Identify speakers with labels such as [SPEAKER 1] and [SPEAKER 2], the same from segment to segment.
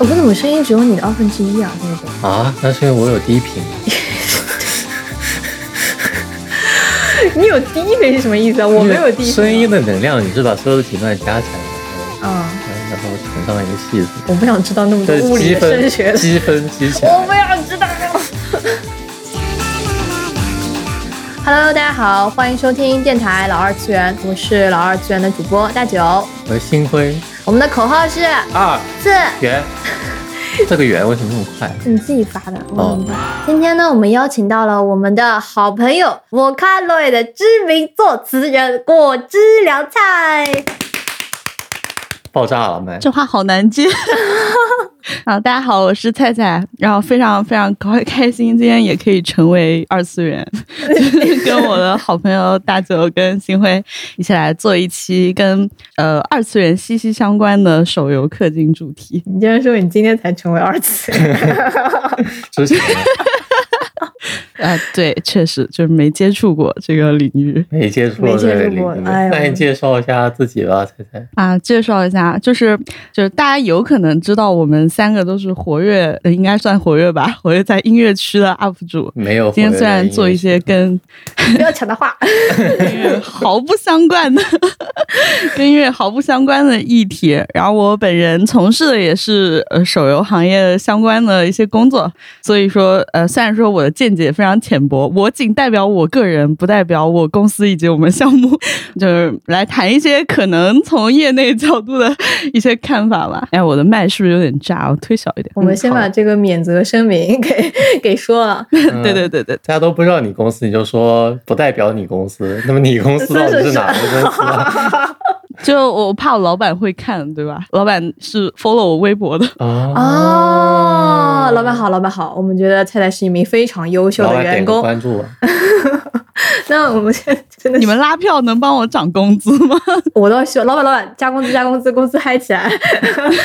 [SPEAKER 1] 我跟你们声音只有你的二分之一啊，那种。
[SPEAKER 2] 啊，那是因为我有低频。
[SPEAKER 1] 你有第一杯是什么意思啊？我没有第一。
[SPEAKER 2] 声音的能量，你是把所有的频段加起
[SPEAKER 1] 啊，
[SPEAKER 2] 来，然后然后乘上一个系数。
[SPEAKER 1] 我不想知道那么多
[SPEAKER 2] 这
[SPEAKER 1] 物
[SPEAKER 2] 是
[SPEAKER 1] 理
[SPEAKER 2] 积
[SPEAKER 1] 的升学
[SPEAKER 2] 分，
[SPEAKER 1] 的。
[SPEAKER 2] 积分积 起
[SPEAKER 1] 我
[SPEAKER 2] 来。
[SPEAKER 1] 不想知道。Hello，大家好，欢迎收听电台老二次元，我是老二次元的主播大九。
[SPEAKER 2] 我的星辉
[SPEAKER 1] 我们的口号是
[SPEAKER 2] 二
[SPEAKER 1] 四，
[SPEAKER 2] 元，这个元为什么那么快？
[SPEAKER 1] 你自己发的。
[SPEAKER 2] 哦
[SPEAKER 1] 嗯今天呢，我们邀请到了我们的好朋友 Vocaloid 的知名作词人果汁凉菜。
[SPEAKER 2] 爆炸了麦。
[SPEAKER 3] 这话好难 接啊！大家好，我是菜菜，然后非常非常高开心，今天也可以成为二次 元，跟我的好朋友大九跟星辉一起来做一期跟呃二次元息息相关的手游氪金主题。
[SPEAKER 1] 你竟然说你今天才成为二次元？
[SPEAKER 2] 之前
[SPEAKER 3] 啊、对，确实就是没接触过这个领域。
[SPEAKER 2] 没接触
[SPEAKER 1] 没
[SPEAKER 2] 过
[SPEAKER 1] 接
[SPEAKER 2] 这个
[SPEAKER 1] 触
[SPEAKER 2] 领域
[SPEAKER 1] 过哎呦，
[SPEAKER 2] 那你介绍一下自己吧，猜猜。
[SPEAKER 3] 啊，介绍一下，就是就是大家有可能知道，我们三个都是活跃，呃应该算活跃吧，活跃在音乐区的 UP 主。
[SPEAKER 2] 没有活跃的音乐。
[SPEAKER 3] 今天虽然做一些跟
[SPEAKER 1] 不要抢他话。
[SPEAKER 2] 嗯
[SPEAKER 3] 音乐毫不相关的， 跟音乐毫不相关的议题。然后我本人从事的也是呃手游行业相关的一些工作，所以说呃虽然说我的见解非常浅薄，我仅代表我个人，不代表我公司以及我们项目， 就是来谈一些可能从业内角度的一些看法吧。哎，我的麦是不是有点炸？我推小一点。
[SPEAKER 1] 我们
[SPEAKER 3] 嗯
[SPEAKER 1] 先
[SPEAKER 3] 好
[SPEAKER 1] 把这个免责声明给 给说了，
[SPEAKER 2] 嗯
[SPEAKER 3] 对对对对，
[SPEAKER 2] 大家都不知道你公司，你就说不代表你公司。那么你公司到底是哪个公 司啊？
[SPEAKER 3] 就我怕我老板会看，对吧？老板是 follow 我微博的。
[SPEAKER 1] 啊哦，老板好，老板好，我们觉得菜菜是一名非常优秀
[SPEAKER 2] 老
[SPEAKER 1] 的
[SPEAKER 2] 板点
[SPEAKER 1] 员
[SPEAKER 2] 个
[SPEAKER 1] 工。
[SPEAKER 2] 关注吧。啊
[SPEAKER 1] 那我们现在真 的是，
[SPEAKER 3] 你们拉票能帮我涨工资吗？
[SPEAKER 1] 我倒希望老板老板加工资加工资，工资嗨起来。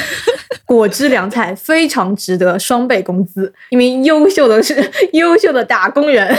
[SPEAKER 1] 果汁凉菜非常值得双倍工资，一名优秀的是 优秀的打工人。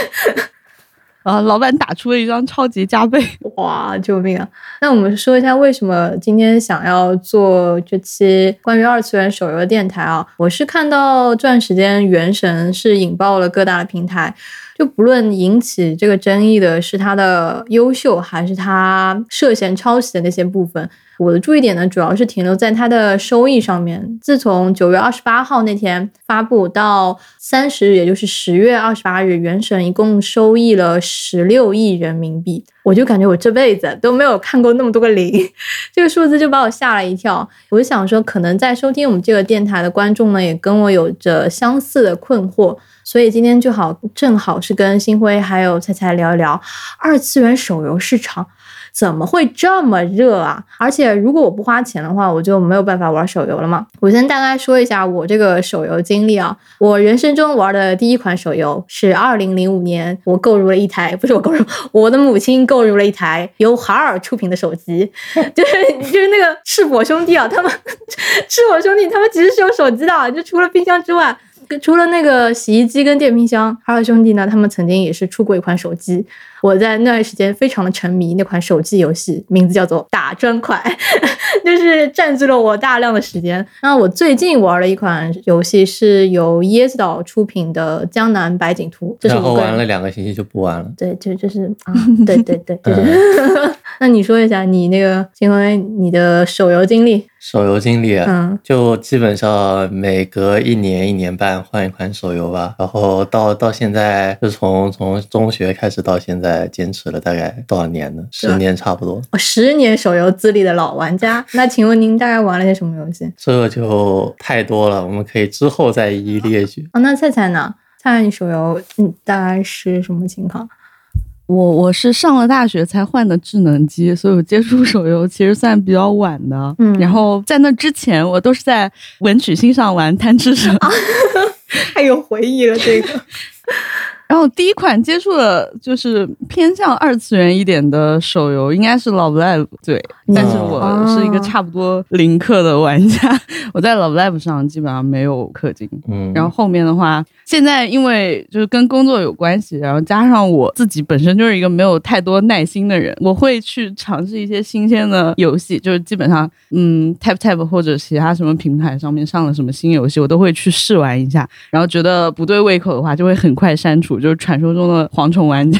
[SPEAKER 3] 啊，老板打出了一张超级加倍。
[SPEAKER 1] 哇，救命啊！那我们说一下为什么今天想要做这期关于二次元手游的电台啊？我是看到这段时间《原神》是引爆了各大的平台，就不论引起这个争议的是它的优秀，还是它涉嫌抄袭的那些部分，我的注意点呢，主要是停留在它的收益上面。自从九月二十八号那天发布到三十日，也就是十月二十八日，《原神》一共收益了十六亿人民币。我就感觉我这辈子都没有看过那么多个零， 这个数字就把我吓了一跳。我就想说，可能在收听我们这个电台的观众呢，也跟我有着相似的困惑，所以今天就好正好是跟星辉还有菜菜聊一聊二次元手游市场。怎么会这么热啊？而且如果我不花钱的话，我就没有办法玩手游了嘛。我先大概说一下我这个手游经历啊。我人生中玩的第一款手游是二零零五年，我购入了一台，不是我购入，我的母亲购入了一台由海尔出品的手机， 就是就是那个赤膊兄弟啊，他们 赤膊兄弟他们其实是有手机的啊，就除了冰箱之外。跟除了那个洗衣机跟电冰箱，海尔兄弟呢，他们曾经也是出过一款手机，我在那段时间非常的沉迷那款手机游戏，名字叫做《打砖块》， 就是占据了我大量的时间。那我最近玩了一款游戏，是由椰子岛出品的《江南百景图》，这是啊
[SPEAKER 2] 然后
[SPEAKER 1] 我个人
[SPEAKER 2] 玩了两个星期就不玩了。
[SPEAKER 1] 对，就就是 啊，对对 对，
[SPEAKER 2] 嗯
[SPEAKER 1] 就是。那你说一下你那个，因为你的手游经历，
[SPEAKER 2] 手游经理，
[SPEAKER 1] 嗯，
[SPEAKER 2] 就基本上每隔一年、一年半换一款手游吧，然后到到现在，就从从中学开始到现在，坚持了大概多少年呢？
[SPEAKER 1] 是吧
[SPEAKER 2] 十年差不多。
[SPEAKER 1] 我十年手游资历的老玩家，那请问您大概玩了些什么游戏？
[SPEAKER 2] 这就太多了，我们可以之后再一一列举。
[SPEAKER 1] 哦，那菜菜呢？菜菜，你手游嗯大概是什么情况？
[SPEAKER 3] 我我是上了大学才换的智能机，所以我接触手游其实算比较晚的。
[SPEAKER 1] 嗯
[SPEAKER 3] 然后在那之前，我都是在啊文曲星上玩贪吃蛇。
[SPEAKER 1] 太有回忆了，这个
[SPEAKER 3] 然后第一款接触了就是偏向二次元一点的手游，应该是 Love Live 对，但是我是一个差不多零氪的玩家， 我在 Love Live 上基本上没有氪金。
[SPEAKER 2] 嗯，
[SPEAKER 3] 然后后面的话，现在因为就是跟工作有关系，然后加上我自己本身就是一个没有太多耐心的人，我会去尝试一些新鲜的游戏，就是基本上，嗯，Tap Tap 或者其他什么平台上面上了什么新游戏，我都会去试玩一下，然后觉得不对胃口的话，就会很快删除，就是传说中的蝗虫玩家。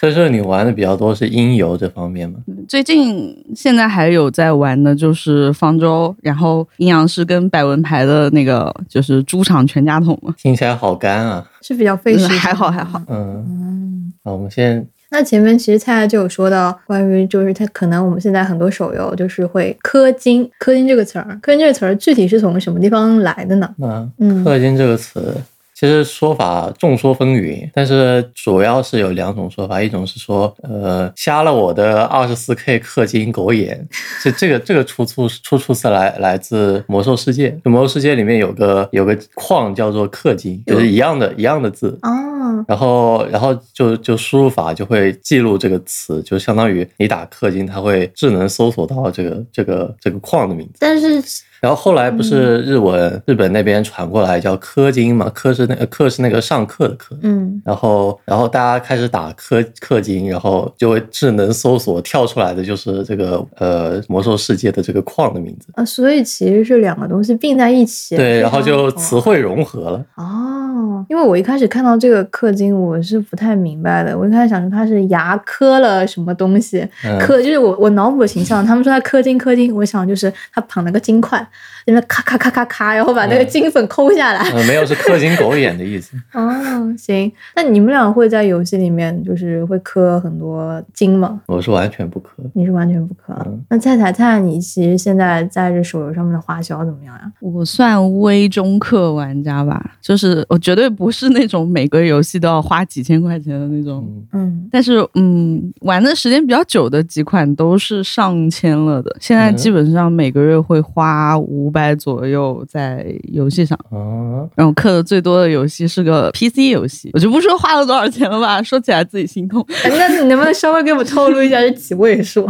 [SPEAKER 2] 所以说你玩的比较多是音游这方面嘛？
[SPEAKER 1] 嗯
[SPEAKER 3] 最近现在还有在玩的就是方舟，然后阴阳师跟百闻牌的那个就是猪场全家桶嘛，
[SPEAKER 2] 听起来好干啊。
[SPEAKER 1] 是比较费时、
[SPEAKER 3] 嗯还好还好。
[SPEAKER 2] 嗯，
[SPEAKER 1] 嗯，
[SPEAKER 2] 好，我们先
[SPEAKER 1] 那前面其实菜菜就有说到关于，就是它可能我们现在很多手游就是会氪金，氪金这个词儿，氪金这个词儿具体是从什么地方来的呢？
[SPEAKER 2] 那
[SPEAKER 1] 嗯
[SPEAKER 2] 氪金这个词，其实说法众说纷纭，但是主要是有两种说法，一种是说，呃，瞎了我的二十四 K 氪金狗眼，这这个这个出处出处是来来自魔兽世界，就魔兽世界里面有个有个框叫做氪金，就是一样的一样的字。
[SPEAKER 1] 哦，
[SPEAKER 2] 然后，然后就就输入法就会记录这个词，就相当于你打氪金，它会智能搜索到这个这个这个框的名字。
[SPEAKER 1] 但是
[SPEAKER 2] 然后后来
[SPEAKER 1] 嗯
[SPEAKER 2] 不是日文、日本那边传过来叫氪金嘛，氪是那个氪是那个上课的课。
[SPEAKER 1] 嗯，
[SPEAKER 2] 然后，然后大家开始打氪氪金，然后就会智能搜索跳出来的就是这个呃魔兽世界的这个框的名字，
[SPEAKER 1] 啊，所以其实是两个东西并在一起，
[SPEAKER 2] 对，然后就词
[SPEAKER 1] 词
[SPEAKER 2] 汇融合了，
[SPEAKER 1] 哦，因为我一开始看到这个氪金，我是不太明白的，我一开始想说它是牙磕了什么东西，
[SPEAKER 2] 嗯，
[SPEAKER 1] 氪就是我我脑补的形象，他们说他氪金氪金，我想就是他绑了个金块，在那咔咔咔咔咔，然后把那个
[SPEAKER 2] 嗯
[SPEAKER 1] 金粉抠下来。
[SPEAKER 2] 呃没有是氪金狗眼的意思，嗯
[SPEAKER 1] 哦，行，那你们俩会在游戏里面就是会氪很多金吗？
[SPEAKER 2] 我是完全不氪，
[SPEAKER 1] 你是完全不氪。啊
[SPEAKER 2] 嗯
[SPEAKER 1] 那菜菜菜，你其实现在在这手游上面的花销怎么样呀、
[SPEAKER 3] 我算微中氪玩家吧，就是我绝对不是那种每个游戏都要花几千块钱的那种。
[SPEAKER 2] 嗯，
[SPEAKER 1] 嗯，
[SPEAKER 3] 但是，嗯，玩的时间比较久的几款都是上千了的，现在
[SPEAKER 2] 嗯
[SPEAKER 3] 基本上每个月会花五百左右在游戏上。
[SPEAKER 2] 啊，
[SPEAKER 3] 然后氪的最多的游戏是个 PC 游戏，我就不说花了多少钱了吧，说起来自己心痛。
[SPEAKER 1] 哎 那你能不能稍微给我们透露一下是几位数？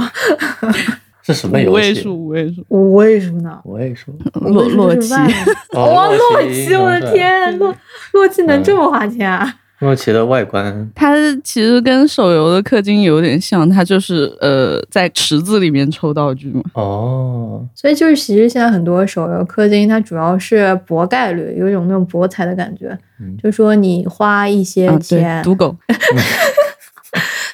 [SPEAKER 2] 是什么
[SPEAKER 3] 五
[SPEAKER 2] 游
[SPEAKER 3] 位
[SPEAKER 2] 戏？
[SPEAKER 3] 数，五位数，
[SPEAKER 1] 五位数呢？
[SPEAKER 2] 五位数，
[SPEAKER 1] 五
[SPEAKER 3] 洛
[SPEAKER 1] 位数
[SPEAKER 3] 洛
[SPEAKER 1] 嗯就是
[SPEAKER 3] 基。
[SPEAKER 1] 万
[SPEAKER 2] 哦
[SPEAKER 1] 哇，洛
[SPEAKER 2] 奇
[SPEAKER 1] 奇，我的，天，洛洛奇能这么花钱啊？
[SPEAKER 2] 洛奇的外观，
[SPEAKER 3] 它其实跟手游的氪金有点像，它就是呃在池子里面抽道具嘛。
[SPEAKER 2] 哦，
[SPEAKER 1] 所以就是，其实现在很多手游氪金，它主要是博概率，有一种那种博彩的感觉，
[SPEAKER 2] 嗯
[SPEAKER 1] 就是说你花一些
[SPEAKER 3] 啊，
[SPEAKER 1] 钱，
[SPEAKER 3] 对，赌狗。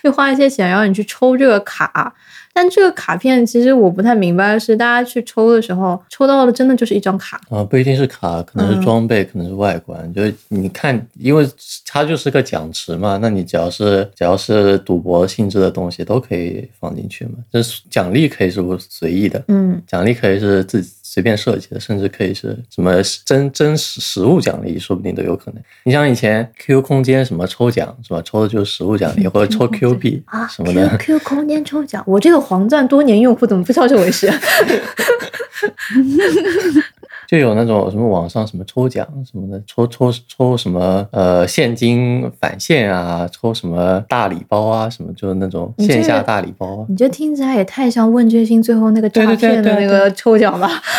[SPEAKER 1] 就花一些钱，然后你去抽这个卡。但这个卡片其实我不太明白，是大家去抽的时候抽到的真的就是一张卡，
[SPEAKER 2] 啊，不一定是卡，可能
[SPEAKER 1] 嗯
[SPEAKER 2] 是装备，可能是外观。就是你看，因为它就是个奖池嘛，那你只要是只要是赌博性质的东西都可以放进去嘛。就是奖励可以是随意的，
[SPEAKER 1] 嗯，
[SPEAKER 2] 奖励可以是自己随便设计的，甚至可以是什么真真实实物奖励，说不定都有可能。你像以前 QQ 空间什么抽奖是吧，抽的就是实物奖励，或者抽 Q 币
[SPEAKER 1] 啊
[SPEAKER 2] 什么的。
[SPEAKER 1] ，QQ 空间抽奖，我这个黄钻多年用户怎么不知道这回事？
[SPEAKER 2] 就有那种什么网上什么抽奖什么的，抽抽抽什么呃现金返现啊，抽什么大礼包啊，什么就是那种
[SPEAKER 1] 你这个嗯
[SPEAKER 2] 线下大礼包啊。
[SPEAKER 1] 你这听起来也太像问卷星最后那个
[SPEAKER 2] 对
[SPEAKER 1] 诈
[SPEAKER 2] 对对
[SPEAKER 1] 骗的
[SPEAKER 2] 对
[SPEAKER 1] 那
[SPEAKER 2] 对
[SPEAKER 1] 个抽奖吧？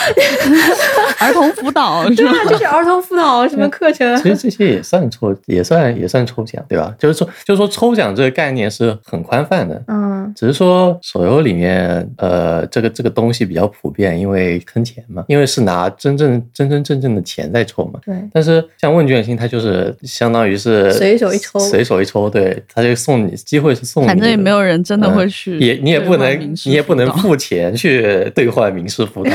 [SPEAKER 3] 儿童辅 导是
[SPEAKER 1] 对
[SPEAKER 3] 吧？
[SPEAKER 1] 啊， 就是儿童辅导什么课程。啊
[SPEAKER 2] 其实这些也算抽，也算也算抽奖，对吧？就是说，就是说抽奖这个概念是很宽泛的，
[SPEAKER 1] 嗯，
[SPEAKER 2] 只是说手游里面，呃，这个这个东西比较普遍，因为坑钱嘛，因为是拿真正真真正正的钱在抽嘛。
[SPEAKER 1] 对，
[SPEAKER 2] 但是像问卷星，它就是相当于是
[SPEAKER 1] 随手一抽
[SPEAKER 2] 随手一抽，对，它就送你机会是送你的，
[SPEAKER 3] 反正也没有人真的会去、
[SPEAKER 2] 嗯也你也不能你也不能
[SPEAKER 3] 付。
[SPEAKER 2] 付钱去兑换民事辅导，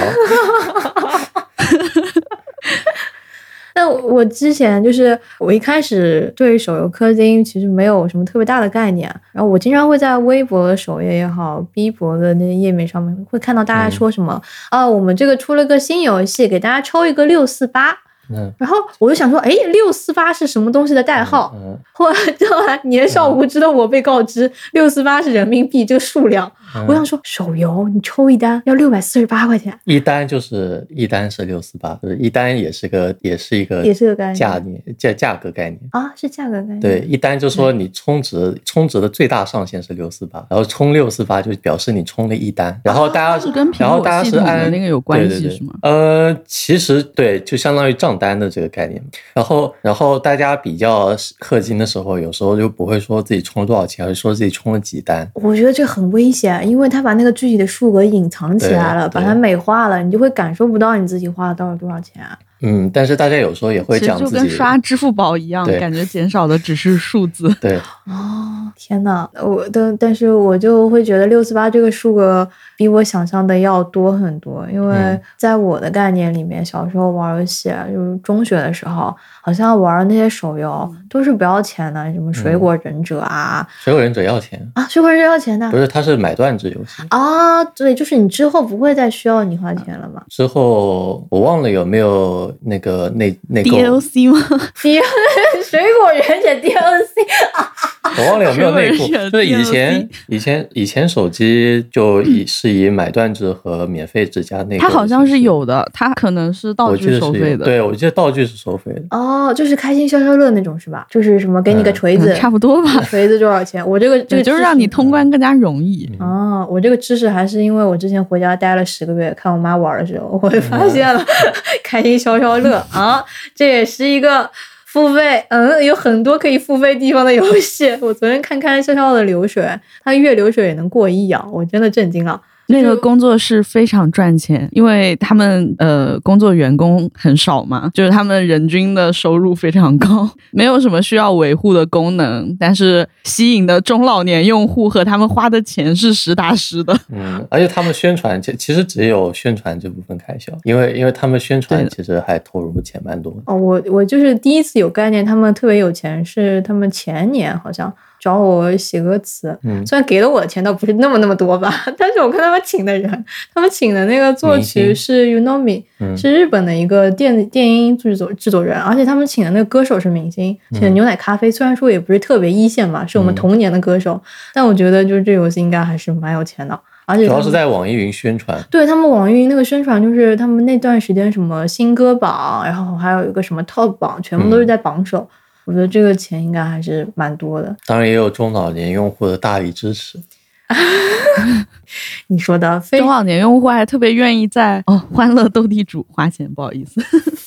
[SPEAKER 1] 但我我之前就是我一开始对手游氪金其实没有什么特别大的概念，然后我经常会在微博的首页也好，B 博的那些页面上面会看到大
[SPEAKER 2] 嗯
[SPEAKER 1] 家说什么、啊，我们这个出了个新游戏，给大家抽一个六四八，
[SPEAKER 2] 嗯
[SPEAKER 1] 然后我就想说，哎，六四八是什么东西的代号？
[SPEAKER 2] 嗯
[SPEAKER 1] 后来，后来年少无知的我被告知，六四八是人民币这个数量，
[SPEAKER 2] 嗯
[SPEAKER 1] 我想说手游你抽一单要六百四十八块钱，
[SPEAKER 2] 一单就是一单是六四八，就是一单也是个也是一个
[SPEAKER 1] 也是个概念
[SPEAKER 2] 价念价价格概念。
[SPEAKER 1] 啊，是价格概念。
[SPEAKER 3] 嗯
[SPEAKER 2] 对，，一单就说你充值，充值的最大上限是六四八，然后充六四八就表示你充了一单，然后大家
[SPEAKER 3] 是啊跟苹
[SPEAKER 2] 然后
[SPEAKER 3] 果
[SPEAKER 2] 大家
[SPEAKER 3] 系
[SPEAKER 2] 是
[SPEAKER 3] 统的
[SPEAKER 2] 按
[SPEAKER 3] 那个有关
[SPEAKER 2] 对对
[SPEAKER 3] 系
[SPEAKER 2] 对
[SPEAKER 3] 是吗
[SPEAKER 2] 呃，其实对，就相当于账单的这个概念。呃然后，然后大家比较氪金的时候，有时候就不会说自己充了多少钱，而是说自己充了几单。
[SPEAKER 1] 我觉得这很危险，因为他把那个具体的数额隐藏起来了，
[SPEAKER 2] 对
[SPEAKER 1] 把它
[SPEAKER 2] 对
[SPEAKER 1] 美化了，你就会感受不到你自己花了到底多少钱。啊
[SPEAKER 2] 嗯，但是大家有时候也会
[SPEAKER 3] 其实
[SPEAKER 2] 讲
[SPEAKER 3] 就
[SPEAKER 2] 自
[SPEAKER 3] 跟
[SPEAKER 2] 己嗯
[SPEAKER 3] 刷支付宝一样，
[SPEAKER 2] 对
[SPEAKER 3] 感觉减少的只是数字。
[SPEAKER 2] 对
[SPEAKER 1] 哦，天呐，我但但是我就会觉得六四八这个数额比我想象的要多很多，因为
[SPEAKER 2] 嗯
[SPEAKER 1] 在我的概念里面，小时候玩游戏，就是中学的时候，好像玩那些手游
[SPEAKER 3] 嗯
[SPEAKER 1] 都是不要钱的，什么水果忍者啊、
[SPEAKER 2] 水果忍者要钱，
[SPEAKER 1] 啊，水果忍者要钱的
[SPEAKER 2] 不是它是买断制游戏。
[SPEAKER 1] 啊，对，就是你之后不会再需要你花钱了嘛？
[SPEAKER 2] 之后我忘了有没有那个内内购，
[SPEAKER 3] DLC 吗？
[SPEAKER 1] 第水果忍者 DLC
[SPEAKER 2] 我忘了有没有内
[SPEAKER 3] 水果忍
[SPEAKER 2] 裤，就
[SPEAKER 3] 者
[SPEAKER 2] 是以
[SPEAKER 3] DLC
[SPEAKER 2] 前以前以前手机就以是以买断制和免费制加内购
[SPEAKER 3] 它
[SPEAKER 2] 的形式，
[SPEAKER 3] 好像是有的，它可能是道
[SPEAKER 2] 我记
[SPEAKER 3] 具
[SPEAKER 2] 得
[SPEAKER 3] 收
[SPEAKER 2] 是
[SPEAKER 3] 费
[SPEAKER 2] 有
[SPEAKER 3] 的，
[SPEAKER 2] 对我记得道具是收费的，
[SPEAKER 1] 哦，就是开心消消乐那种是吧？就是什么给你个
[SPEAKER 2] 嗯
[SPEAKER 1] 锤子，
[SPEAKER 3] 嗯，差不多吧。
[SPEAKER 1] 锤子多少钱？我这个这
[SPEAKER 3] 对，
[SPEAKER 1] 个
[SPEAKER 3] 就是
[SPEAKER 1] 知
[SPEAKER 3] 让
[SPEAKER 1] 识
[SPEAKER 3] 你通关更加容易。
[SPEAKER 1] 哦，我这个知识还是因为我之前回家待了十个月，看我妈玩的时候，我就发现了， 开心消消乐啊，这也是一个付费，嗯，有很多可以付费地方的游戏。我昨天看开心消消乐的流水，它月流水也能过亿啊，我真的震惊了。
[SPEAKER 3] 那个工作室非常赚钱，因为他们呃工作员工很少嘛，就是他们人均的收入非常高，没有什么需要维护的功能，但是吸引的中老年用户和他们花的钱是实打实的。
[SPEAKER 2] 嗯，而且他们宣传其其实只有宣传这部分开销，因为因为他们宣
[SPEAKER 3] 对
[SPEAKER 2] 传
[SPEAKER 3] 的
[SPEAKER 2] 其实还投入钱蛮多的。
[SPEAKER 1] 哦，我我就是第一次有概念，他们特别有钱，是他们前年好像找我写歌词，
[SPEAKER 2] 嗯
[SPEAKER 1] 虽然给了我的钱倒不是那么那么多吧， 但是我看他们请的人，他们请的那个作
[SPEAKER 2] 明
[SPEAKER 1] 曲
[SPEAKER 2] 星
[SPEAKER 1] 是 Unomi，、
[SPEAKER 2] 嗯
[SPEAKER 1] 是日本的一个电电音制作制作人，而且他们请的那个歌手是明星，是牛奶咖啡，虽然说也不是特别一线嘛，是我们
[SPEAKER 2] 嗯
[SPEAKER 1] 童年的歌手，但我觉得就是这游戏应该还是蛮有钱的，而且
[SPEAKER 2] 主
[SPEAKER 1] 他
[SPEAKER 2] 要
[SPEAKER 1] 们
[SPEAKER 2] 是在网易云宣传，
[SPEAKER 1] 对他们网易云那个宣传，就是他们那段时间什么新歌榜，然后还有一个什么 top 榜，全部都是
[SPEAKER 2] 嗯
[SPEAKER 1] 在榜首。我觉得这个钱应该还是蛮多的。
[SPEAKER 2] 当然也有中老年用户的大力支持。
[SPEAKER 1] 你说的非
[SPEAKER 3] 中老年用户还特别愿意在 哦欢乐斗地主花钱，不好意思，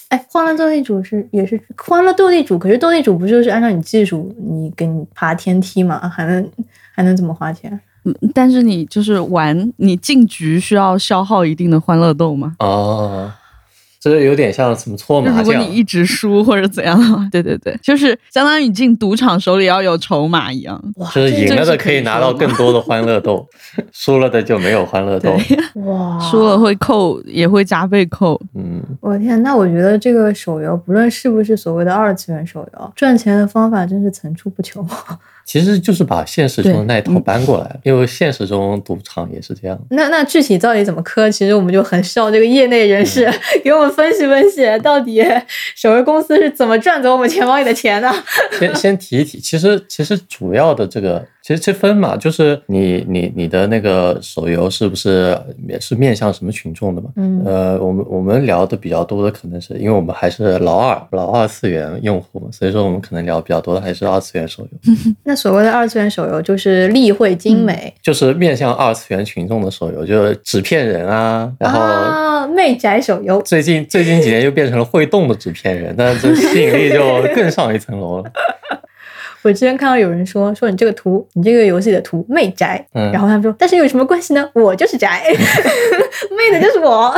[SPEAKER 1] 哎，欢乐斗地主是也是欢乐斗地主，可是斗地主不就是按照你技术，你给你爬天梯嘛，还能还能怎么花钱？
[SPEAKER 3] 但是你就是玩你进局需要消耗一定的欢乐豆吗？
[SPEAKER 2] 哦，这有点像什么搓
[SPEAKER 3] 就
[SPEAKER 2] 麻
[SPEAKER 3] 如果
[SPEAKER 2] 将
[SPEAKER 3] 你，一直输或者怎样的话， 对对对，就是相当于你进赌场手里要有筹码一样。
[SPEAKER 1] 哇，
[SPEAKER 2] 就是赢了
[SPEAKER 3] 这是
[SPEAKER 2] 的
[SPEAKER 3] 可
[SPEAKER 2] 可
[SPEAKER 3] 以
[SPEAKER 2] 以拿到更多的欢乐 豆，输了的就没有欢乐豆
[SPEAKER 3] 对。，
[SPEAKER 1] 哇，
[SPEAKER 3] 输了会扣，也会加倍扣。
[SPEAKER 2] 嗯，
[SPEAKER 1] 我的天，那我觉得这个手游，不论是不是所谓的二次元手游，赚钱的方法真是层出不穷。
[SPEAKER 2] 其实就是把现实中的那一
[SPEAKER 3] 对
[SPEAKER 2] 套
[SPEAKER 3] 嗯
[SPEAKER 2] 搬过来，因为现实中赌场也是这样。
[SPEAKER 1] 那那具体到底怎么磕？其实我们就很需要这个业内人士 给我们分析分析，到底手游公司是怎么赚走我们钱包里的钱的？
[SPEAKER 2] 先 先提一提，其实其实主要的这个，其实这分嘛，就是你你你的那个手游是不是也是面向什么群众的嘛？
[SPEAKER 1] 嗯
[SPEAKER 2] 呃，我们我们聊的比较多的可能是因为我们还是老二老二次元用户嘛，所以说我们可能聊比较多的还是二次元手游，
[SPEAKER 1] 那所谓的二次元手游就是例会精美、
[SPEAKER 2] 就是面向二次元群众的手游，就是纸片人啊，然后。
[SPEAKER 1] 啊，媚宅手游。
[SPEAKER 2] 最近最近几年又变成了会动的纸片人，那这吸引力就更上一层楼了。
[SPEAKER 1] 我之前看到有人说说你这个图，你这个游戏的图媚宅，
[SPEAKER 2] 嗯
[SPEAKER 1] 然后他们说，但是有什么关系呢？我就是 宅，媚的 就是我。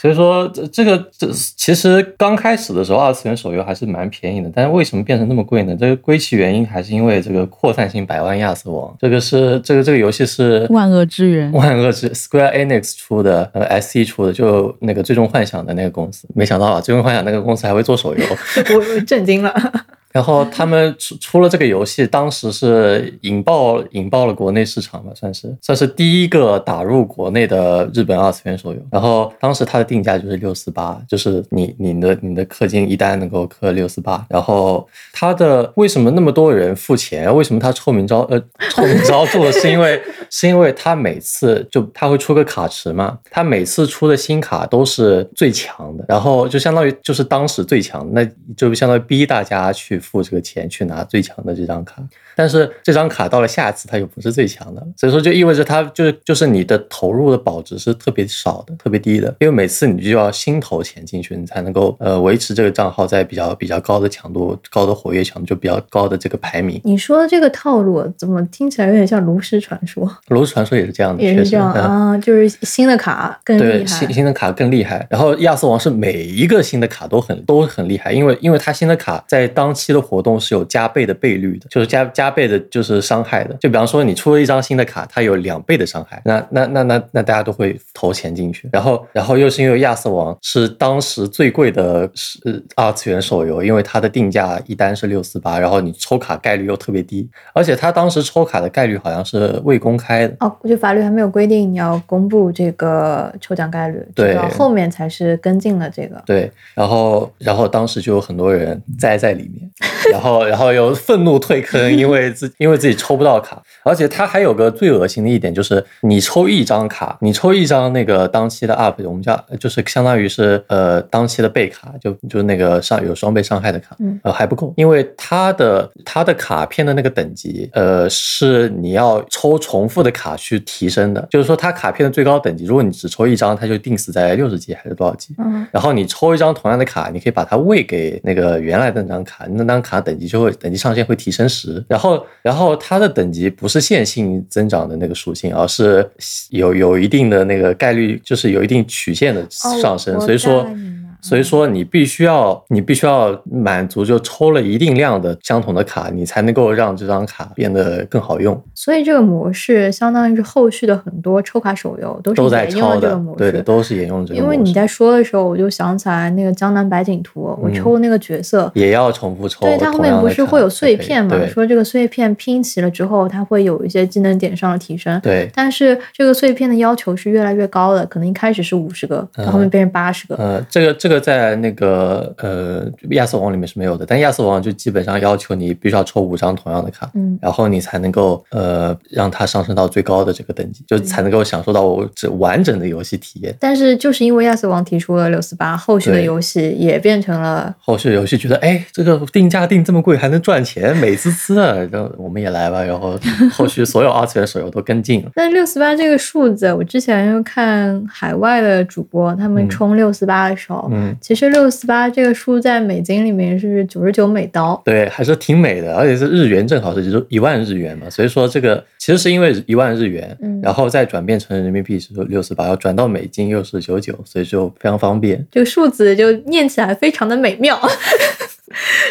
[SPEAKER 2] 所以说，这这个这其实刚开始的时候，二次元手游还是蛮便宜的，但是为什么变成那么贵呢？这个归其原因还是因为这个扩散性百万亚瑟王，这个是这个这个游戏是
[SPEAKER 3] 万恶之源
[SPEAKER 2] 万恶之 Square Enix 出的，呃 SE 出的，就那个最终幻想的那个公司，没想到啊，最终幻想那个公司还会做手游。
[SPEAKER 1] 我我震惊了。
[SPEAKER 2] 然后他们出出了这个游戏，当时是引爆引爆了国内市场吧，算是算是第一个打入国内的日本二次元手游。然后当时它的定价就是六四八，就是你你的你的氪金一单能够氪六四八。然后它的为什么那么多人付钱？ 为什么它臭名昭呃臭名昭著 了？是因为是因为它每次就它会出个卡池嘛，它每次出的新卡都是最强的，然后就相当于就是当时最强，那就相当于逼大家去付这个钱去拿最强的这张卡。但是这张卡到了下次它又不是最强的了，所以说就意味着它就是就是你的投入的保值是特别少的，特别低的，因为每次你就要新投钱进去，你才能够呃维持这个账号在比较比较高的强度、高的活跃强度就比较高的这个排名。
[SPEAKER 1] 你说的这个套路怎么听起来有点像炉石传说？
[SPEAKER 2] 炉石传说也是这样的，
[SPEAKER 1] 也
[SPEAKER 2] 确
[SPEAKER 1] 是
[SPEAKER 2] 实
[SPEAKER 1] 这样
[SPEAKER 2] 嗯
[SPEAKER 1] 啊，就是新的卡更厉
[SPEAKER 2] 对，
[SPEAKER 1] 害
[SPEAKER 2] 新。新的卡更厉害。然后亚瑟王是每一个新的卡都很都很厉害，因为因为它新的卡在当期的活动是有加倍的倍率的，就是加加倍的就是伤害的。就比方说你出了一张新的卡，它有两倍的伤害，那那那那那大家都会投钱进去。然后然后又是因为亚瑟王是当时最贵的是呃二次元手游，因为它的定价一单是六四八，然后你抽卡概率又特别低，而且它当时抽卡的概率好像是未公开的。
[SPEAKER 1] 哦，就法律还没有规定你要公布这个抽奖概率，
[SPEAKER 2] 对
[SPEAKER 1] 直到后面才是跟进了这个。
[SPEAKER 2] 对，然后然后当时就有很多人栽在里面，然后然后又愤怒退坑，因为自因为自己抽不到卡，而且它还有个最恶心的一点就是，你抽一张卡，你抽一张那个当期的 UP，我们叫就是相当于是呃当期的备卡，就就是那个上有双倍伤害的卡，
[SPEAKER 1] 嗯
[SPEAKER 2] 呃还不够，因为它的它的卡片的那个等级，呃是你要抽重复的卡去提升的，就是说它卡片的最高等级，如果你只抽一张，它就定死在六十级还是多少级，
[SPEAKER 1] 嗯，
[SPEAKER 2] 然后你抽一张同样的卡，你可以把它喂给那个原来的那张卡，那张卡等级就会等级上限会提升十。然后，然后它的等级不是线性增长的那个属性，而是有有一定的那个概率，就是有一定曲线的上升。
[SPEAKER 1] 哦我
[SPEAKER 2] 所以说
[SPEAKER 1] 大概明白嗯，
[SPEAKER 2] 所以说你必须要你必须要满足就抽了一定量的相同的卡，你才能够让这张卡变得更好用。
[SPEAKER 1] 所以这个模式相当于是后续的很多抽卡手游都是
[SPEAKER 2] 都在
[SPEAKER 1] 沿用了
[SPEAKER 2] 抄
[SPEAKER 1] 这个
[SPEAKER 2] 的
[SPEAKER 1] 模，式。
[SPEAKER 2] 对的，都是沿用这个
[SPEAKER 1] 因
[SPEAKER 2] 模式。
[SPEAKER 1] 为你在说的时候，我就想起来那个江南百景图，我
[SPEAKER 2] 嗯
[SPEAKER 1] 抽那个角色，
[SPEAKER 2] 也要重复抽同
[SPEAKER 1] 对，
[SPEAKER 2] 样的
[SPEAKER 1] 它
[SPEAKER 2] 卡才
[SPEAKER 1] 后
[SPEAKER 2] 可以，
[SPEAKER 1] 面不是会有碎片嘛？
[SPEAKER 2] 对
[SPEAKER 1] 说这个碎片拼齐了之后，它会有一些技能点上的提升。
[SPEAKER 2] 对，
[SPEAKER 1] 但是这个碎片的要求是越来越高的，可能一开始是五十个，
[SPEAKER 2] 嗯
[SPEAKER 1] 到后面变成八十个。
[SPEAKER 2] 呃，这个这个在那个呃亚瑟王里面是没有的，但亚瑟王就基本上要求你必须要抽五张同样的卡，
[SPEAKER 1] 嗯
[SPEAKER 2] 然后你才能够呃让它上升到最高的这个等级，就才能够享受到我这完整的游戏体验。
[SPEAKER 1] 但是就是因为亚瑟王提出了六四八，后续的
[SPEAKER 2] 对
[SPEAKER 1] 游戏也变成了。
[SPEAKER 2] 后续游戏觉得，哎，这个定价定这么贵还能赚钱，美滋滋的，那我们也来吧。然后后续所有二次元手游都跟进了
[SPEAKER 1] 但六四八这个数字，我之前又看海外的主播他们
[SPEAKER 2] 嗯
[SPEAKER 1] 冲六四八的时候，
[SPEAKER 2] 嗯，
[SPEAKER 1] 其实六四八这个数在美金里面是九十九美刀，
[SPEAKER 2] 对，还是挺美的，而且是日元正好是一万日元嘛，所以说这个其实是因为一万日元，
[SPEAKER 1] 嗯
[SPEAKER 2] 然后再转变成人民币是六十八，要转到美金又是九九，所以就非常方便。
[SPEAKER 1] 这个数字就念起来非常的美妙。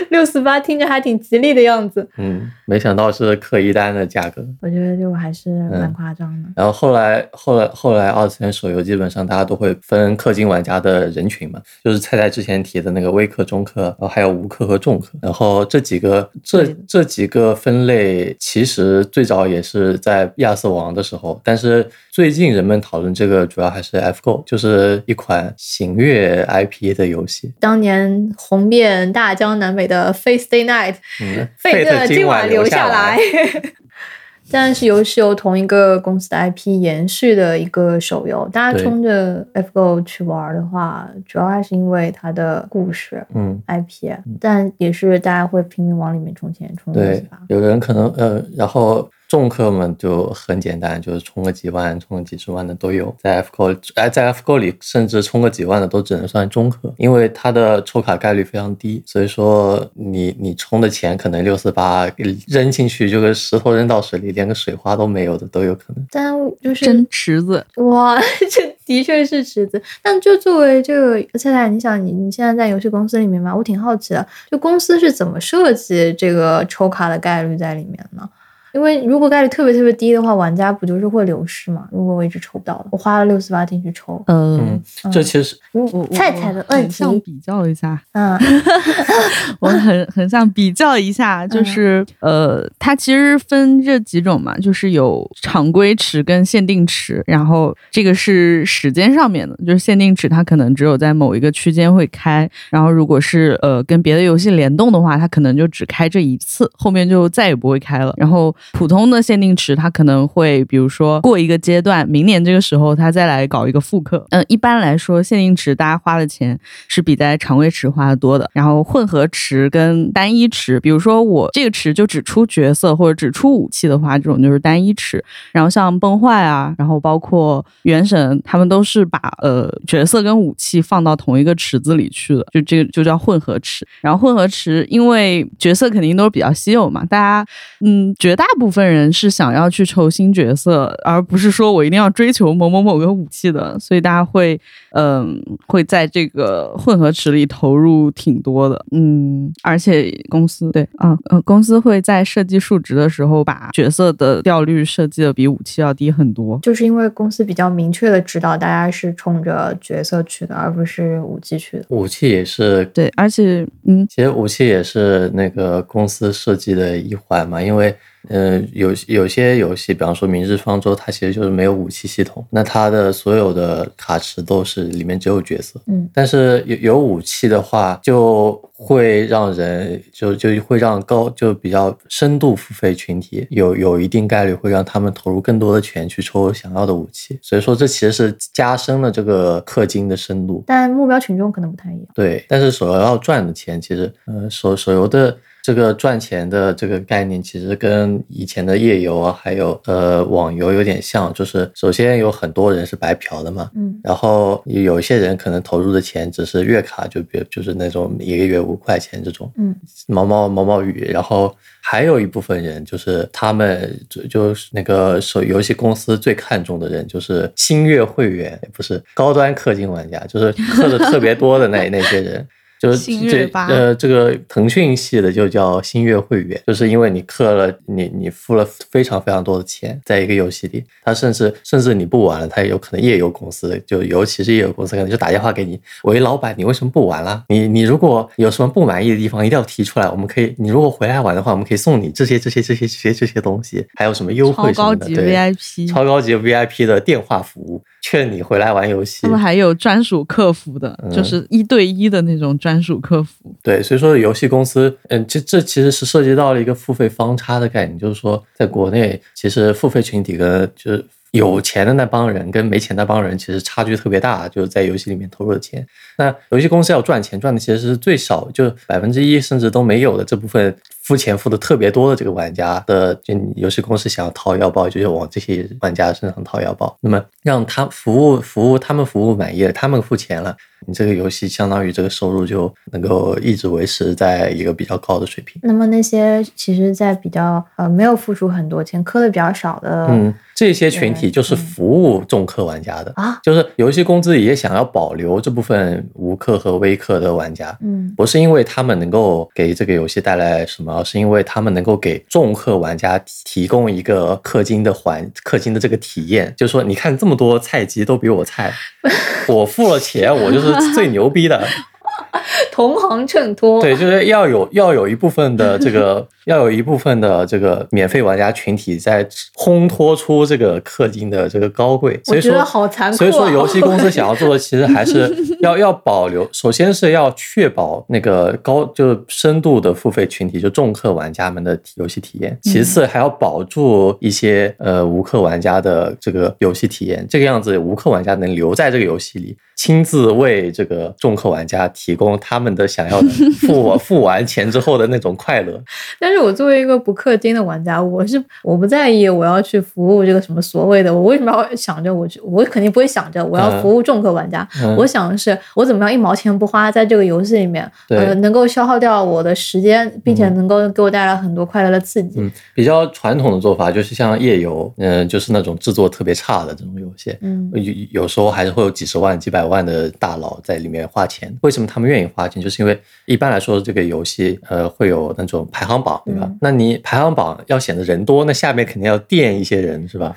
[SPEAKER 1] 六四八听着还挺吉利的样子，
[SPEAKER 2] 嗯，没想到是克一单的价格。
[SPEAKER 1] 我觉得就还是蛮
[SPEAKER 2] 嗯
[SPEAKER 1] 夸张的。
[SPEAKER 2] 然后后来后来后来二次元手游基本上大家都会分氪金玩家的人群嘛，就是菜菜之前提的那个微氪、中氪，然后还有无氪和重氪，然后这几个这
[SPEAKER 1] 对
[SPEAKER 2] 这几个分类其实最早也是在亚瑟王的时候，但是最近人们讨论这个主要还是 F Go，就是一款行月 IP 的游戏，
[SPEAKER 1] 当年红遍大江南北的 Face Day Night，
[SPEAKER 2] 嗯，
[SPEAKER 1] 费特
[SPEAKER 2] 特
[SPEAKER 1] 今晚
[SPEAKER 2] 晚
[SPEAKER 1] 留
[SPEAKER 2] 下
[SPEAKER 1] 来。 但是由是由同一个公司的 IP 延续的一个手游，大家
[SPEAKER 2] 对
[SPEAKER 1] 冲着 FGO 去玩的话，主要还是因为它的故事
[SPEAKER 2] 嗯。
[SPEAKER 1] IP，但也是大家会拼命往里面充钱充东西
[SPEAKER 2] 对
[SPEAKER 1] 吧，。
[SPEAKER 2] 有的人可能呃，然后重氪们就很简单，就是充个几万、充个几十万的都有。在 F 购，哎，在 F 购里，甚至充个几万的都只能算中氪，因为它的抽卡概率非常低，所以说你你充的钱可能六四八扔进去就跟石头扔到水里，连个水花都没有的都有可能。
[SPEAKER 1] 但就是
[SPEAKER 3] 真池子，
[SPEAKER 1] 哇， 这的确是池子。但就作为这个菜菜，你想你你现在在游戏公司里面嘛，我挺好奇的，就公司是怎么设计这个抽卡的概率在里面呢？因为如果概率特别特别低的话，玩家不就是会流失嘛？如果我一直抽不到的，我花了六四八进去抽，
[SPEAKER 3] 嗯
[SPEAKER 2] 嗯，这其实
[SPEAKER 3] 我
[SPEAKER 1] 嗯，菜菜的问
[SPEAKER 3] 很想
[SPEAKER 1] 题，
[SPEAKER 3] 比较一下，
[SPEAKER 1] 嗯，
[SPEAKER 3] 我很很想比较一下，就是、呃，它其实分这几种嘛，就是有常规池跟限定池，然后这个是时间上面的，就是限定池它可能只有在某一个区间会开，然后如果是呃跟别的游戏联动的话，它可能就只开这一次，后面就再也不会开了。然后普通的限定池，它可能会比如说过一个阶段，明年这个时候它再来搞一个复刻。嗯、一般来说限定池大家花的钱是比在常规池花的多的。然后混合池跟单一池，比如说我这个池就只出角色或者只出武器的话，这种就是单一池。然后像崩坏啊，然后包括原神，他们都是把呃角色跟武器放到同一个池子里去的，就这个就叫混合池。然后混合池，因为角色肯定都是比较稀有嘛，大家嗯，绝大部分人是想要去抽新角色，而不是说我一定要追求某某某个武器的，所以大家会嗯、会在这个混合池里投入挺多的，嗯，而且公司对啊呃公司会在设计数值的时候把角色的掉率设计的比武器要低很多，
[SPEAKER 1] 就是因为公司比较明确的知道大家是冲着角色去的，而不是武器去的。
[SPEAKER 2] 武器也是
[SPEAKER 3] 对，而且嗯
[SPEAKER 2] 其实武器也是那个公司设计的一环嘛，因为呃，有有些游戏，比方说《明日方舟》，它其实就是没有武器系统，那它的所有的卡池都是里面只有角色。
[SPEAKER 1] 嗯，
[SPEAKER 2] 但是有有武器的话，就会让人就就会让高就比较深度付费群体有有一定概率会让他们投入更多的钱去抽想要的武器，所以说这其实是加深了这个氪金的深度。
[SPEAKER 1] 但目标群众可能不太一样。
[SPEAKER 2] 对，但是手游要赚的钱，其实呃手手游的这个赚钱的这个概念，其实跟以前的页游啊，还有呃网游有点像，就是首先有很多人是白嫖的嘛。
[SPEAKER 1] 嗯
[SPEAKER 2] 然后有一些人可能投入的钱只是月卡，就比如就是那种一个月五块钱这种，
[SPEAKER 1] 嗯，
[SPEAKER 2] 毛毛毛毛雨，然后还有一部分人就是他们就就是那个手游戏公司最看重的人，就是星月会员，不是高端氪金玩家，就是氪的特别多的那 那些人。就是
[SPEAKER 3] 星月
[SPEAKER 2] 这
[SPEAKER 3] 吧
[SPEAKER 2] 呃，这个腾讯系的就叫星月会员，就是因为你氪了，你你付了非常非常多的钱在一个游戏里，他甚至甚至你不玩了，他也有可能页游公司，就尤其是页游公司可能就打电话给你，喂，老板，你为什么不玩啦？你你如果有什么不满意的地方，一定要提出来，我们可以，你如果回来玩的话，我们可以送你这些这些这些这些这些东西，还有什么优
[SPEAKER 3] 超
[SPEAKER 2] 惠什么
[SPEAKER 3] 高
[SPEAKER 2] 的，
[SPEAKER 3] 级
[SPEAKER 2] 对，
[SPEAKER 3] VIP，
[SPEAKER 2] 超高级 VIP 的电话服务，劝你回来玩游戏
[SPEAKER 3] 他。们还有专属客服的，
[SPEAKER 2] 嗯
[SPEAKER 3] 就是一对一的那种专属客服，
[SPEAKER 2] 对，所以说游戏公司，嗯，这这其实是涉及到了一个付费方差的概念，就是说，在国内其实付费群体跟就是有钱的那帮人跟没钱那帮人其实差距特别大，就是在游戏里面投入的钱。那游戏公司要赚钱，赚的其实是最少，就百分之一甚至都没有的这部分付钱付的特别多的这个玩家的，就你游戏公司想要掏腰包，就是往这些玩家身上掏腰包。那么让他服务服务他们服务满意了，他们付钱了，你这个游戏相当于这个收入就能够一直维持在一个比较高的水平。
[SPEAKER 1] 那么那些其实，在比较呃没有付出很多钱、磕的比较少的，
[SPEAKER 2] 嗯，这些群体就是
[SPEAKER 1] 嗯
[SPEAKER 2] 服务重氪玩家的，
[SPEAKER 1] 啊，
[SPEAKER 2] 就是游戏公司也想要保留这部分无氪和微氪的玩家。
[SPEAKER 1] 嗯
[SPEAKER 2] 不是因为他们能够给这个游戏带来什么，而是因为他们能够给重氪玩家提提供一个氪金的环氪金的这个体验。就是说，你看这么多菜鸡都比 我菜，我付了钱，我就是最牛逼的。
[SPEAKER 1] 同行衬托，
[SPEAKER 2] 对，就是要有要有一部分的这个 要有一部分的这个免费玩家群体在烘托出这个氪金的这个高贵，所以
[SPEAKER 1] 觉
[SPEAKER 2] 说
[SPEAKER 1] 得好残酷啊
[SPEAKER 2] 所以说游戏公司想要做的其实还是要要保留，首先是要确保那个高就是深度的付费群体，就重氪玩家们的游戏体验，其次还要保住一些呃无氪玩家的这个游戏体验，这个样子无氪玩家能留在这个游戏里，亲自为这个重氪玩家提供他们的想要的付我付完钱之后的那种快乐。
[SPEAKER 1] 但是我作为一个不氪金的玩家，我是我不在意我要去服务这个什么所谓的，我为什么要想着我去？我肯定不会想着我要
[SPEAKER 2] 嗯
[SPEAKER 1] 服务重氪玩家，
[SPEAKER 2] 嗯
[SPEAKER 1] 我想的是我怎么样一毛钱不花，在这个游戏里面，
[SPEAKER 2] 对
[SPEAKER 1] 呃，能够消耗掉我的时间，并且能够给我带来很多快乐的刺激。
[SPEAKER 2] 嗯，比较传统的做法就是像页游，嗯、就是那种制作特别差的这种游戏，
[SPEAKER 1] 嗯
[SPEAKER 2] 有有时候还是会有几十万、几百万的大佬在里面花钱。为什么他们愿意花钱？就是因为一般来说，这个游戏呃会有那种排行榜，好，对吧？
[SPEAKER 1] 嗯
[SPEAKER 2] 那你排行榜要显得人多，那下面肯定要垫一些人，是吧？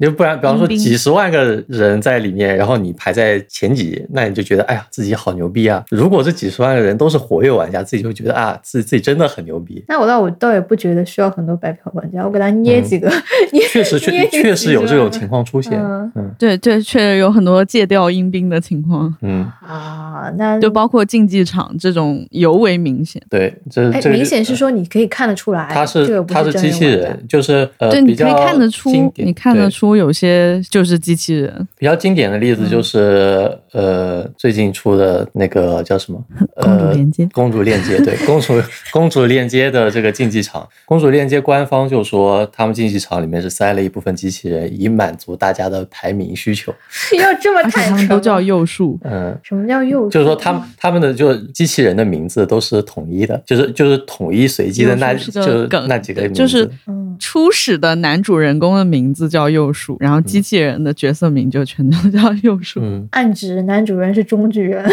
[SPEAKER 2] 你就不然，比方说
[SPEAKER 3] 冰冰
[SPEAKER 2] 几十万个人在里面，然后你排在前几，那你就觉得哎呀自己好牛逼啊！如果这几十万个人都是活跃玩家，自己就会觉得啊自己自己真的很牛逼。
[SPEAKER 1] 那我倒我倒也不觉得需要很多白嫖玩家，我给他捏几 个，捏
[SPEAKER 2] 嗯确实
[SPEAKER 1] 捏
[SPEAKER 2] 确
[SPEAKER 1] 几个
[SPEAKER 2] 确实有这种情况出现，
[SPEAKER 1] 嗯
[SPEAKER 2] 嗯
[SPEAKER 3] 对对，确有很多借调阴兵的情况，
[SPEAKER 2] 嗯，
[SPEAKER 1] 啊。那
[SPEAKER 3] 就包括竞技场这种尤为明显。
[SPEAKER 2] 对，这
[SPEAKER 1] 哎
[SPEAKER 2] 这，个
[SPEAKER 1] 明
[SPEAKER 2] 就呃
[SPEAKER 1] 显是说你可以看得出
[SPEAKER 3] 哎
[SPEAKER 1] 来，
[SPEAKER 2] 他
[SPEAKER 1] 这
[SPEAKER 2] 是
[SPEAKER 1] 个不
[SPEAKER 2] 他是
[SPEAKER 1] 真
[SPEAKER 2] 机器
[SPEAKER 1] 玩家
[SPEAKER 2] 人，就是呃
[SPEAKER 3] 对，
[SPEAKER 2] 比
[SPEAKER 3] 你可
[SPEAKER 2] 较
[SPEAKER 3] 以看得出
[SPEAKER 2] 经，典
[SPEAKER 3] 你看得
[SPEAKER 2] 对
[SPEAKER 3] 出有些就是机器人，
[SPEAKER 2] 比较经典的例
[SPEAKER 3] 嗯
[SPEAKER 2] 子就是、呃，最近出的那个叫 什么？呃、
[SPEAKER 3] 公主链接
[SPEAKER 2] 公主链接，对，公 主公主链接的这个竞技场，公主链接官方就说他们竞技场里面是塞了一部分机器人，以满足大家的排名需求。
[SPEAKER 1] 要这么
[SPEAKER 3] 而且
[SPEAKER 1] 坦
[SPEAKER 3] 他
[SPEAKER 1] 诚
[SPEAKER 3] 们
[SPEAKER 1] 吗？
[SPEAKER 3] 都叫右数。
[SPEAKER 2] 嗯。
[SPEAKER 1] 什么叫幼？
[SPEAKER 2] 就是说，他
[SPEAKER 3] 嗯
[SPEAKER 2] 们他们的就是机器人的名字都是统一的，就是就是统一随机的那
[SPEAKER 3] 右数是个
[SPEAKER 2] 就
[SPEAKER 3] 梗
[SPEAKER 2] 那几个名字，
[SPEAKER 3] 就是
[SPEAKER 1] 嗯，
[SPEAKER 3] 初始的男主人公的名字叫右树，然后机器人的角色名就全都 叫右树。
[SPEAKER 2] 嗯，
[SPEAKER 1] 暗指男主人是中举人，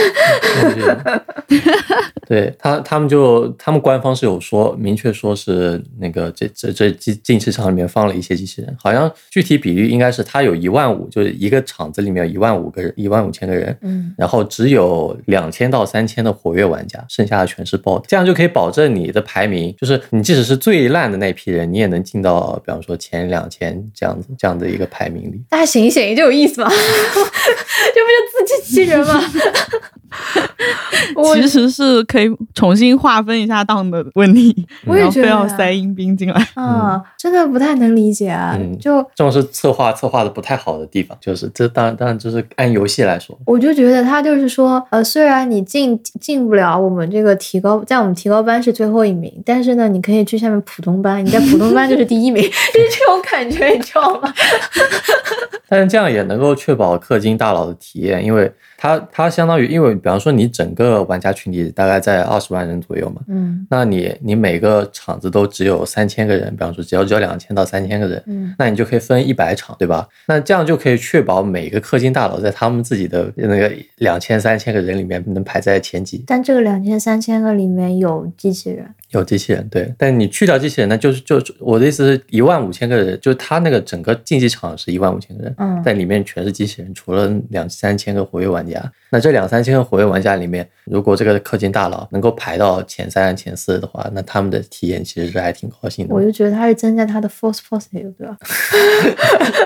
[SPEAKER 2] 对他，他们就他们官方是有说，明确说是那个这这这竞竞技场里面放了一些机器人，好像具体比例应该是他有一万五，就是一个场子里面有一万五个人，一万五千个人，
[SPEAKER 1] 嗯，
[SPEAKER 2] 然后只有两千到三千的活跃玩家，剩下的全是 bot，这样就可以保证你的排名，就是你即使是最烂的那批人，你也能进到比方说前两千这样子这样的一个排名里。
[SPEAKER 1] 大家醒一醒， 这有意思吗？这不就自欺欺人 吗？ 我
[SPEAKER 2] 嗯
[SPEAKER 3] 其实是可以重新划分一下档的问
[SPEAKER 2] 嗯
[SPEAKER 3] 题，
[SPEAKER 1] 我
[SPEAKER 3] 然
[SPEAKER 1] 也
[SPEAKER 3] 后
[SPEAKER 1] 觉
[SPEAKER 3] 非
[SPEAKER 1] 得
[SPEAKER 3] 要塞阴兵进来。
[SPEAKER 1] 啊，真的不太能理解啊，
[SPEAKER 2] 嗯
[SPEAKER 1] 就。
[SPEAKER 2] 这种是策划策划的不太好的地方，就是这当然当然就是按游戏来说，
[SPEAKER 1] 我就觉得他就是说，呃，虽然你进进不了我们这个提高，在我们提高班是最后一名，但是呢，你可以去下面普通班，你在普通班就是第一名， 就是这种感觉，你知道吗？
[SPEAKER 2] 但是这样也能够确保氪金大佬的体验，因为它它相当于，因为比方说你整个玩家群体大概在二十万人左右嘛，
[SPEAKER 1] 嗯
[SPEAKER 2] 那你你每个场子都只有三千个人，比方说只要只有两千到三千个人，
[SPEAKER 1] 嗯，
[SPEAKER 2] 那你就可以分一百场，对吧？那这样就可以确保每个氪金大佬在他们自己的那个两千三千个人里面能排在前几，
[SPEAKER 1] 但这个两千三千个里面有机器人，
[SPEAKER 2] 有机器人对。但你去掉机器人，那就是就是我的意思是一万五千个人，就是他那个整个竞技场是一万五千个人，
[SPEAKER 1] 嗯，
[SPEAKER 2] 但里面全是机器人，除了两三千个活跃玩家。那这两三千个活跃玩家里面，如果这个氪金大佬能够排到前三、前四的话，那他们的体验其实是还挺高兴
[SPEAKER 1] 我
[SPEAKER 2] 的。
[SPEAKER 1] 就觉得他是增加他的 force positive，对吧？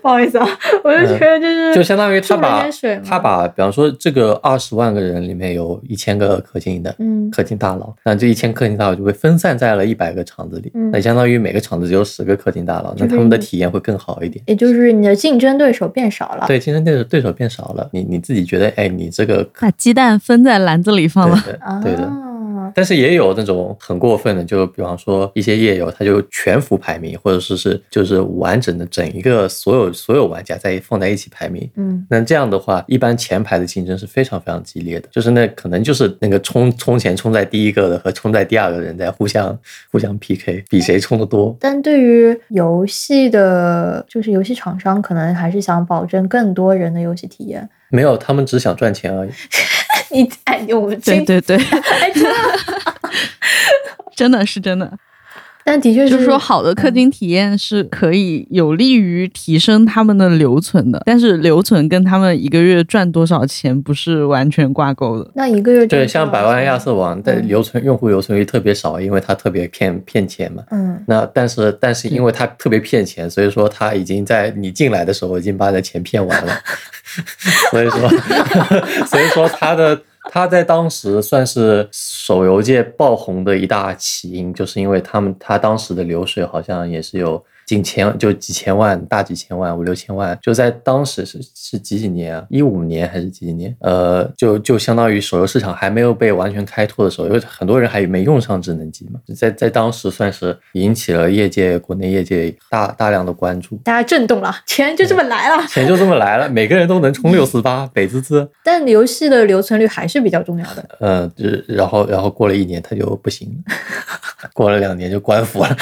[SPEAKER 1] 不好意思啊，我就觉得就是、
[SPEAKER 2] 嗯就相当于他
[SPEAKER 1] 注了
[SPEAKER 2] 把
[SPEAKER 1] 点水嘛
[SPEAKER 2] 他把，比方说这个二十万个人里面有一千个氪金的
[SPEAKER 1] 嗯
[SPEAKER 2] 氪金大佬，那这一千氪金大佬就会分散在了一百个场子里，
[SPEAKER 1] 嗯
[SPEAKER 2] 那相当于每个场子只有十个氪金大佬，那
[SPEAKER 1] 就是
[SPEAKER 2] 他们的
[SPEAKER 1] 你
[SPEAKER 2] 体验会更好一点。
[SPEAKER 1] 也就是你的竞争对手变少了，
[SPEAKER 2] 对，竞争对手对手变少了，你你自己觉得，哎，你这个
[SPEAKER 3] 把鸡蛋分在篮子里放
[SPEAKER 2] 对
[SPEAKER 3] 了，
[SPEAKER 2] 的
[SPEAKER 1] 啊，
[SPEAKER 2] 对的，但是也有那种很过分的，就比方说一些夜游，他就全服排名，或者是是就是完整的整一个所有所有玩家在放在一起排名。
[SPEAKER 1] 嗯，
[SPEAKER 2] 那这样的话，一般前排的竞争是非常非常激烈的，就是那可能就是那个冲冲前冲在第一个的和冲在第二个人在互相互相 PK，比谁冲的多。
[SPEAKER 1] 但对于游戏的，就是游戏厂商可能还是想保证更多人的游戏体验。
[SPEAKER 2] 没有，他们只想赚钱而已。
[SPEAKER 1] 你哎，我们
[SPEAKER 3] 对
[SPEAKER 1] 这
[SPEAKER 3] 对 对，
[SPEAKER 1] 哎真的，
[SPEAKER 3] 真的是真的。
[SPEAKER 1] 但的确
[SPEAKER 3] 就是说，好的
[SPEAKER 1] 嗯
[SPEAKER 3] 氪金体验是可以有利于提升他们的留存的，但是留存跟他们一个月赚多少钱不是完全挂钩的。
[SPEAKER 1] 那一个月
[SPEAKER 2] 对，
[SPEAKER 1] 挣
[SPEAKER 2] 像
[SPEAKER 1] 多少
[SPEAKER 2] 百万
[SPEAKER 1] 钱
[SPEAKER 2] 亚瑟王，但
[SPEAKER 1] 嗯
[SPEAKER 2] 留存用户留存率特别少，因为它特别骗骗钱嘛。
[SPEAKER 1] 嗯，
[SPEAKER 2] 那但是但是因为他特别骗钱，所以说他已经在你进来的时候已经把你的钱骗完了， 所以说所以说他的他在当时算是手游界爆红的一大起因，就是因为他们他当时的流水好像也是有。近千就几千万，大几千万，五六千万，就在当时是是几几年啊？一五年还是几几年？呃，就就相当于手游市场还没有被完全开拓的时候，因为很多人还没用上智能机嘛，在在当时算是引起了业界国内业界大大量的关注，
[SPEAKER 1] 大家震动了，钱就这么来了。
[SPEAKER 2] 钱就这么来了，每个人都能充六四八，美滋滋。
[SPEAKER 1] 但游戏的留存率还是比较重要的。
[SPEAKER 2] 呃，就是然后然后 过了一年他就不行了，过了两年就关服了。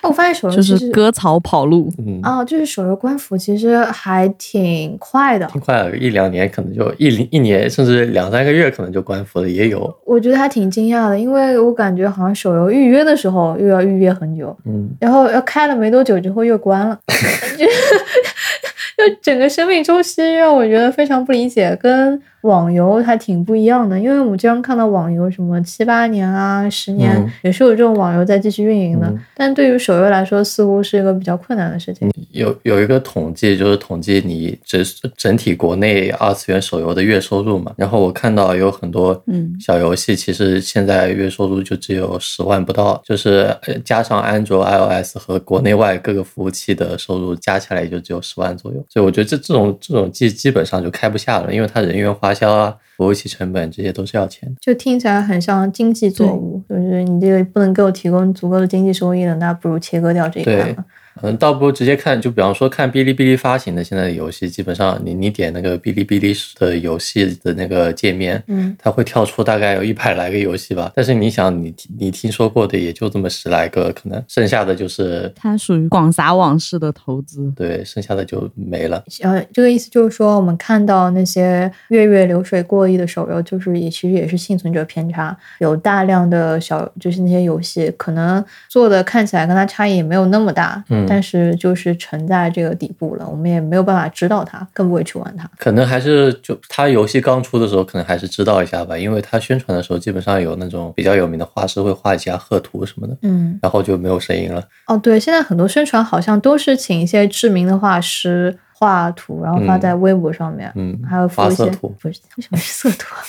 [SPEAKER 1] 哎我发现在手游
[SPEAKER 3] 就
[SPEAKER 1] 其
[SPEAKER 3] 是
[SPEAKER 1] 实
[SPEAKER 3] 割草跑路。
[SPEAKER 2] 嗯，
[SPEAKER 1] 啊，就是手游官服其实还挺快的，
[SPEAKER 2] 挺快的，一两年可能就一一年，甚至两三个月可能就官服了，也有。
[SPEAKER 1] 我觉得还挺惊讶的，因为我感觉好像手游预约的时候又要预约很久，
[SPEAKER 2] 嗯，
[SPEAKER 1] 然后要开了没多久之后又关了， 就就整个生命周期让我觉得非常不理解，跟网游还挺不一样的。因为我经常看到网游什么七八年啊、十年，
[SPEAKER 2] 嗯
[SPEAKER 1] 也是有这种网游在继续运营的，
[SPEAKER 2] 嗯
[SPEAKER 1] 但对于手游来说，似乎是一个比较困难的事情。
[SPEAKER 2] 有有一个统计，就是统计你整整体国内二次元手游的月收入嘛。然后我看到有很多
[SPEAKER 3] 嗯
[SPEAKER 2] 小游戏，其实现在月收入就只有十万不到，就是呃加上安卓、iOS 和国内外各个服务器的收入加起来也就只有十万左右。所以我觉得这这种这种基基本上就开不下了，因为它人员花销啊、服务器成本这些都是要钱的。
[SPEAKER 1] 就听起来很像经济作物，就是你这个不能给我提供足够的经济收益了，那不如切割掉这一块
[SPEAKER 2] 对
[SPEAKER 1] 嘛。
[SPEAKER 2] 嗯，倒不如直接看，就比方说看哔哩哔哩发行的现在的游戏，基本上你你点那个哔哩哔哩的游戏的那个界面，
[SPEAKER 1] 嗯，
[SPEAKER 2] 它会跳出大概有一百来个游戏吧。但是你想你，你听说过的也就这么十来个，可能剩下的就是
[SPEAKER 3] 它属于广撒网式的投资，
[SPEAKER 2] 对，剩下的就没了。
[SPEAKER 1] 呃，这个意思就是说，我们看到那些月月流水过亿的手游，就是也其实也是幸存者偏差，有大量的小就是那些游戏，可能做的看起来跟它差异也没有那么大，
[SPEAKER 2] 嗯
[SPEAKER 1] 但是就是沉在这个底部了，我们也没有办法知道它，更不会去玩它。
[SPEAKER 2] 可能还是就它游戏刚出的时候，可能还是知道一下吧，因为它宣传的时候基本上有那种比较有名的画师会画一下贺图什么的，
[SPEAKER 1] 嗯，
[SPEAKER 2] 然后就没有声音了。
[SPEAKER 1] 哦，对，现在很多宣传好像都是请一些知名的画师画图，然后发
[SPEAKER 2] 嗯
[SPEAKER 1] 在微博上面，
[SPEAKER 2] 嗯
[SPEAKER 1] 还有附
[SPEAKER 2] 发
[SPEAKER 1] 一些
[SPEAKER 2] 色图嗯
[SPEAKER 1] 不是为什么是色图啊？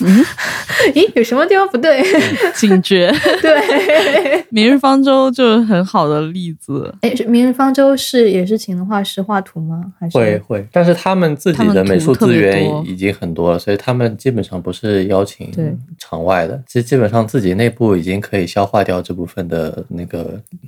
[SPEAKER 1] 咦，有什么地方不对？
[SPEAKER 3] 警觉。
[SPEAKER 1] 对，
[SPEAKER 3] 明日方舟就是很好的例子。
[SPEAKER 1] 哎，是《明日方舟》是也是请的画师画图吗？还是
[SPEAKER 2] 会会，但是他们自己的美术资源已经很多了，所以他们基本上不是邀请
[SPEAKER 3] 对
[SPEAKER 2] 场外的，其实基本上自己内部已经可以消化掉这部分的那个，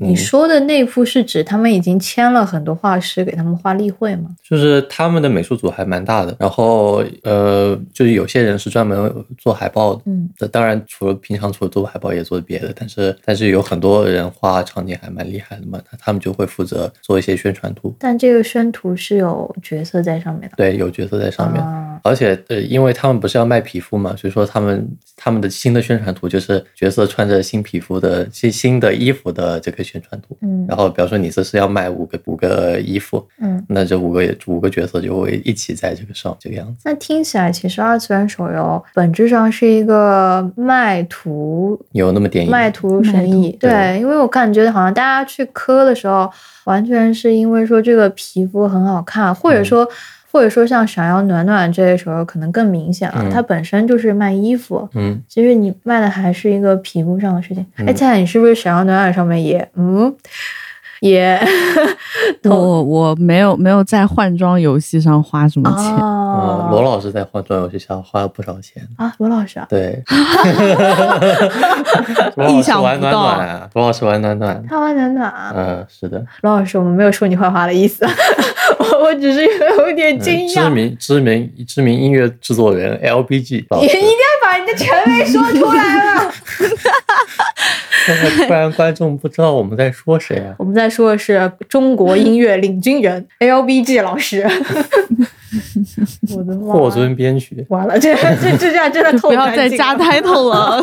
[SPEAKER 2] 嗯
[SPEAKER 1] 你，说的那幅是指他们已经签了很多画师给他们画例会吗？
[SPEAKER 2] 就是他们的美术组还蛮大的，然后呃，就是有些人是专门做海报的。
[SPEAKER 1] 嗯，
[SPEAKER 2] 当然，除了平常除了做海报，也做别的，但是但是有很多人画场景还蛮厉害的嘛，他他们就会负责做一些宣传图，
[SPEAKER 1] 但这个宣图是有角色在上面的。
[SPEAKER 2] 对，有角色在上面，
[SPEAKER 1] 啊
[SPEAKER 2] 而且呃，因为他们不是要卖皮肤嘛，所以说他们他们的新的宣传图就是角色穿着新皮肤的新新的衣服的这个宣传图。
[SPEAKER 1] 嗯
[SPEAKER 2] 然后，比方说你这是要卖五个五个衣服，
[SPEAKER 1] 嗯，
[SPEAKER 2] 那这五个也五个角色就会一起在这个上这个样子。
[SPEAKER 1] 那听起来其实二次元手游本质上是一个卖图
[SPEAKER 2] 有那么点瘾
[SPEAKER 1] 卖图生意，
[SPEAKER 2] 对
[SPEAKER 1] 对，因为我感觉好像大家去磕的时候，完全是因为说这个皮肤很好看，或
[SPEAKER 2] 嗯
[SPEAKER 1] 者说、或者说像闪耀暖暖这类时候可能更明显了，
[SPEAKER 2] 嗯
[SPEAKER 1] 它本身就是卖衣服。
[SPEAKER 2] 嗯，
[SPEAKER 1] 其实你卖的还是一个皮肤上的事情，
[SPEAKER 2] 嗯
[SPEAKER 1] 而且你是不是闪耀暖暖上面也嗯 也投
[SPEAKER 3] 我我没有没有在换装游戏上花什么 钱，
[SPEAKER 2] 呃
[SPEAKER 1] 啊
[SPEAKER 2] 罗老师在换装游戏上花了不少钱。
[SPEAKER 1] 啊罗老师啊，
[SPEAKER 2] 对，罗老
[SPEAKER 3] 意
[SPEAKER 2] 师
[SPEAKER 3] 想
[SPEAKER 2] 玩
[SPEAKER 3] 不
[SPEAKER 2] 暖
[SPEAKER 3] 到
[SPEAKER 2] 暖啊，罗老师玩暖暖，
[SPEAKER 1] 他玩暖暖啊，
[SPEAKER 2] 嗯，是的，
[SPEAKER 1] 罗老师，我们没有说你坏话的意思， 我我只是有点
[SPEAKER 2] 嗯
[SPEAKER 1] 惊讶。
[SPEAKER 2] 知名知名知名音乐制作人 LBG 老
[SPEAKER 1] 你
[SPEAKER 2] 师，
[SPEAKER 1] 一定要把你的权威说出来啊了。
[SPEAKER 2] 不然观众不知道我们在说谁啊。
[SPEAKER 1] 我们在说的是中国音乐领军 人 LBG 老师，我的 妈！
[SPEAKER 2] 霍尊编曲，
[SPEAKER 1] 完了，这这这下真的透
[SPEAKER 3] 不要
[SPEAKER 1] 干
[SPEAKER 3] 再
[SPEAKER 1] 净
[SPEAKER 3] 加
[SPEAKER 1] 了
[SPEAKER 3] title 了。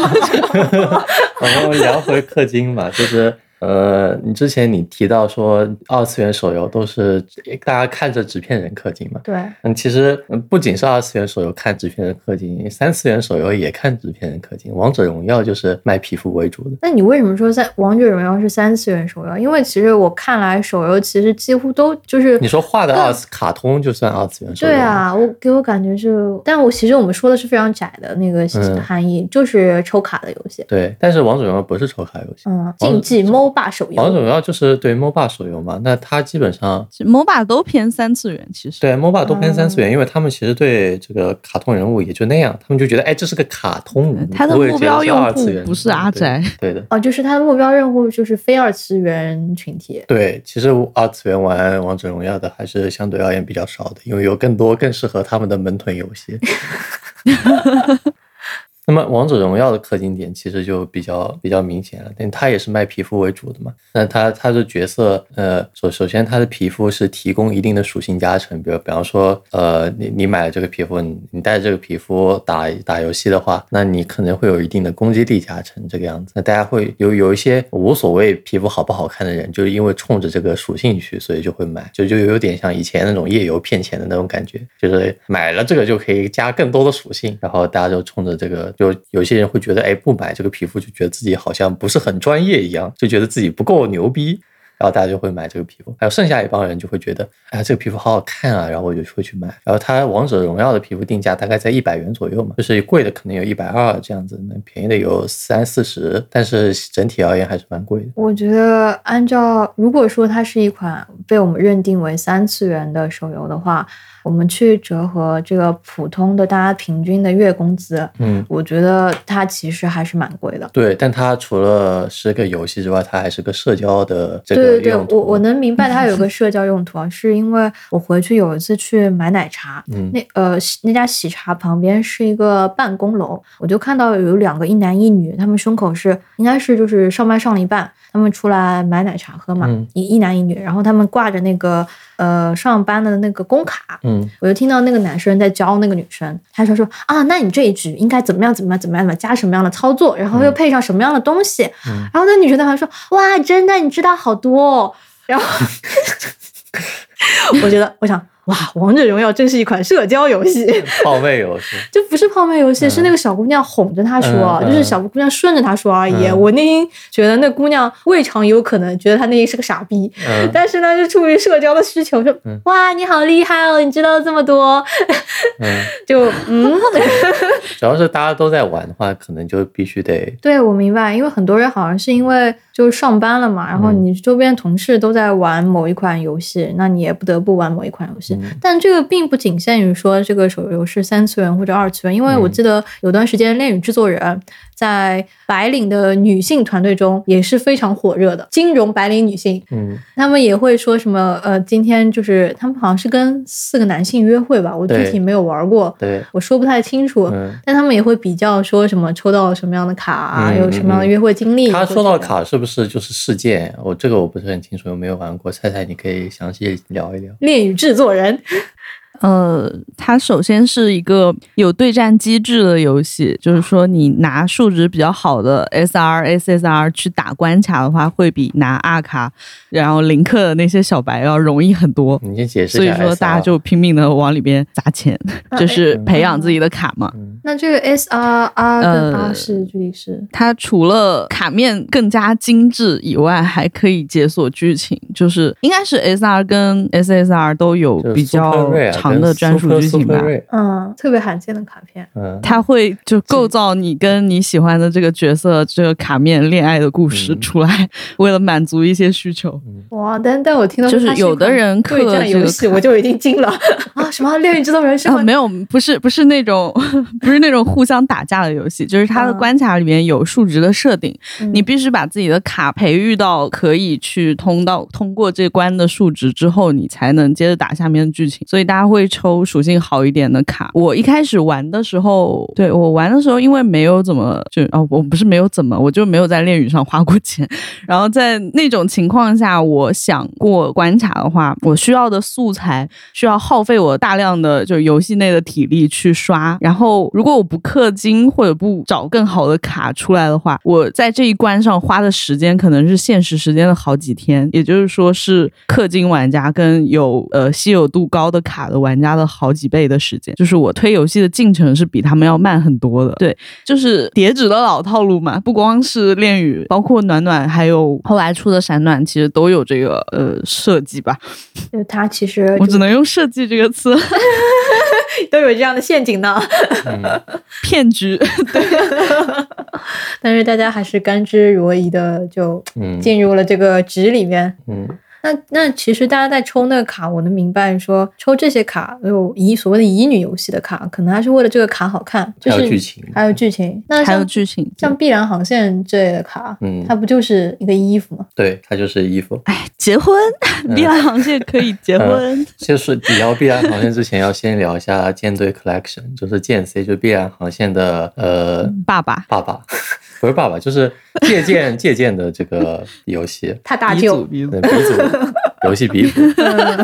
[SPEAKER 2] 然后聊回氪金吧， 就是呃，你之前你提到说二次元手游都是大家看着纸片人氪金嘛。
[SPEAKER 1] 对，
[SPEAKER 2] 嗯，其实嗯不仅是二次元手游看纸片人氪金，三次元手游也看纸片人氪金。王者荣耀就是卖皮肤为主的，
[SPEAKER 1] 那你为什么说三《王者荣耀》是三次元手游？因为其实我看来，手游其实几乎都就是
[SPEAKER 2] 你说画的二次卡通就算二次元手游？
[SPEAKER 1] 啊对，啊，我给我感觉是，但我其实我们说的是非常窄的那个
[SPEAKER 2] 嗯
[SPEAKER 1] 含义，就是抽卡的游戏，
[SPEAKER 2] 对。但是王者荣耀不是抽卡游戏，
[SPEAKER 1] 嗯，竞
[SPEAKER 2] 哦
[SPEAKER 1] 技 MOBA 手游。
[SPEAKER 2] 王者荣耀就是对 MOBA 手游嘛，那它基本上
[SPEAKER 3] MOBA 都偏三次元，其实
[SPEAKER 2] 对 MOBA 都偏三次元，
[SPEAKER 3] 哦
[SPEAKER 2] 因为他们其实对这个卡通人物也就那样，他们就觉得哎，这是个卡通人物，
[SPEAKER 3] 他的
[SPEAKER 2] 我也
[SPEAKER 3] 目
[SPEAKER 2] 觉得
[SPEAKER 3] 标
[SPEAKER 2] 是
[SPEAKER 3] 用
[SPEAKER 2] 二次
[SPEAKER 3] 户
[SPEAKER 2] 元
[SPEAKER 3] 不是阿宅
[SPEAKER 2] 对，对的。
[SPEAKER 1] 哦，就是它的目标任务就是非二次元群体。
[SPEAKER 2] 对，其实二次元玩王者荣耀的还是相对而言比较少的，因为有更多更适合他们的门豚游戏。那么王者荣耀的氪金点其实就比较比较明显了，但它也是卖皮肤为主的嘛。那它它的角色，呃，首首先它的皮肤是提供一定的属性加成，比如比方说，呃，你你买了这个皮肤，你你带着这个皮肤打打游戏的话，那你可能会有一定的攻击力加成这个样子。那大家会有有一些无所谓皮肤好不好看的人，就是因为冲着这个属性去，所以就会买，就就有点像以前那种夜游骗钱的那种感觉，就是买了这个就可以加更多的属性，然后大家就冲着这个，就有些人会觉得，哎，不买这个皮肤就觉得自己好像不是很专业一样，就觉得自己不够牛逼。然后大家就会买这个皮肤，还有剩下一帮人就会觉得，哎呀，这个皮肤好好看啊，然后我就会去买。然后它王者荣耀的皮肤定价大概在一百元左右嘛，就是贵的可能有一百二这样子，那便宜的有三四十，但是整体而言还是蛮贵的。
[SPEAKER 1] 我觉得，按照如果说它是一款被我们认定为三次元的手游的话，我们去折合这个普通的大家平均的月工资，
[SPEAKER 2] 嗯，
[SPEAKER 1] 我觉得它其实还是蛮贵的。
[SPEAKER 2] 对，但它除了是个游戏之外，它还是个社交的这
[SPEAKER 1] 对
[SPEAKER 2] 个
[SPEAKER 1] 对对，
[SPEAKER 2] 用途。
[SPEAKER 1] 我我能明白 它有个社交用途啊，是因为我回去有一次去买奶茶，
[SPEAKER 2] 嗯
[SPEAKER 1] 那呃喜那家喜茶旁边是一个办公楼，我就看到有两个一男一女，他们胸口是应该是就是上班上了一半，他们出来买奶茶喝嘛，
[SPEAKER 2] 嗯
[SPEAKER 1] 一一男一女，然后他们挂着那个呃上班的那个工卡，
[SPEAKER 2] 嗯
[SPEAKER 1] 我就听到那个男生在教那个女生，他说说啊，那你这一局应该怎么样怎么样怎么样怎么样加什么样的操作，然后又配上什么样的东西，
[SPEAKER 2] 嗯
[SPEAKER 1] 然后那女生她还说哇，真的你知道好多、哦，然后 我觉得我想哇，王者荣耀真是一款社交游戏。
[SPEAKER 2] 报备游 戏。
[SPEAKER 1] 就不是泡妹游戏，
[SPEAKER 2] 嗯
[SPEAKER 1] 是那个小姑娘哄着她说，
[SPEAKER 2] 嗯嗯
[SPEAKER 1] 就是小姑娘顺着她说而已。
[SPEAKER 2] 嗯
[SPEAKER 1] 我内心觉得那姑娘未尝有可能觉得她内心是个傻逼，
[SPEAKER 2] 嗯，
[SPEAKER 1] 但是呢，就出于社交的需求，说、
[SPEAKER 2] 嗯
[SPEAKER 1] 哇你好厉害哦，你知道这么多，
[SPEAKER 2] 嗯，
[SPEAKER 1] 就嗯，
[SPEAKER 2] 主要是大家都在玩的话，可能就必须得
[SPEAKER 1] 对我明白，因为很多人好像是因为就是上班了嘛，然后
[SPEAKER 2] 嗯
[SPEAKER 1] 你周边同事都在玩某一款游戏，那你也不得不玩某一款游戏。
[SPEAKER 2] 嗯
[SPEAKER 1] 但这个并不仅限于说这个手游是三次元或者二次元，因为我
[SPEAKER 2] 嗯
[SPEAKER 1] 记得有段时间《恋与制作人》在白领的女性团队中也是非常火热的，金融白领女性，
[SPEAKER 2] 嗯，
[SPEAKER 1] 她们也会说什么呃，今天就是她们好像是跟四个男性约会吧，我具
[SPEAKER 2] 对
[SPEAKER 1] 体没有玩过，
[SPEAKER 2] 对，
[SPEAKER 1] 我说不太清楚，
[SPEAKER 2] 嗯。
[SPEAKER 1] 但他们也会比较说什么抽到什么样的卡、啊，
[SPEAKER 2] 嗯
[SPEAKER 1] 有什么样的约会经历。
[SPEAKER 2] 他
[SPEAKER 1] 或
[SPEAKER 2] 说到
[SPEAKER 1] 者，
[SPEAKER 2] 卡是不是就是事件？我这个我不是很清楚，我没有玩过。菜菜，你可以详细聊一聊。
[SPEAKER 1] 恋与制作人，
[SPEAKER 3] 呃，它首先是一个有对战机制的游戏，就是说你拿数值比较好的 SR、SSR 去打关卡的话，会比拿 R 卡，然后零氪的那些小白要容易很多。
[SPEAKER 2] 你先解释
[SPEAKER 3] 所
[SPEAKER 2] 一
[SPEAKER 3] 以
[SPEAKER 2] 下 SR。
[SPEAKER 3] 说，大家就拼命的往里边砸钱，就是培养自己的卡嘛。
[SPEAKER 2] 嗯
[SPEAKER 1] 那这个 S R R 跟
[SPEAKER 3] 呃
[SPEAKER 1] R 是具体是
[SPEAKER 3] 它除了卡面更加精致以外，还可以解锁剧情，就是应该是 S R 跟 S S R 都有
[SPEAKER 2] 就是
[SPEAKER 3] 比较
[SPEAKER 2] Super Rare
[SPEAKER 3] 长
[SPEAKER 2] 啊跟
[SPEAKER 3] 的专属
[SPEAKER 2] Super
[SPEAKER 3] 剧情
[SPEAKER 2] Super
[SPEAKER 3] 吧。
[SPEAKER 2] Rare，
[SPEAKER 1] 嗯特别罕见的卡片。
[SPEAKER 2] 嗯，
[SPEAKER 3] 它会就构造你跟你喜欢的这个角色这个卡面恋爱的故事
[SPEAKER 2] 嗯
[SPEAKER 3] 出来，为了满足一些需求。
[SPEAKER 1] 哇！但但我听到
[SPEAKER 3] 就是
[SPEAKER 1] 它
[SPEAKER 3] 有的
[SPEAKER 1] 一款
[SPEAKER 3] 人
[SPEAKER 1] 对
[SPEAKER 3] 氪
[SPEAKER 1] 战
[SPEAKER 3] 这
[SPEAKER 1] 游
[SPEAKER 3] 个
[SPEAKER 1] 戏，
[SPEAKER 3] 卡
[SPEAKER 1] 我就已经惊了 啊！什么恋与制作人是
[SPEAKER 3] 啊，
[SPEAKER 1] 吗？
[SPEAKER 3] 没有，不是不是那种 不是那种互相打架的游戏，就是它的
[SPEAKER 1] 嗯
[SPEAKER 3] 关卡里面有数值的设定，
[SPEAKER 1] 嗯
[SPEAKER 3] 你必须把自己的卡培育到可以去通到通过这关的数值之后，你才能接着打下面的剧情。所以大家会抽属性好一点的卡。我一开始玩的时候，对我玩的时候，因为没有怎么就哦，我不是没有怎么，我就没有在恋语上花过钱。然后在那种情况下，我想过关卡的话，我需要的素材需要耗费我大量的就是游戏内的体力去刷。然后如果我不氪金或者不找更好的卡出来的话，我在这一关上花的时间可能是现实时间的好几天，也就是说是氪金玩家跟有呃稀有度高的卡的玩家的好几倍的时间。就是我推游戏的进程是比他们要慢很多的。对，就是叠纸的老套路嘛，不光是恋与，包括暖暖，还有后来出的闪暖，其实都有这个呃设计吧。
[SPEAKER 1] 就它其实
[SPEAKER 3] 我
[SPEAKER 1] 就
[SPEAKER 3] 只能用设计这个词，
[SPEAKER 1] 都有这样的陷阱呢，
[SPEAKER 2] 嗯
[SPEAKER 3] 骗局。
[SPEAKER 1] 但是大家还是甘之如饴的就
[SPEAKER 2] 嗯
[SPEAKER 1] 进入了这个局里面。
[SPEAKER 2] 嗯，
[SPEAKER 1] 那那其实大家在抽那个卡，我能明白说抽这些卡，有乙所谓的乙女游戏的卡，可能还是为了这个卡好看，就
[SPEAKER 2] 还
[SPEAKER 1] 是
[SPEAKER 2] 有剧情
[SPEAKER 1] 还有剧情。那
[SPEAKER 3] 还有
[SPEAKER 1] 像
[SPEAKER 3] 剧情。
[SPEAKER 1] 像必然航线这类的卡，
[SPEAKER 2] 嗯
[SPEAKER 1] 它不就是一个衣服吗？
[SPEAKER 2] 对，它就是衣服。
[SPEAKER 3] 哎，结婚，碧蓝航线可以结婚。
[SPEAKER 2] 就是聊必然航线之前，要先聊一下舰队 collection，就是舰 C，就是必然航线的呃
[SPEAKER 3] 爸 爸，
[SPEAKER 2] 爸爸， 不是爸爸，就是借鉴借鉴的这个游戏，
[SPEAKER 1] 他大
[SPEAKER 3] 鼻祖
[SPEAKER 1] 舅，
[SPEAKER 3] 鼻祖
[SPEAKER 2] 对鼻祖游戏鼻祖，呃，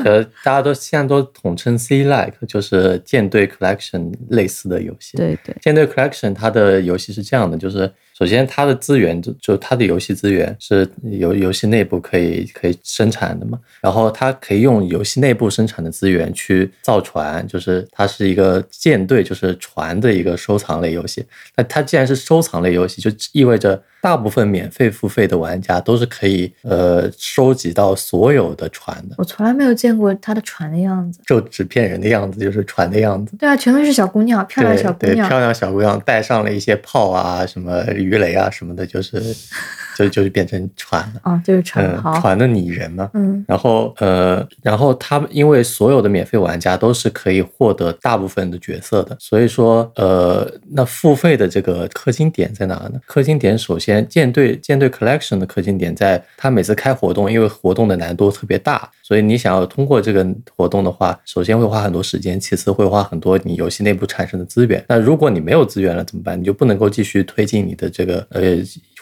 [SPEAKER 2] 大家都现在都统称 C like，就是舰队 collection 类似的游戏。
[SPEAKER 3] 对对，
[SPEAKER 2] 舰队 Collection 它的游戏是这样的，就是首先它的资源就就它的游戏资源是游游戏内部可以可以生产的嘛，然后它可以用游戏内部生产的资源去造船，就是它是一个舰队，就是船的一个收藏类游戏。那它既然是收藏类游戏，就意味着大部分免费付费的玩家都是可以呃收集到所有的船的，
[SPEAKER 1] 我从来没有见过他的船的样子。
[SPEAKER 2] 就纸片人的样子就是船的样子。
[SPEAKER 1] 对啊，全都是小姑娘，漂亮
[SPEAKER 2] 对
[SPEAKER 1] 小姑
[SPEAKER 2] 对，
[SPEAKER 1] 娘。
[SPEAKER 2] 漂亮小姑娘带上了一些炮啊、什么鱼雷啊什么的，就是就就是变成船了，
[SPEAKER 1] 啊，就是 船，
[SPEAKER 2] 嗯，
[SPEAKER 1] 好，
[SPEAKER 2] 船的拟人嘛。
[SPEAKER 1] 嗯，
[SPEAKER 2] 然后呃，然后他们因为所有的免费玩家都是可以获得大部分的角色的，所以说呃，那付费的这个氪金点在哪呢？氪金点首先舰队舰队 collection 的氪金点在它每次开活动，因为活动的难度特别大，所以你想要通过这个活动的话，首先会花很多时间，其次会花很多你游戏内部产生的资源。那如果你没有资源了怎么办？你就不能够继续推进你的这个呃。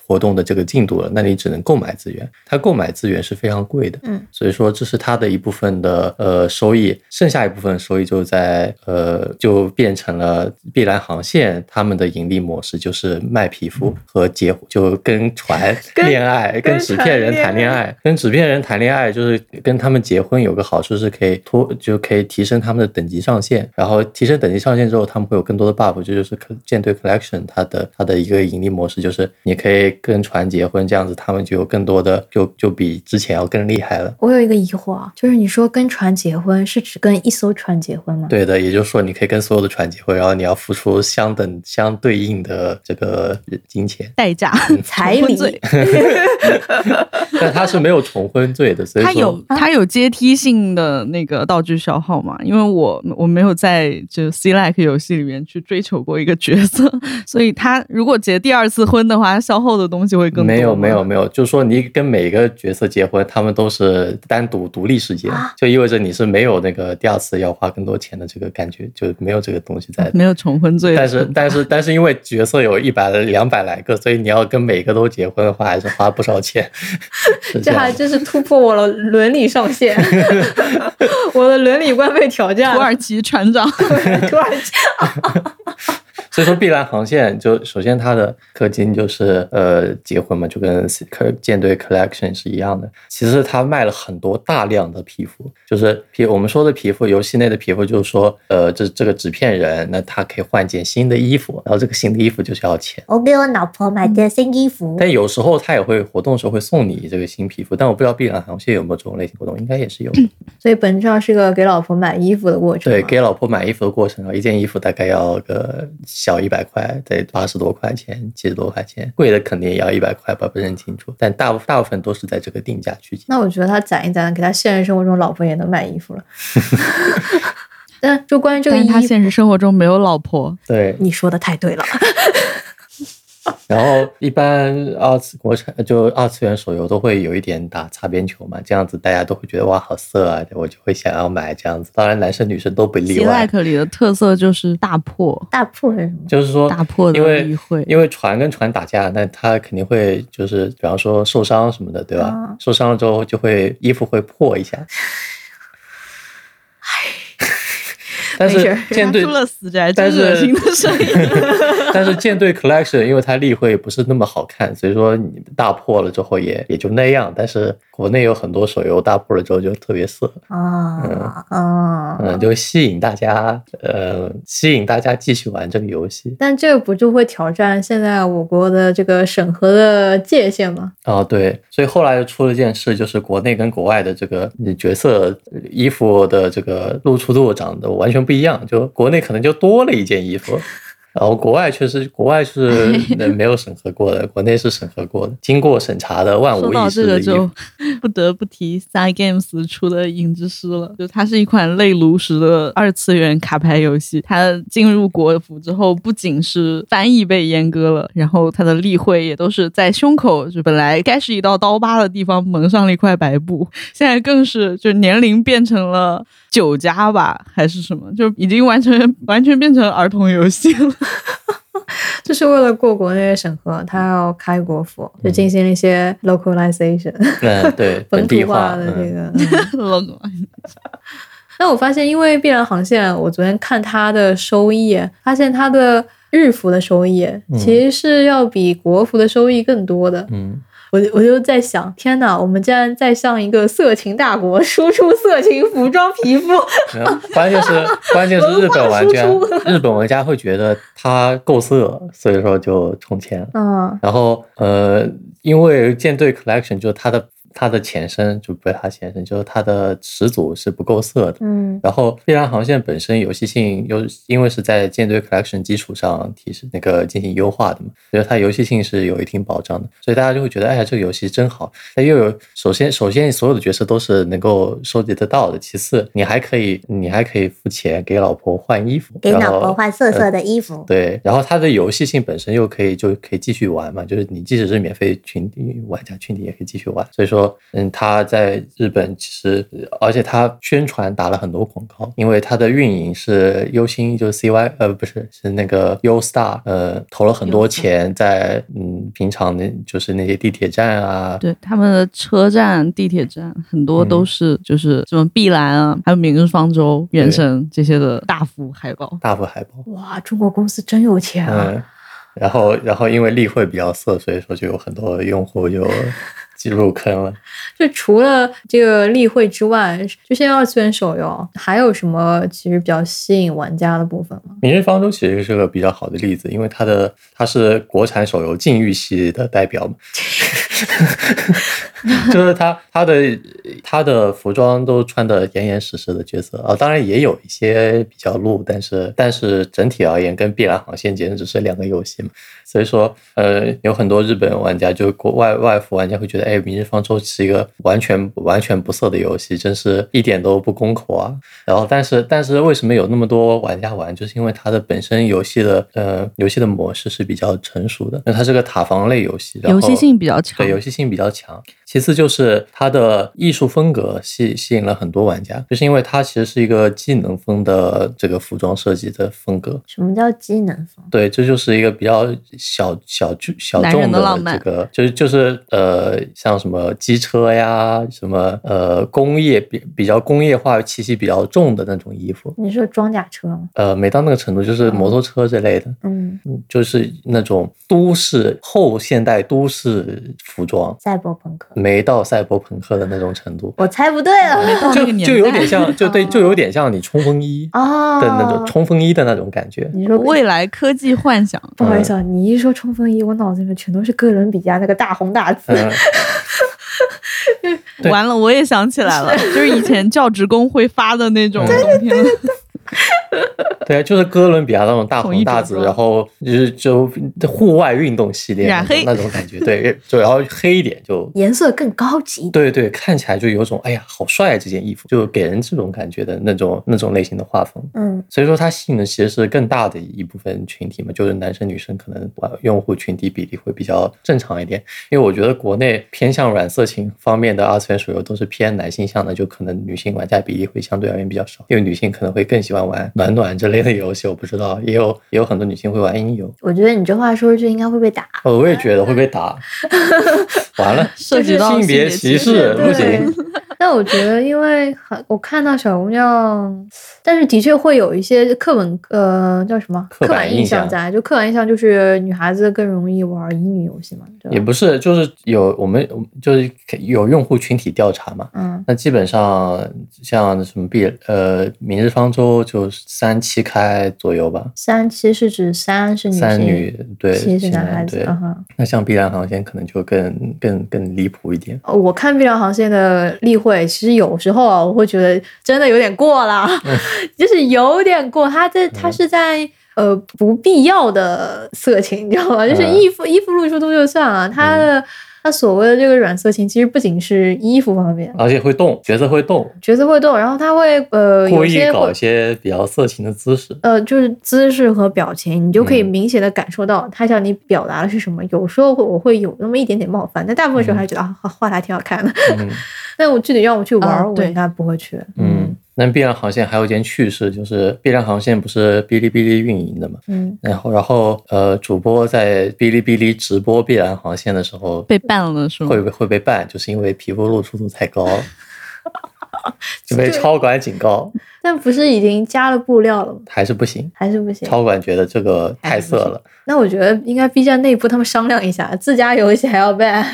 [SPEAKER 2] 活动的这个进度了，那你只能购买资源。它购买资源是非常贵的，
[SPEAKER 1] 嗯，
[SPEAKER 2] 所以说这是它的一部分的呃收益，剩下一部分收益就在呃就变成了碧蓝航线他们的盈利模式，就是卖皮肤和结婚，就跟船
[SPEAKER 1] 跟
[SPEAKER 2] 恋爱，跟
[SPEAKER 1] 跟
[SPEAKER 2] 纸
[SPEAKER 1] 船
[SPEAKER 2] 片人
[SPEAKER 1] 恋
[SPEAKER 2] 谈恋
[SPEAKER 1] 爱
[SPEAKER 2] 爱，跟纸片人谈恋爱就是跟他们结婚有个好处是可以脱，就可以提升他们的等级上限，然后提升等级上限之后，他们会有更多的 buff，这就是 co- 舰队 collection 它的它的一个盈利模式，就是你可以跟船结婚，这样子他们就有更多的就就比之前要更厉害了。
[SPEAKER 1] 我有一个疑惑啊，就是你说跟船结婚是指跟一艘船结婚吗？
[SPEAKER 2] 对的，也就是说，你可以跟所有的船结婚，然后你要付出相等相对应的这个金钱，
[SPEAKER 3] 代价，
[SPEAKER 1] 彩
[SPEAKER 3] 重婚
[SPEAKER 1] 礼
[SPEAKER 3] 罪
[SPEAKER 2] 但它是没有重婚罪的，所以
[SPEAKER 3] 它
[SPEAKER 2] 说
[SPEAKER 3] 有它有阶梯性的那个道具消耗嘛？因为我我没有在就 C like 游戏里面去追求过一个角色， 所以他如果结第二次婚的话，它消耗的东西会更多。
[SPEAKER 2] 没有没有，没有，就是说你跟每个角色结婚，他们都是单独独立事件，
[SPEAKER 1] 啊
[SPEAKER 2] 就意味着你是没有那个第二次要花更多钱的这个感觉，就没有这个东西在。
[SPEAKER 3] 没有重婚罪的
[SPEAKER 2] 但
[SPEAKER 3] 惩
[SPEAKER 2] 是
[SPEAKER 3] 罚。
[SPEAKER 2] 但是但是因为角色有一百两百来个，所以你要跟每个都结婚的话，还是花不少钱。 是
[SPEAKER 1] 这
[SPEAKER 2] 样
[SPEAKER 1] 还
[SPEAKER 2] 的
[SPEAKER 1] 真是突破我的伦理上限， 我的伦理观被挑战
[SPEAKER 3] 土
[SPEAKER 1] 了。
[SPEAKER 3] 耳其船 长
[SPEAKER 1] 对土耳其，
[SPEAKER 2] 所以说碧蓝航线就首先它的氪金就是呃结婚嘛，就跟 C- 科舰队 collection 是一样的。其实它卖了很多大量的皮肤，就是皮我们说的皮肤，游戏内的皮肤就是说呃这这个纸片人，那他可以换件新的衣服，然后这个新的衣服就是要钱。
[SPEAKER 1] 我给我老婆买的新衣服，
[SPEAKER 2] 但有时候他也会活动的时候会送你这个新皮肤，但我不知道碧蓝航线有没有这种类型活动，应该也是有的。
[SPEAKER 1] 所以本质上是个给老婆买衣服的过程嘛。
[SPEAKER 2] 对，给老婆买衣服的过程，然后一件衣服大概要个小一百块，得八十多块钱、七十多块钱，贵的肯定也要一百块吧，不是很清楚。但大部大部分都是在这个定价区间。
[SPEAKER 1] 那我觉得他攒一攒，给他现实生活中老婆也能买衣 服了。但就关于这个
[SPEAKER 3] 但
[SPEAKER 1] 衣
[SPEAKER 3] 是他
[SPEAKER 1] 服，
[SPEAKER 3] 现实生活中没有老婆，
[SPEAKER 2] 对，
[SPEAKER 1] 你说的太 对了。
[SPEAKER 2] 然后一般二次国产就二次元手游都会有一点打擦边球嘛，这样子大家都会觉得哇好色啊，我就会想要买这样子。当然男生女生都不
[SPEAKER 3] 《
[SPEAKER 2] 例
[SPEAKER 3] C
[SPEAKER 2] 外。
[SPEAKER 3] like》里的特色就是大破，
[SPEAKER 1] 大破是什么？
[SPEAKER 2] 就是说
[SPEAKER 3] 打破的
[SPEAKER 2] 因为
[SPEAKER 3] 例会
[SPEAKER 2] 因为船跟船打架，那他肯定会就是，比方说受伤什么的，对吧？
[SPEAKER 1] 啊
[SPEAKER 2] 受伤了之后就会衣服会破一下。 但
[SPEAKER 1] 没事
[SPEAKER 2] 是
[SPEAKER 1] 儿
[SPEAKER 2] 舰队
[SPEAKER 3] 发出 了死宅真
[SPEAKER 2] 但是
[SPEAKER 3] 恶心的声音。
[SPEAKER 2] 但是舰队 collection 因为它例会不是那么好看，所以说你大破了之后也也就那样。但是国内有很多手游大破了之后就特别色，
[SPEAKER 1] 啊啊！
[SPEAKER 2] 嗯，就吸引大家，呃，吸引大家继续玩这个游戏。
[SPEAKER 1] 但这个不就会挑战现在我国的这个审核的界限吗？
[SPEAKER 2] 哦，对，所以后来又出了件事，就是国内跟国外的这个呃角色呃衣服的这个露出度长得完全不一样，就国内可能就多了一件衣服。然后国外确实，国外是没有审核过的，国内是审核过的，经过审查的万
[SPEAKER 3] 说
[SPEAKER 2] 啊无
[SPEAKER 3] 到
[SPEAKER 2] 一
[SPEAKER 3] 这
[SPEAKER 2] 是
[SPEAKER 3] 个
[SPEAKER 2] 的衣
[SPEAKER 3] 就
[SPEAKER 2] 服。
[SPEAKER 3] 不得不提 Side Games 出的《影之师》了，就它是一款类炉石的二次元卡牌游戏。它进入国服之后，不仅是翻译被阉割了，然后它的例会也都是在胸口，就本来该是一道刀疤的地方蒙上了一块白布，现在更是就年龄变成了九加吧，还是什么，就已经完全完全变成儿童游戏了。
[SPEAKER 1] 就是为了过国内的审核，他要开国服，就进行一些 localization，、
[SPEAKER 2] 嗯，对，本
[SPEAKER 1] 本
[SPEAKER 2] 地
[SPEAKER 1] 土
[SPEAKER 2] 化
[SPEAKER 1] 化的这
[SPEAKER 2] 嗯
[SPEAKER 1] 个。嗯
[SPEAKER 3] 老
[SPEAKER 1] 但我发现，因为《碧蓝航线》，我昨天看它的收益，发现它的日服的收益其实是要比国服的收益更多的。
[SPEAKER 2] 嗯，
[SPEAKER 1] 我我就在想，天哪，我们竟然在向一个色情大国 输出色情服装皮肤，
[SPEAKER 2] 没有关键是关键是日本玩家
[SPEAKER 1] 文化输，
[SPEAKER 2] 日本玩家会觉得它够色，所以说就充钱了。
[SPEAKER 1] 嗯，
[SPEAKER 2] 然后呃，因为舰队 collection 就是它的它的前身，就不是它前身，就是它的始祖是不够色的。
[SPEAKER 1] 嗯
[SPEAKER 2] 然后碧蓝航线本身游戏性又因为是在舰队 collection 基础上提示那个进行优化的嘛，所以它游戏性是有一定保障的，所以大家就会觉得，哎呀，这个游戏真好。它又有首先首先所有的角色都是能够收集得到的，其次你还可以你还可以付钱给老婆换衣服，
[SPEAKER 4] 给
[SPEAKER 2] 然
[SPEAKER 4] 老
[SPEAKER 2] 后呃
[SPEAKER 4] 婆换色色的衣服。
[SPEAKER 2] 对，然后它的游戏性本身又可以就可以继续玩嘛，就是你即使是免费群体玩家群体也可以继续玩。所以说，嗯，它在日本其实，而且它宣传打了很多广告，因为它的运营是优星，就是 CY 呃不是是那个 U Star 呃投了很多
[SPEAKER 3] U Star
[SPEAKER 2] 钱在嗯平常的就是那些地铁站啊，
[SPEAKER 3] 对，他们的车站、地铁站很多
[SPEAKER 2] 嗯
[SPEAKER 3] 都是就是什么碧蓝啊，还有明日方舟、原神这些的大幅海报。
[SPEAKER 2] 大幅海报，
[SPEAKER 1] 哇，中国公司真有钱啊！
[SPEAKER 2] 嗯，然后然后因为例会比较色，所以说就有很多用户 就进入坑了。
[SPEAKER 1] 就除了这个例会之外，就现在二次元手游还有什么其实比较吸引玩家的部分吗？
[SPEAKER 2] 明日方舟其实是个比较好的例子，因为它的它是国产手游禁欲系的代表嘛， 就是它它的它的服装都穿的严严实实的角色啊，当然也有一些比较露，但是但是整体而言跟《碧蓝航线》简直是两个游戏嘛，所以说呃有很多日本玩家就国外外服玩家会觉得，哎，《明日方舟》是一个完全完全不色的游戏，真是一点都不攻口啊，然后，但是但是为什么有那么多玩家玩？就是因为它的本身游戏的呃游戏的模式是比较成熟的，那它是个塔防类游戏，然后
[SPEAKER 3] 游戏性比较强
[SPEAKER 2] 对游戏性比较强。其次就是它的艺术风格吸吸引了很多玩家，就是因为它其实是一个技能风的这个服装设计的风格。
[SPEAKER 4] 什么叫机能风？
[SPEAKER 2] 对，这就是一个比较小小众小
[SPEAKER 3] 男人
[SPEAKER 2] 众
[SPEAKER 3] 的浪漫
[SPEAKER 2] 这个，就是就是呃，像什么机车呀，什么呃工业比比较工业化气息比较重的那种衣服，
[SPEAKER 4] 你说装甲车吗？
[SPEAKER 2] 呃，没到那个程度，就是摩托车之类的，
[SPEAKER 4] 嗯，
[SPEAKER 2] 嗯就是那种都市后现代都市服装，
[SPEAKER 4] 赛博朋克。
[SPEAKER 2] 没到赛博朋克的那种程度，
[SPEAKER 4] 我猜不对了。
[SPEAKER 3] 到那
[SPEAKER 2] 就
[SPEAKER 3] 个年
[SPEAKER 2] 就有
[SPEAKER 3] 代哦
[SPEAKER 2] 点 像，就对，就有点像你冲锋衣的
[SPEAKER 4] 哦，
[SPEAKER 2] 那种冲锋衣的那种感觉。
[SPEAKER 3] 嗯
[SPEAKER 4] 你说
[SPEAKER 3] 未来科技幻想，
[SPEAKER 1] 不好意思啊，
[SPEAKER 2] 嗯
[SPEAKER 1] 你一说冲锋衣，我脑子里面全都是哥伦比亚那个大红大紫。
[SPEAKER 2] 嗯， 对
[SPEAKER 3] 完了我也想起来 了，就是以前教职工会发的那种冬天的
[SPEAKER 2] 对啊，就是哥伦比亚那种大
[SPEAKER 3] 统
[SPEAKER 2] 红
[SPEAKER 3] 一
[SPEAKER 2] 大
[SPEAKER 3] 着
[SPEAKER 2] 紫，
[SPEAKER 3] 装
[SPEAKER 2] 然后就是就户外运动系列那
[SPEAKER 3] 染
[SPEAKER 2] 种
[SPEAKER 3] 黑
[SPEAKER 2] 那种感觉，对， 就然后黑一点就
[SPEAKER 4] 颜色更高级。
[SPEAKER 2] 对对，看起来就有种哎呀好帅啊这件衣服，就给人这种感觉的那种那种类型的画风。
[SPEAKER 4] 嗯，
[SPEAKER 2] 所以说它吸引的其实是更大的一部分群体嘛，就是男生女生可能呃用户群体比例会比较正常一点，因为我觉得国内偏向软色情方面的二次元手游都是偏男性向的，就可能女性玩家比例会相对而言比较少，因为女性可能会更喜欢玩暖暖之类的游戏，我不知道，也有也有很多女性会玩音游，
[SPEAKER 4] 我觉得你这话说出去应该会被打。
[SPEAKER 2] 呃我也觉得会被打，完了，
[SPEAKER 3] 涉及到
[SPEAKER 2] 性别歧视
[SPEAKER 3] 对
[SPEAKER 2] 不行，
[SPEAKER 1] 但我觉得，因为很我看到小姑娘，但是的确会有一些课本，呃，叫什么
[SPEAKER 2] 刻板
[SPEAKER 1] 板印
[SPEAKER 2] 印象
[SPEAKER 1] 在，就刻板印象就是女孩子更容易玩乙女游戏嘛，对
[SPEAKER 2] 也
[SPEAKER 1] 吧？
[SPEAKER 2] 不是，就是有我们就是有用户群体调查嘛，
[SPEAKER 1] 嗯，
[SPEAKER 2] 那基本上像什么碧呃明日方舟就三七开左右吧，
[SPEAKER 1] 三七是指三嗯是女
[SPEAKER 2] 三
[SPEAKER 1] 性
[SPEAKER 2] 女对
[SPEAKER 1] 七是
[SPEAKER 2] 七
[SPEAKER 1] 男
[SPEAKER 2] 男
[SPEAKER 1] 孩子，
[SPEAKER 2] 对
[SPEAKER 1] 嗯哼。
[SPEAKER 2] 那像碧蓝航线可能就更更更离谱一点。
[SPEAKER 1] 呃我看《碧蓝航线》的例会，其实有时候啊，
[SPEAKER 2] 嗯
[SPEAKER 1] 我会觉得真的有点过了，就是有点过。他这他是在呃不必要的色情，你知道吗？就是
[SPEAKER 2] 嗯
[SPEAKER 1] 衣服、衣服露出度就算了，他的、他所谓的这个软色情，其实不仅是衣服方面，
[SPEAKER 2] 而且会动，角色会动，
[SPEAKER 1] 角色会动，然后他会呃
[SPEAKER 2] 故
[SPEAKER 1] 有
[SPEAKER 2] 意
[SPEAKER 1] 些
[SPEAKER 2] 搞
[SPEAKER 1] 会
[SPEAKER 2] 一些比较色情的姿势。
[SPEAKER 1] 呃，就是姿势和表情，你就可以
[SPEAKER 2] 嗯
[SPEAKER 1] 明显的感受到他向你表达的是什么。有时候会我会有那么一点点冒犯，但大部分时候还是觉得、啊，画的还挺好看的。
[SPEAKER 2] 嗯
[SPEAKER 1] 但我具体让我去玩儿，
[SPEAKER 3] 啊
[SPEAKER 1] 我
[SPEAKER 3] 对
[SPEAKER 1] 应该不会去。
[SPEAKER 2] 嗯，那碧蓝航线还有一件趣事，就是碧蓝航线不是哔哩哔哩运营的嘛，
[SPEAKER 1] 嗯，
[SPEAKER 2] 然后然后呃，主播在哔哩哔哩直播碧蓝航线的时候
[SPEAKER 3] 被办了是
[SPEAKER 1] 嗯
[SPEAKER 3] 吗？
[SPEAKER 2] 会被会被办，就是因为皮肤露出度太高， 就被
[SPEAKER 1] 对
[SPEAKER 2] 超管警告，
[SPEAKER 1] 但不是已经加了布料了吗？
[SPEAKER 2] 还是不行。
[SPEAKER 1] 还是不行？
[SPEAKER 2] 超管觉得这个太色了，
[SPEAKER 1] 那我觉得应该 B 站内部他们商量一下，自家游戏还要 ban，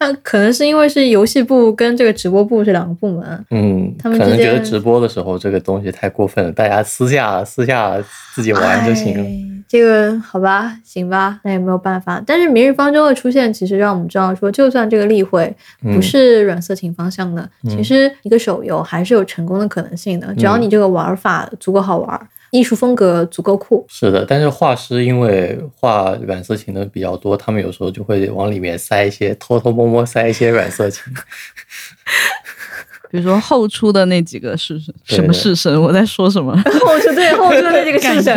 [SPEAKER 1] 那可能是因为是游戏部跟这个直播部是两个部门。
[SPEAKER 2] 嗯，
[SPEAKER 1] 他们
[SPEAKER 2] 可
[SPEAKER 1] 之
[SPEAKER 2] 能
[SPEAKER 1] 间
[SPEAKER 2] 觉得直播的时候这个东西太过分了，大家私下私下自己玩就行了。
[SPEAKER 1] 哎这个好吧，行吧，那也没有办法。但是明日方舟的出现，其实让我们知道说，就算这个例会
[SPEAKER 2] 嗯
[SPEAKER 1] 不是软色情方向的，
[SPEAKER 2] 嗯
[SPEAKER 1] 其实一个手游还是有成功的可能性的。只要你这个玩法足够好玩，艺术风格足够酷，
[SPEAKER 2] 是的，但是画师因为画软色情的比较多，他们有时候就会往里面塞一些，偷偷摸摸塞一些软色情。
[SPEAKER 3] 比如说后出的那几个是
[SPEAKER 2] 对
[SPEAKER 3] 什么式神？我在说什么？
[SPEAKER 1] 后出对后出的那几个式神，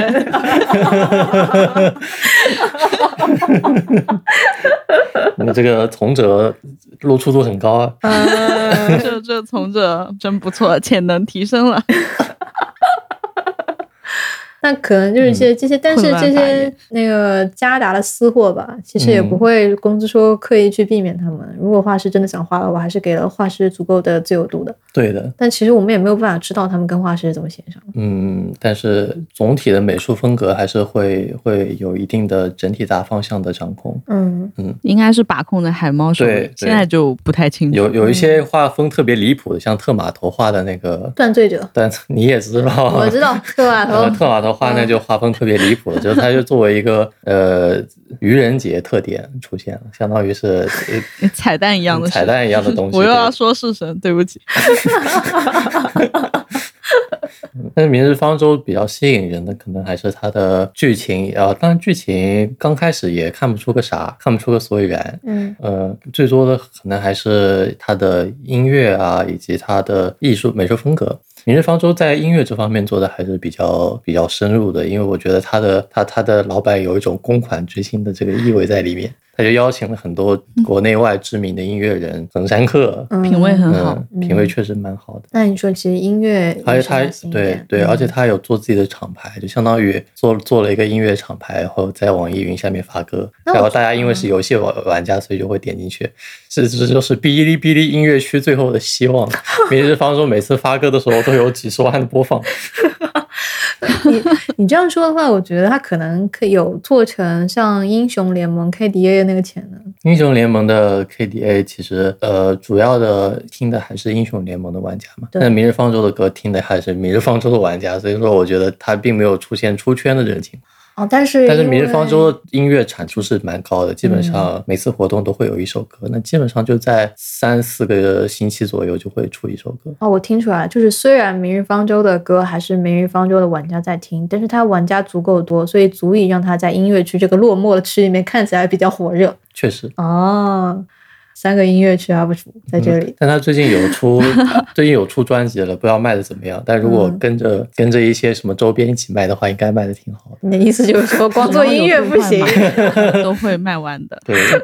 [SPEAKER 2] 你这个从者露出度很高啊，
[SPEAKER 1] 嗯，
[SPEAKER 3] 这这从这真不错，潜能提升了。
[SPEAKER 1] 那可能就是这
[SPEAKER 2] 嗯
[SPEAKER 1] 些这些，但是
[SPEAKER 3] 混乱
[SPEAKER 1] 这
[SPEAKER 3] 发
[SPEAKER 1] 些
[SPEAKER 3] 言
[SPEAKER 1] 那个加达的私货吧，其实也
[SPEAKER 2] 嗯
[SPEAKER 1] 不会公司说刻意去避免他们。如果画师真的想画的话，还是给了画师足够的自由度的。
[SPEAKER 2] 对的，
[SPEAKER 1] 但其实我们也没有办法知道他们跟画师是怎么协商的。
[SPEAKER 2] 嗯，但是总体的美术风格还是会会有一定的整体大方向的掌控。
[SPEAKER 1] 嗯，
[SPEAKER 3] 应该是把控在海猫手
[SPEAKER 2] 对
[SPEAKER 3] 里
[SPEAKER 2] 对，
[SPEAKER 3] 现在就不太清楚。
[SPEAKER 2] 有有一些
[SPEAKER 3] 嗯
[SPEAKER 2] 画风特别离谱的，像特码头画的那个，
[SPEAKER 1] 断罪者，
[SPEAKER 2] 但你也知道，
[SPEAKER 1] 我知道，特瓦头
[SPEAKER 2] 啊 呃，特码头画
[SPEAKER 3] 嗯
[SPEAKER 2] 那就画风特别离谱了，就是它就作为一个呃愚人节特点出现了，相当于是呃嗯
[SPEAKER 3] 跟彩蛋一样的事
[SPEAKER 2] 彩蛋一样的东西。
[SPEAKER 3] 我又
[SPEAKER 2] 对
[SPEAKER 3] 要说式神，对不起。
[SPEAKER 2] 但是《明日方舟》比较吸引人的，可能还是它的剧情啊。当然，剧情刚开始也看不出个啥，看不出个所以然。
[SPEAKER 1] 嗯
[SPEAKER 2] 呃，最多的可能还是它的音乐啊，以及它的艺术美术风格。《明日方舟》在音乐这方面做的还是比较比较深入的，因为我觉得他的他他的老板有一种公款追星的这个意味在里面，他就邀请了很多国内外知名的音乐人，横山克，
[SPEAKER 1] 嗯，
[SPEAKER 3] 品味很好
[SPEAKER 2] 嗯，品味确实蛮好的。
[SPEAKER 1] 那你说，其实音乐
[SPEAKER 2] 而
[SPEAKER 1] 也
[SPEAKER 2] 且
[SPEAKER 1] 是
[SPEAKER 2] 他
[SPEAKER 1] 要新一
[SPEAKER 2] 对
[SPEAKER 1] 点
[SPEAKER 2] 对，而且
[SPEAKER 1] 嗯
[SPEAKER 2] 他有做自己的厂牌，就相当于做做了一个音乐厂牌，然后在网易云下面发歌，
[SPEAKER 1] 那我嗯
[SPEAKER 2] 然后
[SPEAKER 1] 觉
[SPEAKER 2] 大家因为是游戏玩玩家，所以就会点进去。这这就是哔哩哔哩音乐区最后的希 望。明日方舟每次发歌的时候都有几十万的播放，
[SPEAKER 1] 你这样说的话，我觉得他可能可以有做成像英雄联盟 KDA 的那个潜能。
[SPEAKER 2] 英雄联盟的 KDA 其实呃主要的听的还是英雄联盟的玩家嘛，
[SPEAKER 1] 对
[SPEAKER 2] 但明日方舟的歌听的还是明日方舟的玩家，所以说我觉得他并没有出现出圈的这种情况。
[SPEAKER 1] 哦，但是
[SPEAKER 2] 但是
[SPEAKER 1] 因
[SPEAKER 2] 明日方
[SPEAKER 1] 为嗯
[SPEAKER 2] 舟的音乐产出是蛮高的，基本上每次活动都会有一首歌，那基本上就在三四个星期左右就会出一首歌。
[SPEAKER 1] 哦，我听出来了，就是虽然《明日方舟》的歌还是《明日方舟》的玩家在听，但是他玩家足够多，所以足以让他在音乐区这个落寞的区里面看起来比较火热。
[SPEAKER 2] 确实，
[SPEAKER 1] 哦，三个音乐区 UP 主在这里，
[SPEAKER 2] 但他最近有 出，最近有出专辑了，不知道卖的怎么样。但如果
[SPEAKER 1] 嗯
[SPEAKER 2] 跟着、跟着一些什么周边一起卖的话，应该卖的挺好的。
[SPEAKER 1] 你的意思就是 说， 光做音乐不行，
[SPEAKER 3] 都会卖完的。
[SPEAKER 2] 对的，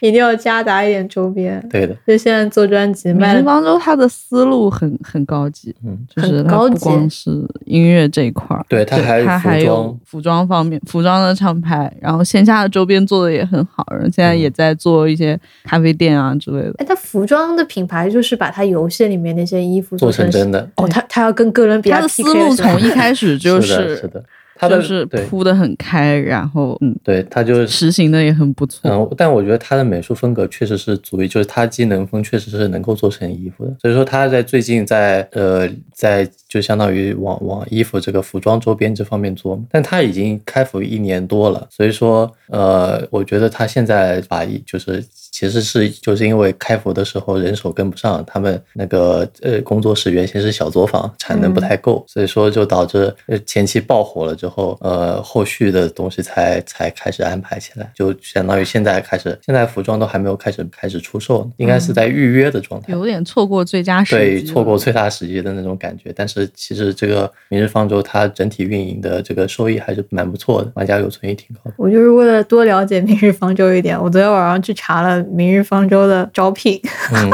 [SPEAKER 1] 一定要夹杂一点周边。
[SPEAKER 2] 对的，
[SPEAKER 1] 就现在做专辑 卖
[SPEAKER 3] 明
[SPEAKER 1] 的，
[SPEAKER 3] 日方舟他的思路很很高级，
[SPEAKER 2] 嗯，
[SPEAKER 3] 就是
[SPEAKER 1] 很
[SPEAKER 3] 它
[SPEAKER 1] 高
[SPEAKER 3] 不
[SPEAKER 1] 级
[SPEAKER 3] 光是音乐这一块儿，
[SPEAKER 2] 对它还有
[SPEAKER 3] 它还
[SPEAKER 2] 服
[SPEAKER 3] 有
[SPEAKER 2] 装
[SPEAKER 3] 服装方面，服装的厂牌，然后线下的周边做的也很好，然后现
[SPEAKER 2] 嗯
[SPEAKER 3] 在也在做一些咖啡店啊之类的。
[SPEAKER 1] 哎，他服装的品牌就是把他游戏里面那些衣服
[SPEAKER 2] 做成
[SPEAKER 1] 成
[SPEAKER 2] 真的。
[SPEAKER 1] 哦，他他要跟哥伦比
[SPEAKER 3] 他
[SPEAKER 1] 亚
[SPEAKER 3] 的
[SPEAKER 1] PK
[SPEAKER 3] 思路
[SPEAKER 1] 是吧
[SPEAKER 3] 从 一开始就是
[SPEAKER 2] 的，是的，他的
[SPEAKER 3] 就是
[SPEAKER 2] 对
[SPEAKER 3] 铺的很开，然后嗯，
[SPEAKER 2] 对，他就是
[SPEAKER 3] 实行的也很不错。
[SPEAKER 2] 嗯，但我觉得他的美术风格确实是足以，就是他技能风确实是能够做成衣服的。所以说他在最近在呃在就相当于往往衣服这个服装周边这方面做嘛。但他已经开服一年多了，所以说呃，我觉得他现在把一就是其实是就是因为开服的时候人手跟不上，他们那个呃工作室原先是小作坊，产能不太够，所以说就导致呃前期爆火了之后，呃后续的东西才才开始安排起来，就相当于现在开始，现在服装都还没有开始开始出售呢，应该是在预约的状态。
[SPEAKER 3] 嗯有点错过最佳时
[SPEAKER 2] 对，
[SPEAKER 3] 机了
[SPEAKER 2] 错过最大时机的那种感觉。但是其实这个明日方舟它整体运营的这个收益还是蛮不错的，玩家留存也挺高的。
[SPEAKER 1] 我就是为了多了解明日方舟一点，我昨天晚上去查了明日方舟的招聘，
[SPEAKER 2] 嗯，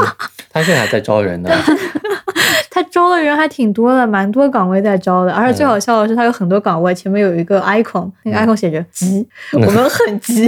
[SPEAKER 2] 它现在还在招人呢。
[SPEAKER 1] 他招的人还挺多的，蛮多岗位在招的，而
[SPEAKER 2] 嗯
[SPEAKER 1] 且最好笑的是，他有很多岗位前面有一个 icon，那个 icon 写着“ 急”，我们很急。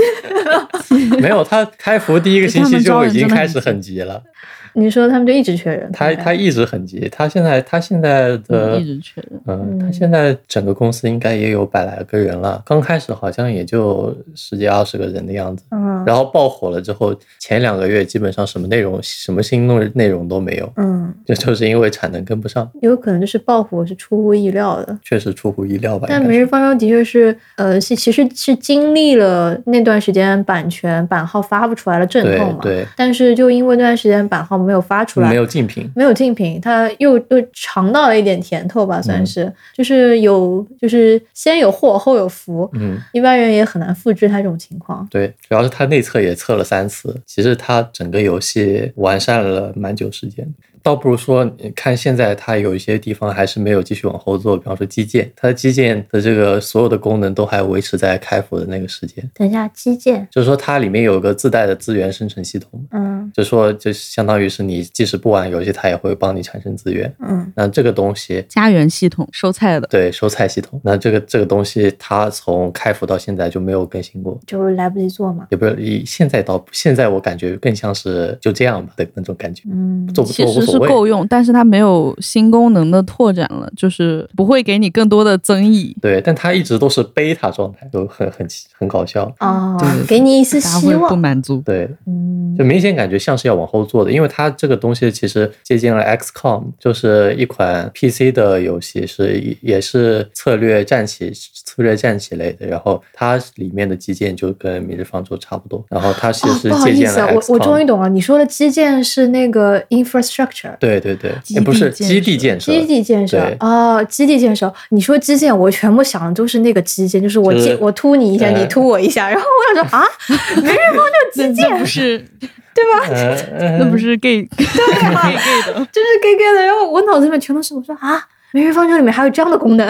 [SPEAKER 2] 没有，它开服第一 个星期就已经开始很急了，
[SPEAKER 1] 你说他们就一直缺人，
[SPEAKER 2] 它它一直很急，它现在它现在的
[SPEAKER 3] 啊嗯一直缺人。
[SPEAKER 2] 嗯，他
[SPEAKER 1] 嗯
[SPEAKER 2] 现在整个公司应该也有百来个人了，刚开始好像也就十几二十个人的样子，
[SPEAKER 1] 嗯
[SPEAKER 2] 然后爆火了之后，前两个月基本上什么内容、什么新内内容都没有，
[SPEAKER 1] 嗯，
[SPEAKER 2] 这就是因为产能跟不上，
[SPEAKER 1] 有可能就是爆火是出乎意料的。
[SPEAKER 2] 确实出乎意料吧。
[SPEAKER 1] 但
[SPEAKER 2] 应该
[SPEAKER 1] 明日
[SPEAKER 2] 是
[SPEAKER 1] 方舟的确是，呃，是其实是经历了那段时间版权版号发不出来的阵
[SPEAKER 2] 对
[SPEAKER 1] 痛嘛。
[SPEAKER 2] 对，
[SPEAKER 1] 但是就因为那段时间版号没有发出来，
[SPEAKER 2] 没有竞品，
[SPEAKER 1] 没有竞品，他又又尝到了一点甜头吧，
[SPEAKER 2] 嗯
[SPEAKER 1] 算是，就是有就是先有祸后有福，
[SPEAKER 2] 嗯。
[SPEAKER 1] 一般人也很难复制他这种情况。
[SPEAKER 2] 对，主要是它内测也测了三次，其实它整个游戏完善了蛮久时间。倒不如说，你看现在它有一些地方还是没有继续往后做，比方说基建，它的基建的这个所有的功能都还维持在开服的那个时间，
[SPEAKER 4] 等一下，基建，
[SPEAKER 2] 就是说它里面有个自带的资源生成系统，
[SPEAKER 4] 嗯
[SPEAKER 2] 就说就相当于是你即使不玩游戏，它也会帮你产生资源。
[SPEAKER 4] 嗯，
[SPEAKER 2] 那这个东西
[SPEAKER 3] 家园系统收菜的，
[SPEAKER 2] 对收菜系统，那这个这个东西它从开服到现在就没有更新过，
[SPEAKER 1] 就是来不及做嘛，
[SPEAKER 2] 也不是以现在到现在，我感觉更像是就这样吧的那种感觉，
[SPEAKER 1] 嗯，
[SPEAKER 2] 做不
[SPEAKER 3] 其
[SPEAKER 2] 做无
[SPEAKER 3] 实是
[SPEAKER 2] 所
[SPEAKER 3] 够
[SPEAKER 2] 谓。
[SPEAKER 3] 用，但是它没有新功能的拓展了，就是不会给你更多的增益。
[SPEAKER 2] 对，但它一直都是贝塔状态，就很很很搞笑。
[SPEAKER 1] 啊
[SPEAKER 3] 对对，
[SPEAKER 1] 给你一丝
[SPEAKER 3] 大家会
[SPEAKER 1] 希
[SPEAKER 3] 不
[SPEAKER 1] 望，
[SPEAKER 3] 满足，
[SPEAKER 2] 对，
[SPEAKER 1] 嗯
[SPEAKER 2] 就明显感觉像是要往后做的，因为它这个东西其实借鉴了 XCOM，就是一款 PC 的游戏，是也是策略战棋、策略战棋类的。然后它里面的基建就跟《明日方舟》差不多，然后它其
[SPEAKER 1] 哦，
[SPEAKER 2] 实
[SPEAKER 1] 不好
[SPEAKER 2] 借
[SPEAKER 1] 意
[SPEAKER 2] 鉴
[SPEAKER 1] 思啊
[SPEAKER 2] 了，
[SPEAKER 1] 我我终于
[SPEAKER 2] XCOM。
[SPEAKER 1] 懂了，你说的基建是那个 infrastructure。
[SPEAKER 2] 对对对，
[SPEAKER 3] 基
[SPEAKER 2] 也不是
[SPEAKER 3] 地
[SPEAKER 2] 基
[SPEAKER 3] 建
[SPEAKER 2] 地建
[SPEAKER 3] 设
[SPEAKER 2] 设，
[SPEAKER 1] 基地建设
[SPEAKER 2] 对
[SPEAKER 1] 哦，基地建设。你说基建，我全部想的都是那个基建，就是我
[SPEAKER 2] 就是
[SPEAKER 1] 借我突你一下，
[SPEAKER 2] 呃
[SPEAKER 1] 你突我一下，然后我想说啊，没人帮这基
[SPEAKER 3] 那
[SPEAKER 1] 建
[SPEAKER 3] 那不是
[SPEAKER 2] 呃呃
[SPEAKER 3] 那不是 gay gay gay 的，
[SPEAKER 1] 就是 gay gay 的，然后我脑子里面全都是我说啊，《明日方舟》里面还有这样的功能，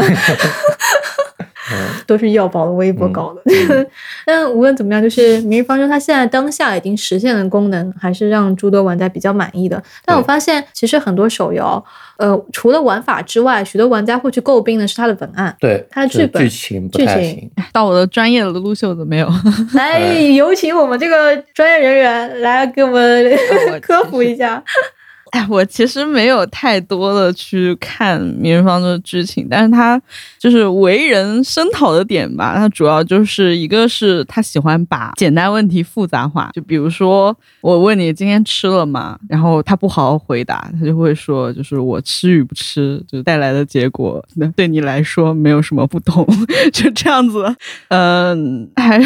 [SPEAKER 1] 都是药宝的微博搞的。 但无论怎么样，就是《明日方舟》它现在当下已经实现的功能，还是让诸多玩家比较满意的。但我
[SPEAKER 2] 对
[SPEAKER 1] 发现，其实很多手游，呃，除了玩法之外，许多玩家会去诟病的是它的文案。
[SPEAKER 2] 对，
[SPEAKER 1] 它的
[SPEAKER 2] 就是
[SPEAKER 1] 剧本
[SPEAKER 2] 剧情不
[SPEAKER 1] 剧
[SPEAKER 2] 太
[SPEAKER 1] 情
[SPEAKER 2] 行。
[SPEAKER 3] 到我的专业的撸袖子没有？
[SPEAKER 1] 来，
[SPEAKER 2] 嗯
[SPEAKER 1] 有请我们这个专业人员来给我们
[SPEAKER 3] 我
[SPEAKER 1] 科普一下。
[SPEAKER 3] 哎，我其实没有太多的去看《明日方舟》的剧情，但是它就是为人声讨的点吧。它主要就是一个是他喜欢把简单问题复杂化，就比如说我问你今天吃了吗，然后他不好好回答，他就会说就是我吃与不吃，就带来的结果那对你来说没有什么不同， 就这样子。嗯，还有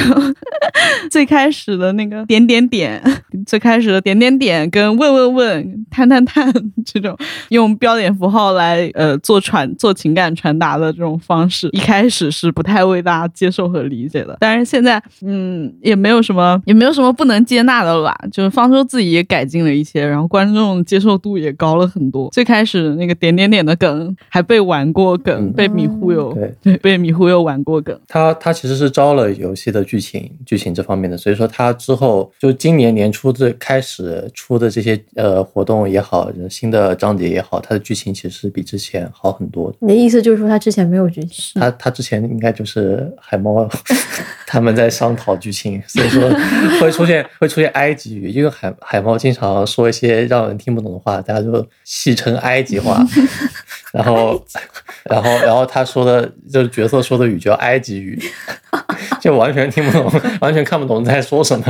[SPEAKER 3] 最开始的那个点点点， 最开始的点点点跟问问问、叹叹叹这种用标点符号来呃做传做情感传达的这种方式，一开始是不太为大家接受和理解的，但是现在嗯也没有什么 也没有什么不能接纳的了吧，就是方舟自己也改进了一些，然后观众接受度也高了很多。最开始那个点点点的梗还被玩过梗，
[SPEAKER 2] 嗯
[SPEAKER 3] 被米忽悠，
[SPEAKER 2] 对
[SPEAKER 3] 被米忽悠玩过梗。
[SPEAKER 2] 它它其实是招了游戏的剧情剧情这方面的，所以说它之后就今年年初这开始出的这些呃活动也好，新的章节也好，它的剧情其实比之前好很多。
[SPEAKER 1] 你的意思就是说，他之前没有剧情？
[SPEAKER 2] 它它之前应该就是海猫 他们在商讨剧情， 所以说会出现会出现埃及语，因为海海猫经常说一些让人听不懂的话，大家就戏称埃及 话。然后，然后，然后他说的就是角色说的语叫埃 及语，就完全听不懂，完全看不懂在说什么。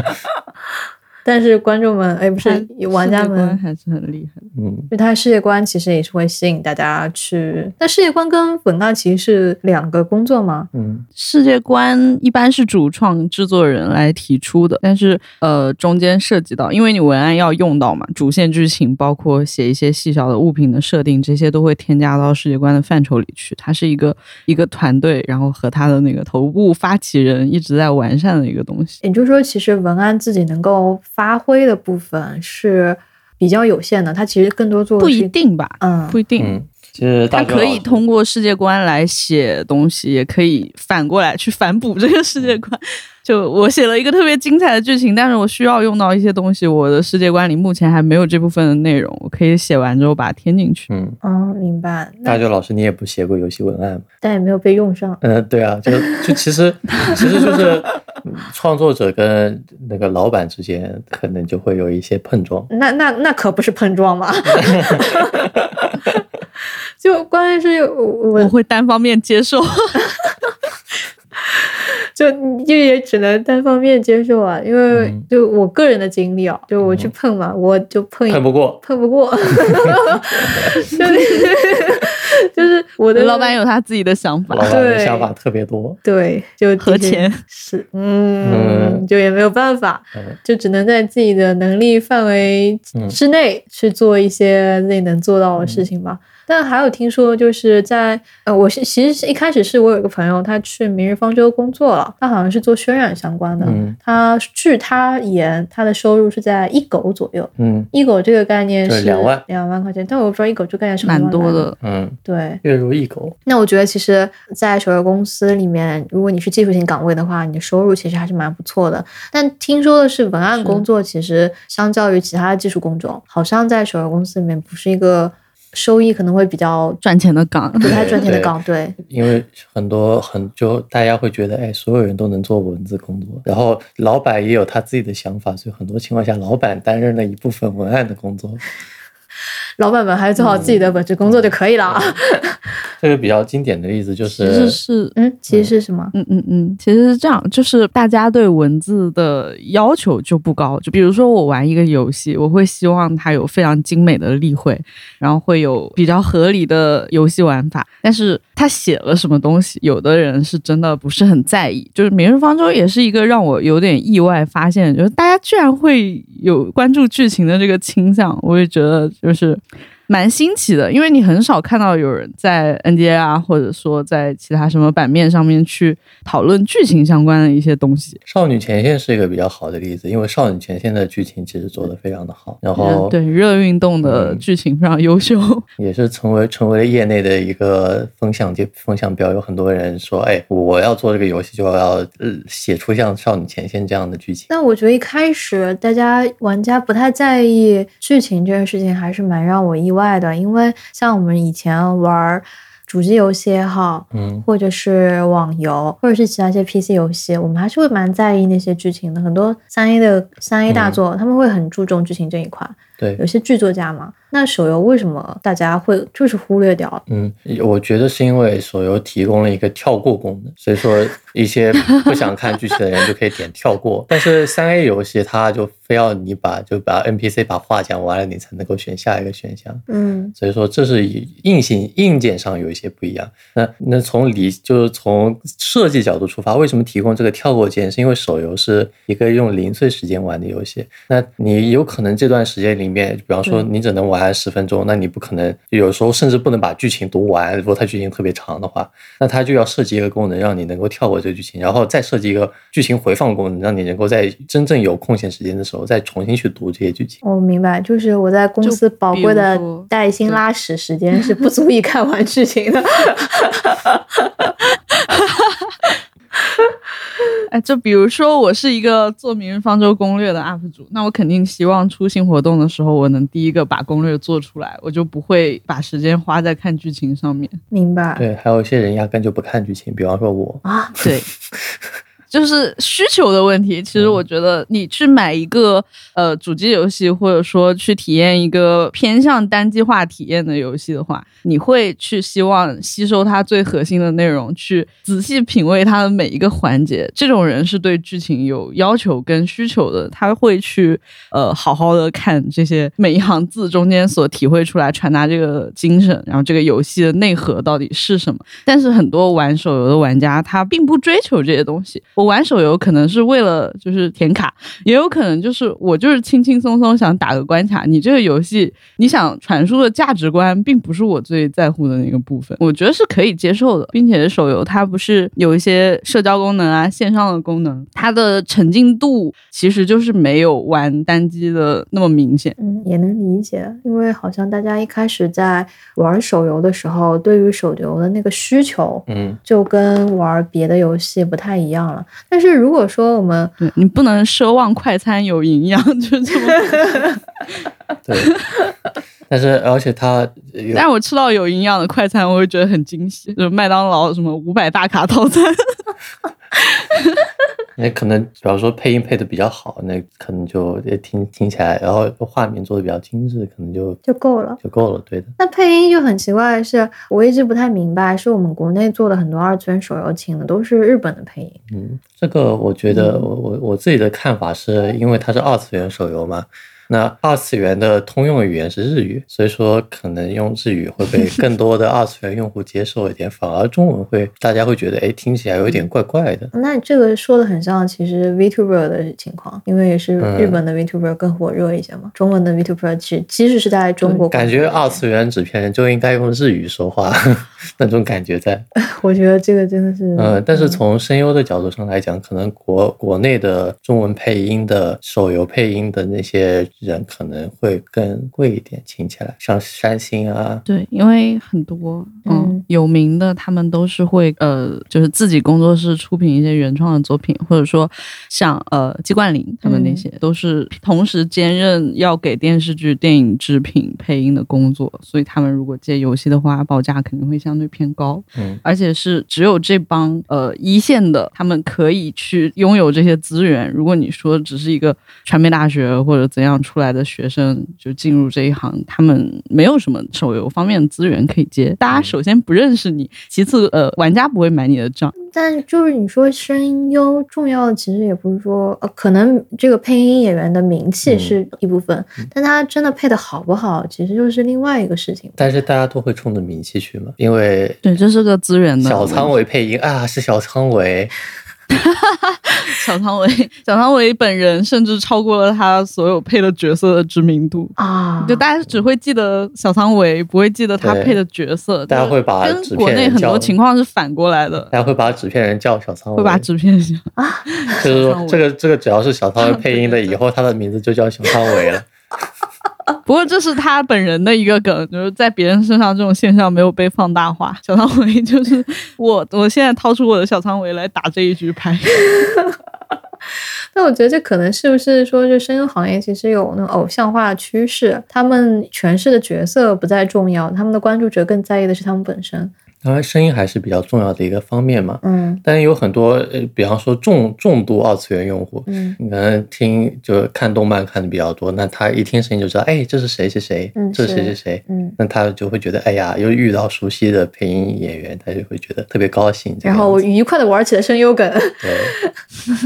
[SPEAKER 1] 但是观众们，哎，不
[SPEAKER 3] 他
[SPEAKER 1] 是玩家
[SPEAKER 3] 世界观
[SPEAKER 1] 们，
[SPEAKER 3] 还是很厉害的。
[SPEAKER 2] 嗯，
[SPEAKER 1] 就它的世界观其实也是会吸引大家去。但世界观跟文案其实是两个工作嘛，
[SPEAKER 2] 嗯，
[SPEAKER 3] 世界观一般是主创制作人来提出的，但是呃，中间涉及到，因为你文案要用到嘛，主线剧情包括写一些细小的物品的设定，这些都会添加到世界观的范畴里去。它是一个一个团队，然后和他的那个头部发起人一直在完善的一个东西。
[SPEAKER 1] 也就是说，其实文案自己能够发挥的部分是比较有限的，它其实更多做的
[SPEAKER 3] 不
[SPEAKER 1] 是
[SPEAKER 3] 一，定吧，
[SPEAKER 1] 嗯，
[SPEAKER 3] 不一定。
[SPEAKER 2] 嗯，其实大
[SPEAKER 3] 他
[SPEAKER 2] 哥
[SPEAKER 3] 可
[SPEAKER 2] 老
[SPEAKER 3] 以
[SPEAKER 2] 师
[SPEAKER 3] 通过世界观来写东西，也可以反过来去反哺这个世
[SPEAKER 2] 嗯
[SPEAKER 3] 界观。就我写了一个特别精彩的剧情，但是我需要用到一些东西，我的世界观里目前还没有这部分的内容，我可以写完之后把它添进去。
[SPEAKER 2] 嗯，
[SPEAKER 1] 嗯，明白。那
[SPEAKER 2] 大舅老师，你也不写过游戏文案吗？
[SPEAKER 1] 但也没有被用上，
[SPEAKER 2] 嗯，对啊，就就其实其实就是嗯创作者跟那个老板之间可能就会有一些碰撞。
[SPEAKER 1] 那那那可不是碰撞 嘛。就关键是我
[SPEAKER 3] 我
[SPEAKER 1] 我
[SPEAKER 3] 会单方面接受，
[SPEAKER 1] 就你就也只能单方面接受啊，因为
[SPEAKER 2] 嗯
[SPEAKER 1] 就我个人的经历啊，就我去碰嘛，我就碰一
[SPEAKER 2] 碰不过，
[SPEAKER 1] 碰不过， 就是 就是我的
[SPEAKER 3] 老板有他自己的想法
[SPEAKER 2] 老。板的
[SPEAKER 1] 对
[SPEAKER 2] 想法特别多。
[SPEAKER 1] 对就
[SPEAKER 3] 和
[SPEAKER 1] 的确
[SPEAKER 3] 钱
[SPEAKER 1] 是嗯，
[SPEAKER 2] 嗯
[SPEAKER 1] 就也没有办法，
[SPEAKER 2] 嗯
[SPEAKER 1] 就只能在自己的能力范围
[SPEAKER 2] 嗯
[SPEAKER 1] 之内去做一些自己能做到的事情
[SPEAKER 3] 嗯
[SPEAKER 1] 吧。但还有听说，就是在呃，我是其实是一开始是我有一个朋友，他去明日方舟工作了，他好像是做渲染相关的。
[SPEAKER 2] 嗯
[SPEAKER 1] 他据他言，他的收入是在一狗左右。
[SPEAKER 2] 嗯
[SPEAKER 1] 一狗这个概念
[SPEAKER 2] 对
[SPEAKER 1] 是
[SPEAKER 2] 两万
[SPEAKER 1] 两万块钱，但我不知道一狗这个概念是
[SPEAKER 3] 蛮
[SPEAKER 1] 多
[SPEAKER 3] 多。的，
[SPEAKER 2] 嗯，
[SPEAKER 1] 对，
[SPEAKER 2] 月如一狗。
[SPEAKER 1] 那我觉得其实，在手游公司里面，如果你是技术型岗位的话，你的收入其实还是蛮不错的。但听说的是，文案
[SPEAKER 3] 是
[SPEAKER 1] 工作其实相较于其他的技术工种，好像在手游公司里面不是一个收益可能会比较
[SPEAKER 3] 赚钱的岗，
[SPEAKER 1] 不太赚钱的
[SPEAKER 2] 对
[SPEAKER 1] 岗位。
[SPEAKER 2] 因为很多很就大家会觉得，哎，所有人都能做文字工作，然后老板也有他自己的想法，所以很多情况下，老板担任了一部分文案的工作，
[SPEAKER 1] 老板们还是做
[SPEAKER 2] 嗯
[SPEAKER 1] 好自己的本职工作就可以了啊。
[SPEAKER 2] 这个比较经典的例子就
[SPEAKER 3] 其实
[SPEAKER 2] 是，
[SPEAKER 3] 是
[SPEAKER 1] 嗯，其实是什么？
[SPEAKER 3] 嗯嗯嗯，其实是这样，就是大家对文字的要求就不高。就比如说我玩一个游戏，我会希望它有非常精美的例会，然后会有比较合理的游戏玩法。但是他写了什么东西，有的人是真的不是很在意。就是《明日方舟》也是一个让我有点意外发现，就是大家居然会有关注剧情的这个倾向，我也觉得就是。蛮新奇的，因为你很少看到有人在 NDA 啊，或者说在其他什么版面上面去讨论剧情相关的一些东西。
[SPEAKER 2] 少女前线是一个比较好的例子，因为少女前线的剧情其实做得非常的好，然后
[SPEAKER 3] 嗯对热运动的
[SPEAKER 2] 哦嗯
[SPEAKER 3] 剧情非常优秀，
[SPEAKER 2] 也是成为成为了业内的一个风向 界风向标，有很多人说，哎，我要做这个游戏就要呃写出像少女前线这样的剧情。
[SPEAKER 1] 但我觉得一开始大家玩家不太在意剧情这件事情，还是蛮让我意外的。因为像我们以前玩主机游戏也好，
[SPEAKER 2] 嗯，
[SPEAKER 1] 或者是网游，或者是其他一些 PC 游戏，我们还是会蛮在意那些剧情的。很多三 A 的三 A 大作，他们会很注重剧情这一块，
[SPEAKER 2] 对
[SPEAKER 1] 有，些剧作家嘛。那手游为什么大家会就是忽略掉？
[SPEAKER 2] 嗯，我觉得是因为手游提供了一个跳过功能，所以说一些不想看剧情的人就可以点跳过。 但是三 A 游戏它就非要你把就把 NPC 把话讲完了，你才能够选下一个选项。
[SPEAKER 1] 嗯，
[SPEAKER 2] 所以说这是以硬性硬件上有一些不一样。那那从理就是从设计角度出发，为什么提供这个跳过键？是因为手游是一个用零碎时间玩的游戏，那你有可能这段时间里面，比方说你只能玩十分钟，那你不可能有时候甚至不能把剧情读完。如果它剧情特别长的话，那它就要设计一个功能，让你能够跳过这个剧情，然后再设计一个剧情回放功能，让你能够在真正有空闲时间的时候再重新去读这些剧情。
[SPEAKER 1] 我明白，就是我在公司
[SPEAKER 3] 就
[SPEAKER 1] 宝贵的
[SPEAKER 3] 比如说
[SPEAKER 1] 带薪拉屎时间是不足以看完剧情 的。
[SPEAKER 3] 哎，就比如说我是一个做《明日方舟攻略》的 UP 主，那我肯定希望出新活动的时候，我能第一个把攻略做出来，我就不会把时间花在看剧情上面。
[SPEAKER 1] 明白。
[SPEAKER 2] 对，还有一些人压根就不看剧情，比方说我，
[SPEAKER 1] 啊，
[SPEAKER 3] 对，就是需求的问题。其实我觉得你去买一个呃主机游戏，或者说去体验一个偏向单机化体验的游戏的话，你会去希望吸收它最核心的内容，去仔细品味它的每一个环节。这种人是对剧情有要求跟需求的，他会去呃好好的看这些每一行字中间所体会出来传达这个精神，然后这个游戏的内核到底是什么。但是很多玩手游的玩家他并不追求这些东西。我玩手游可能是为了就是填卡，也有可能就是我就是轻轻松松想打个关卡。你这个游戏你想传输的价值观，并不是我最在乎的那个部分，我觉得是可以接受的。并且手游它不是有一些社交功能啊、线上的功能，它的沉浸度其实就是没有玩单机的那么明显。
[SPEAKER 4] 嗯，也能理解，因为好像大家一开始在玩手游的时候，对于手游的那个需求，
[SPEAKER 2] 嗯，
[SPEAKER 4] 就跟玩别的游戏不太一样了。但是如果说我们
[SPEAKER 3] 对你不能奢望快餐有营养， 就这么。
[SPEAKER 2] 对。但是而且它有
[SPEAKER 3] 但是我吃到有营养的快餐，我会觉得很惊喜，就是麦当劳什么五百大卡套餐。
[SPEAKER 2] 那可能，比方说配音配的比较好，那可能就也听听起来，然后画面做的比较精致，可能就
[SPEAKER 4] 就够了。
[SPEAKER 2] 就够了。对的，
[SPEAKER 4] 那配音就很奇怪的是，我一直不太明白，是我们国内做的很多二次元手游请的都是日本的配音，
[SPEAKER 2] 嗯，这个我觉
[SPEAKER 4] 嗯
[SPEAKER 2] 得我我我自己的看法是，因为它是二次元手游嘛，那二次元的通用语言是日语，所以说可能用日语会被更多的二次元用户接受一点，反而中文会大家会觉得，哎，听起来有一点怪怪的。
[SPEAKER 4] 那这个说的很像其实 VTuber 的情况，因为也是
[SPEAKER 2] 嗯
[SPEAKER 4] 日本的 VTuber 更火热一些嘛。中文的 VTuber 其实即使是在中国，
[SPEAKER 2] 感觉二次元纸片人就应该用日语说话，那种感觉在。
[SPEAKER 4] 我觉得这个真的是，
[SPEAKER 1] 嗯
[SPEAKER 4] 嗯
[SPEAKER 2] 呃，但是从声优的角度上来讲，可能国国内的中文配音的手游配音的那些人可能会更贵一点，请起来，像山星啊，
[SPEAKER 3] 对，因为很多嗯
[SPEAKER 4] 嗯
[SPEAKER 3] 有名的，他们都是会呃，就是自己工作室出品一些原创的作品，或者说像呃季冠霖他们那
[SPEAKER 4] 嗯
[SPEAKER 3] 些、都是同时兼任要给电视剧、电影制品配音的工作，所以他们如果接游戏的话，报价肯定会相对偏高。
[SPEAKER 2] 嗯，
[SPEAKER 3] 而且是只有这帮呃一线的，他们可以去拥有这些资源。如果你说只是一个传媒大学或者怎样出来的学生就进入这一行，他们没有什么手游方面的资源可以接。大家首先不认识你，其次呃玩家不会买你的账。
[SPEAKER 4] 但就是你说声优重要，其实也不是说，呃，可能这个配音演员的名气
[SPEAKER 2] 嗯
[SPEAKER 4] 是一部分，
[SPEAKER 1] 嗯
[SPEAKER 4] 但他真的配的好不好，其实就是另外一个事情。
[SPEAKER 2] 但是大家都会冲着名气去嘛，因为
[SPEAKER 3] 对，这是个资源的
[SPEAKER 2] 小
[SPEAKER 3] 仓
[SPEAKER 2] 仓唯配音啊，是小仓唯，
[SPEAKER 3] 小仓唯，小仓唯本人甚至超过了他所有配的角色的知名度。
[SPEAKER 4] 啊，
[SPEAKER 3] 就大家只会记得小仓唯，不会记得他
[SPEAKER 2] 对
[SPEAKER 3] 配的角色。
[SPEAKER 2] 大家
[SPEAKER 3] 就是
[SPEAKER 2] 会把
[SPEAKER 3] 跟
[SPEAKER 2] 纸
[SPEAKER 3] 国
[SPEAKER 2] 片
[SPEAKER 3] 内
[SPEAKER 2] 人
[SPEAKER 3] 很
[SPEAKER 2] 叫哦
[SPEAKER 3] 多情况是反过来的，
[SPEAKER 2] 大家会把纸片人叫小仓唯，
[SPEAKER 3] 会把纸片想
[SPEAKER 2] 就是说
[SPEAKER 3] 小仓
[SPEAKER 2] 这个这个只要是小仓唯
[SPEAKER 3] 对
[SPEAKER 2] 配 音的，
[SPEAKER 3] 对对
[SPEAKER 2] 以后他的名字就叫小仓唯了。
[SPEAKER 3] 不过这是他本人的一个梗，就是在别人身上这种现象没有被放大化。小仓唯就是 我，我现在掏出我的小仓唯来打这一局牌。
[SPEAKER 1] 那我觉得这可能是不是说，这声优行业其实有那种偶像化的趋势，他们诠释的角色不再重要，他们的关注者更在意的是他们本身。
[SPEAKER 2] 当然，声音还是比较重要的一个方面嘛。
[SPEAKER 4] 嗯
[SPEAKER 2] 但有很多，呃，比方说重重度二次元用户，
[SPEAKER 4] 嗯
[SPEAKER 2] 你可能听就看动漫看的比较多，那他一听声音就知道，哎，这是谁谁谁，
[SPEAKER 4] 嗯
[SPEAKER 2] 这是谁谁
[SPEAKER 4] 是
[SPEAKER 2] 谁，
[SPEAKER 4] 嗯，
[SPEAKER 2] 那他就会觉得，哎呀，又遇到熟悉的配音演员，他就会觉得特别高兴。这
[SPEAKER 1] 然
[SPEAKER 2] 个
[SPEAKER 1] 后我
[SPEAKER 2] 样子
[SPEAKER 1] 愉快的玩起了声优 梗，
[SPEAKER 2] 对，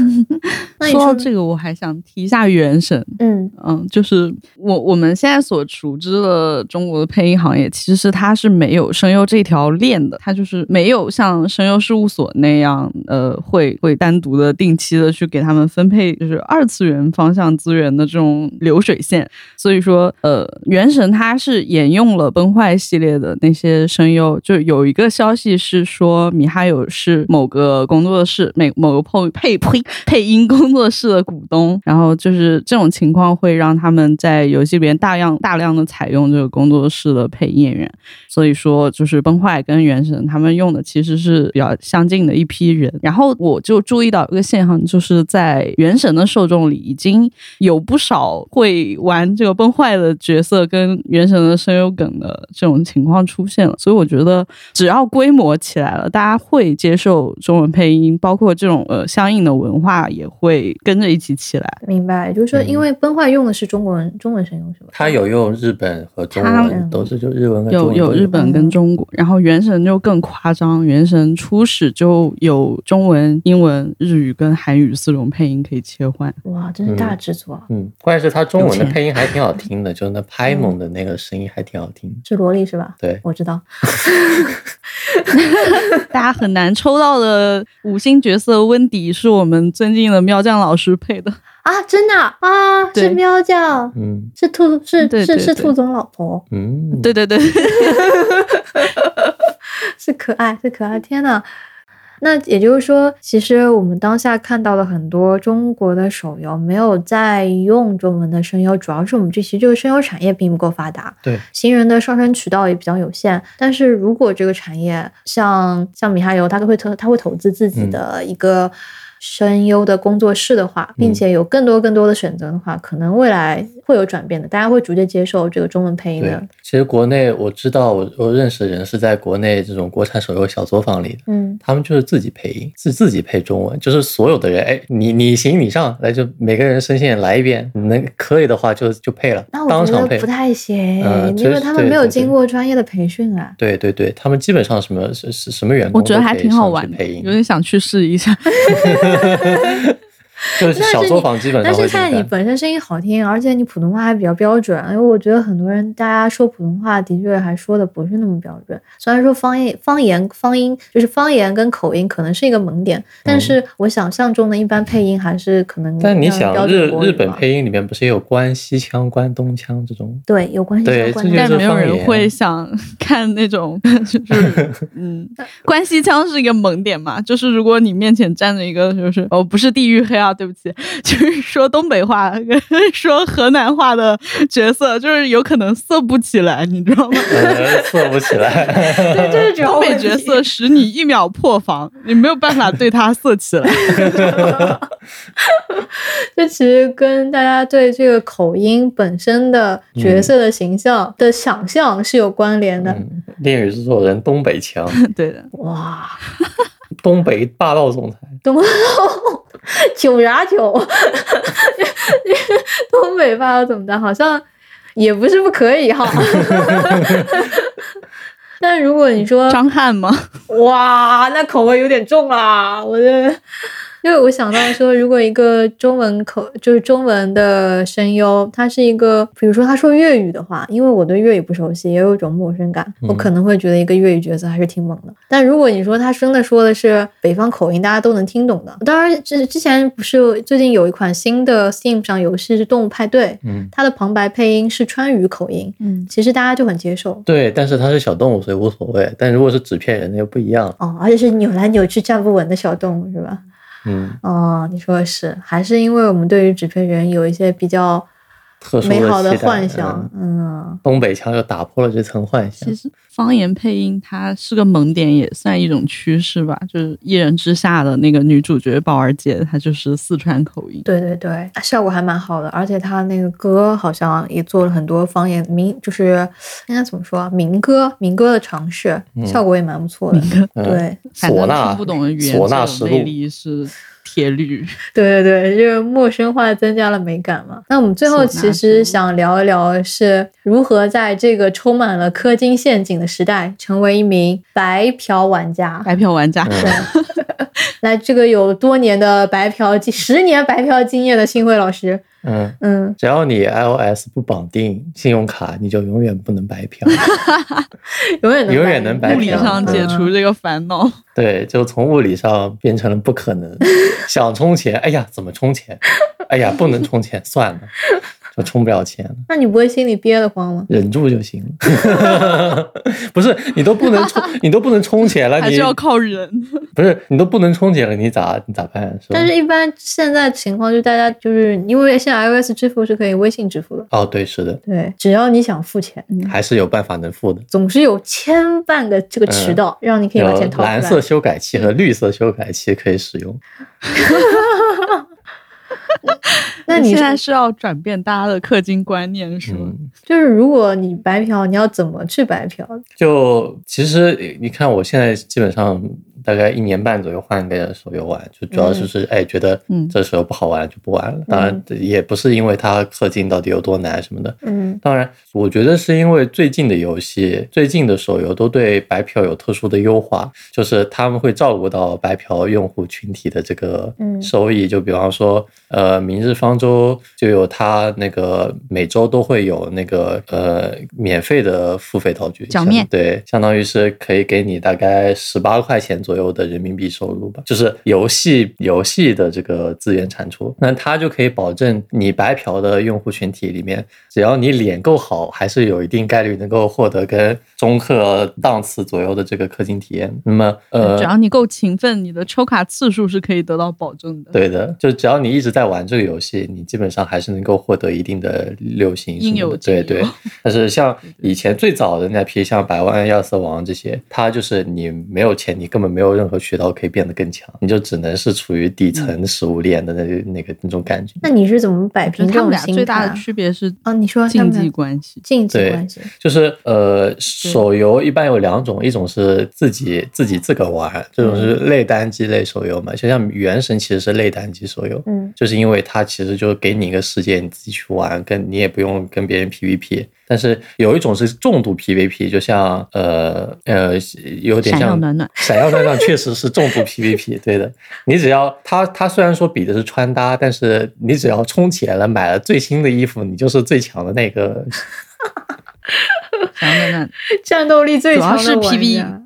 [SPEAKER 4] 那你
[SPEAKER 3] 说到
[SPEAKER 4] 说，
[SPEAKER 3] 这个，我还想提一下《原神》。
[SPEAKER 4] 嗯
[SPEAKER 3] 嗯，就是我我们现在所熟知的中国的配音行业，其实它是没有声优这条链的，它就是没有像声优事务所那样，呃，会会单独的定期的去给他们分配就是二次元方向资源的这种流水线。所以说，呃，《原神》它是沿用了《崩坏》系列的那些声优，就有一个消息是说，米哈游是某个工作室，每某个配配配配音工工作室的股东，然后就是这种情况会让他们在游戏里边大量大量的采用这个工作室的配音演员，所以说就是崩坏跟原神他们用的其实是比较相近的一批人。然后我就注意到一个现象，就是在原神的受众里已经有不少会玩这个崩坏的角色跟原神的声优梗的这种情况出现了，所以我觉得只要规模起来了，大家会接受中文配音，包括这种呃相应的文化也会跟着一起起来。
[SPEAKER 1] 明白，也就是说，因为崩坏用的是中文中文声优是吧？
[SPEAKER 2] 他有用日本和中
[SPEAKER 3] 他
[SPEAKER 2] 文，都是就日文跟中
[SPEAKER 3] 有
[SPEAKER 2] 文
[SPEAKER 3] 有
[SPEAKER 2] 都
[SPEAKER 3] 日本跟中国，然后原神就更夸张，原神初始就有中文、英文、日语跟韩语四种配音可以切换。
[SPEAKER 1] 哇，真是大制作啊！
[SPEAKER 2] 嗯，关键是他中文的
[SPEAKER 3] 有钱嗯
[SPEAKER 2] 配音还挺好听的，就是那拍蒙的那个声音还挺好听的。
[SPEAKER 1] 是萝莉是吧？
[SPEAKER 2] 对
[SPEAKER 1] 我知道。
[SPEAKER 3] 大家很难抽到的五星角色温迪是我们尊敬的喵酱老师配的，
[SPEAKER 1] 啊，真的啊，啊
[SPEAKER 3] 对
[SPEAKER 1] 是喵酱，
[SPEAKER 2] 嗯
[SPEAKER 1] 是兔，是
[SPEAKER 3] 对
[SPEAKER 1] 是
[SPEAKER 3] 对
[SPEAKER 1] 是
[SPEAKER 3] 对
[SPEAKER 1] 兔总老婆，
[SPEAKER 2] 嗯，
[SPEAKER 3] 对对对，
[SPEAKER 1] 是可爱，是可爱，天呐！那也就是说，其实我们当下看到了很多中国的手游没有在用中文的声优，主要是我们这其实这个声优产业并不够发达，
[SPEAKER 2] 对，
[SPEAKER 1] 新人的上升渠道也比较有限。但是如果这个产业像像米哈游，他会投他会投资自
[SPEAKER 2] 嗯
[SPEAKER 1] 己的一个声优的工作室的话，
[SPEAKER 2] 嗯
[SPEAKER 1] 并且有更多更多的选择的话，可能未来会有转变的，大家会逐渐接受这个中文配音
[SPEAKER 2] 对
[SPEAKER 1] 的。，
[SPEAKER 2] 其实国内我知道，我我认识的人是在国内这种国产手游小作坊里的，
[SPEAKER 1] 嗯，
[SPEAKER 2] 他们就是自己配音，自自己配中文，就是所有的人，哎，你你行你上，来就每个人声线来一遍，能可以的话就就配了，
[SPEAKER 1] 那
[SPEAKER 2] 当
[SPEAKER 1] 我觉
[SPEAKER 2] 场配
[SPEAKER 1] 得不。太行，
[SPEAKER 2] 呃
[SPEAKER 1] 因为
[SPEAKER 2] 这
[SPEAKER 1] 他们
[SPEAKER 2] 对
[SPEAKER 1] 没有
[SPEAKER 2] 对
[SPEAKER 1] 经
[SPEAKER 2] 对
[SPEAKER 1] 过专业的培训啊。
[SPEAKER 2] 对对对，他们基本上什么是是什么员工，
[SPEAKER 3] 我觉得还挺好玩的，
[SPEAKER 2] 配
[SPEAKER 3] 有
[SPEAKER 2] 音
[SPEAKER 3] 点想去试一下。
[SPEAKER 2] 就是
[SPEAKER 1] 但是
[SPEAKER 2] 小
[SPEAKER 1] 你
[SPEAKER 2] 作坊基本
[SPEAKER 1] 但
[SPEAKER 2] 上
[SPEAKER 1] 是
[SPEAKER 2] 会这么
[SPEAKER 1] 看你
[SPEAKER 2] 干。
[SPEAKER 1] 本身声音好听，而且你普通话还比较标准，因为我觉得很多人大家说普通话的确还说的不是那么标准。虽然说方言、方言、方音就是方言跟口音可能是一个萌点，但是我想象中的一般配音还是可能。
[SPEAKER 2] 嗯但你想日日本配音里面不是也有关西腔、关东腔这种？
[SPEAKER 1] 对有关系
[SPEAKER 2] 对
[SPEAKER 1] 相关
[SPEAKER 2] 这
[SPEAKER 1] 的
[SPEAKER 2] 就
[SPEAKER 3] 但
[SPEAKER 2] 是
[SPEAKER 3] 没有
[SPEAKER 2] 方
[SPEAKER 3] 人
[SPEAKER 2] 言
[SPEAKER 3] 会想 看那种， 就是嗯，关西腔是一个萌点嘛，就是如果你面前站着一个，就是哦，不是地域黑啊，对不起， 就是说东北话 跟说河南话的角色，就是有可能色不起来，你知道吗？
[SPEAKER 2] 呃，做不起来。
[SPEAKER 1] 对，这 是主要
[SPEAKER 3] 东北
[SPEAKER 1] 问题
[SPEAKER 3] 角色使你一秒破防，你没有办法对他色起来。
[SPEAKER 1] 这其实跟大家对这个口音本身的角色的形象的想象是有关联的。
[SPEAKER 2] 嗯，恋与制作人东北 腔，
[SPEAKER 3] 对的，
[SPEAKER 1] 哇，
[SPEAKER 2] 东北霸道总裁。
[SPEAKER 1] 东九啥九？ 东北霸道总裁好像也不是不可以哈。 但如果你说
[SPEAKER 3] 张翰吗？
[SPEAKER 1] 哇，那口味有点重啊，我的。因为我想到说，如果一个中文口就是中文的声优，他是一个，比如说他说粤语的话，因为我对粤语不熟悉，也有一种陌生感，我
[SPEAKER 2] 嗯
[SPEAKER 1] 可能会觉得一个粤语角色还是挺猛的。但如果你说他真的说的是北方口音，大家都能听懂的，当然之之前不是最近有一款新的 Steam 上游戏是《动物派对》，
[SPEAKER 2] 嗯，
[SPEAKER 1] 它的旁白配音是川渝口音，
[SPEAKER 3] 嗯，
[SPEAKER 1] 其实大家就很接受。
[SPEAKER 2] 对，但是它是小动物，所以无所谓。但如果是纸片人，那就不一样了。
[SPEAKER 1] 哦，而且是扭来扭去站不稳的小动物是吧？
[SPEAKER 2] 嗯，
[SPEAKER 1] 哦，你说的是，还是因为我们对于纸片人有一些比较
[SPEAKER 2] 特殊
[SPEAKER 1] 美好的
[SPEAKER 2] 的期待
[SPEAKER 1] 幻想
[SPEAKER 2] 嗯，
[SPEAKER 1] 嗯，
[SPEAKER 2] 东北腔就打破了这层幻想
[SPEAKER 3] 其。实方言配音它是个萌点，也算一种趋势吧。就是《一人之下》的那个女主角宝儿姐，她就是四川口音。
[SPEAKER 1] 对对对，效果还蛮好的，而且他那个歌好像也做了很多方言民，就是应该怎么说啊，民歌民歌的尝试，
[SPEAKER 2] 嗯
[SPEAKER 1] 效果也蛮不错的。
[SPEAKER 2] 嗯
[SPEAKER 1] 对
[SPEAKER 3] 反正
[SPEAKER 2] 唢呐
[SPEAKER 3] 听不懂的语言，
[SPEAKER 2] 唢呐
[SPEAKER 3] 这
[SPEAKER 2] 实
[SPEAKER 3] 种魅
[SPEAKER 2] 录，
[SPEAKER 3] 力是铁律。
[SPEAKER 1] 对对对，就是陌生化增加了美感嘛。那我们最后
[SPEAKER 3] 是的
[SPEAKER 1] 其实想聊一聊是如何在这个充满了氪金陷阱的时代，成为一名白嫖玩家。
[SPEAKER 3] 白嫖玩家，
[SPEAKER 2] 嗯，
[SPEAKER 1] 对， 来，这个有多年的白嫖经，十年白嫖经验的幸会老师，
[SPEAKER 2] 嗯，
[SPEAKER 1] 嗯，
[SPEAKER 2] 只要你 iOS 不绑定信用卡，你就永远不能白 嫖。
[SPEAKER 1] 永远能
[SPEAKER 2] 永远能白
[SPEAKER 3] 物理
[SPEAKER 2] 嫖嗯
[SPEAKER 3] 上解除这个烦恼。
[SPEAKER 2] 对，就从物理上变成了 不可能。想充钱，哎呀，怎么充钱？哎呀，不能充钱，算了。就充不了钱了。
[SPEAKER 1] 那你不会心里憋得慌吗？
[SPEAKER 2] 忍住 就行了，不是你都不能充，你都不能充钱了，
[SPEAKER 3] 还
[SPEAKER 2] 你
[SPEAKER 3] 是要靠人。
[SPEAKER 2] 不是你都不能充钱了，你咋你咋办？是吧
[SPEAKER 1] 但？是，一般现在情况就是大家就是因为现在 iOS 支付是可以微信支付的，
[SPEAKER 2] 哦，对，是的，
[SPEAKER 1] 对，只要你想付钱，
[SPEAKER 2] 还是有办法能付的。
[SPEAKER 1] 总是有千万个这个渠道、让你可以
[SPEAKER 2] 嗯有
[SPEAKER 1] 把钱掏出来。
[SPEAKER 2] 蓝色修改器和绿色修改器可以使用。
[SPEAKER 1] 那你
[SPEAKER 3] 现
[SPEAKER 1] 是
[SPEAKER 3] 在是要转变大家的氪金观念是吗？
[SPEAKER 2] 嗯，
[SPEAKER 1] 就是如果你白嫖，你要怎么去白嫖？
[SPEAKER 2] 就其实你看，我现在基本上大概一年半左右换个手游玩，就主要就是、哎觉得
[SPEAKER 3] 嗯
[SPEAKER 2] 这手游不好玩就不玩了。当然也不是因为它氪金到底有多难什么的。
[SPEAKER 1] 嗯，
[SPEAKER 2] 当然，我觉得是因为最近的游戏、最近的手游都对白嫖有特殊的优化，就是他们会照顾到白嫖用户群体的这个
[SPEAKER 1] 嗯
[SPEAKER 2] 收益。就比方说，呃，明日方舟就有它那个每周都会有那个呃免费的付费道具
[SPEAKER 3] 奖面
[SPEAKER 2] 对，相当于是可以给你大概十八块钱左右的人民币收入吧，就是游戏游戏的这个资源产出，那它就可以保证你白嫖的用户群体里面，只要你脸够好，还是有一定概率能够获得跟中客档次左右的这个氪金体验。那么，呃，
[SPEAKER 3] 只要你够勤奋，你的抽卡次数是可以得到保证的。
[SPEAKER 2] 对的，就只要你一直在玩这个游戏，你基本上还是能够获得一定的六星什么的。
[SPEAKER 3] 应有尽
[SPEAKER 2] 对
[SPEAKER 3] 有
[SPEAKER 2] 对。但是像以前最早的那批，像百万、亚瑟王这些，它就是你没有钱，你根本没有任何渠道可以变得更强，你就只能是处于底
[SPEAKER 3] 嗯
[SPEAKER 2] 层食物链的那个那个那种感觉。
[SPEAKER 1] 那你是怎么摆
[SPEAKER 3] 就
[SPEAKER 1] 平
[SPEAKER 3] 是
[SPEAKER 1] 这
[SPEAKER 3] 他们
[SPEAKER 1] 种
[SPEAKER 3] 俩
[SPEAKER 1] 心
[SPEAKER 3] 最
[SPEAKER 1] 态
[SPEAKER 3] 大的
[SPEAKER 1] 啊？
[SPEAKER 3] 区别是
[SPEAKER 1] 哦你说他
[SPEAKER 3] 竞
[SPEAKER 1] 们
[SPEAKER 3] 技
[SPEAKER 1] 俩
[SPEAKER 3] 关系。
[SPEAKER 1] 竞技
[SPEAKER 2] 对
[SPEAKER 1] 关系，
[SPEAKER 2] 就是呃，手游一般有两种，一种是自己自己自个儿玩，这种
[SPEAKER 3] 嗯
[SPEAKER 2] 是类单机类手游嘛，就像《原神》其实是类单机手游，
[SPEAKER 1] 嗯
[SPEAKER 2] 就是因为它其实就给你一个世界，你自己去玩，跟你也不用跟别人 PVP。但是有一种是重度 PVP，就像呃呃，有点像
[SPEAKER 3] 闪耀暖暖，
[SPEAKER 2] 闪耀暖暖确实是重度 PVP，对的。你只要它它虽然说比的是穿搭，但是你只要充钱了，买了最新的衣服，你就是最强的那个
[SPEAKER 3] 想想
[SPEAKER 1] 战斗力最
[SPEAKER 3] 主要
[SPEAKER 1] 强
[SPEAKER 3] 是
[SPEAKER 1] 的玩
[SPEAKER 3] PVP
[SPEAKER 1] 家。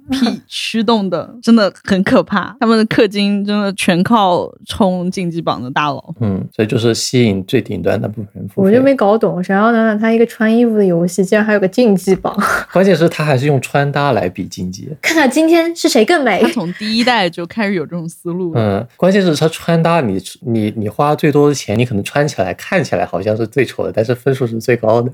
[SPEAKER 3] 驱动的，真的很可怕。他们的氪金真的全靠冲竞技榜的大佬。
[SPEAKER 2] 嗯，所以就是吸引最顶端那部分人付费。
[SPEAKER 1] 我就没搞懂，闪耀暖暖它一个穿衣服的游戏，竟然还有个竞技榜，
[SPEAKER 2] 关键是他还是用穿搭来比竞技。
[SPEAKER 1] 看看今天是谁更美
[SPEAKER 3] 他。从第一代就开始有这种思路了，
[SPEAKER 2] 嗯，关键是他穿搭你，你你花最多的钱，你可能穿起来看起来好像是最丑的，但是分数是最 高的。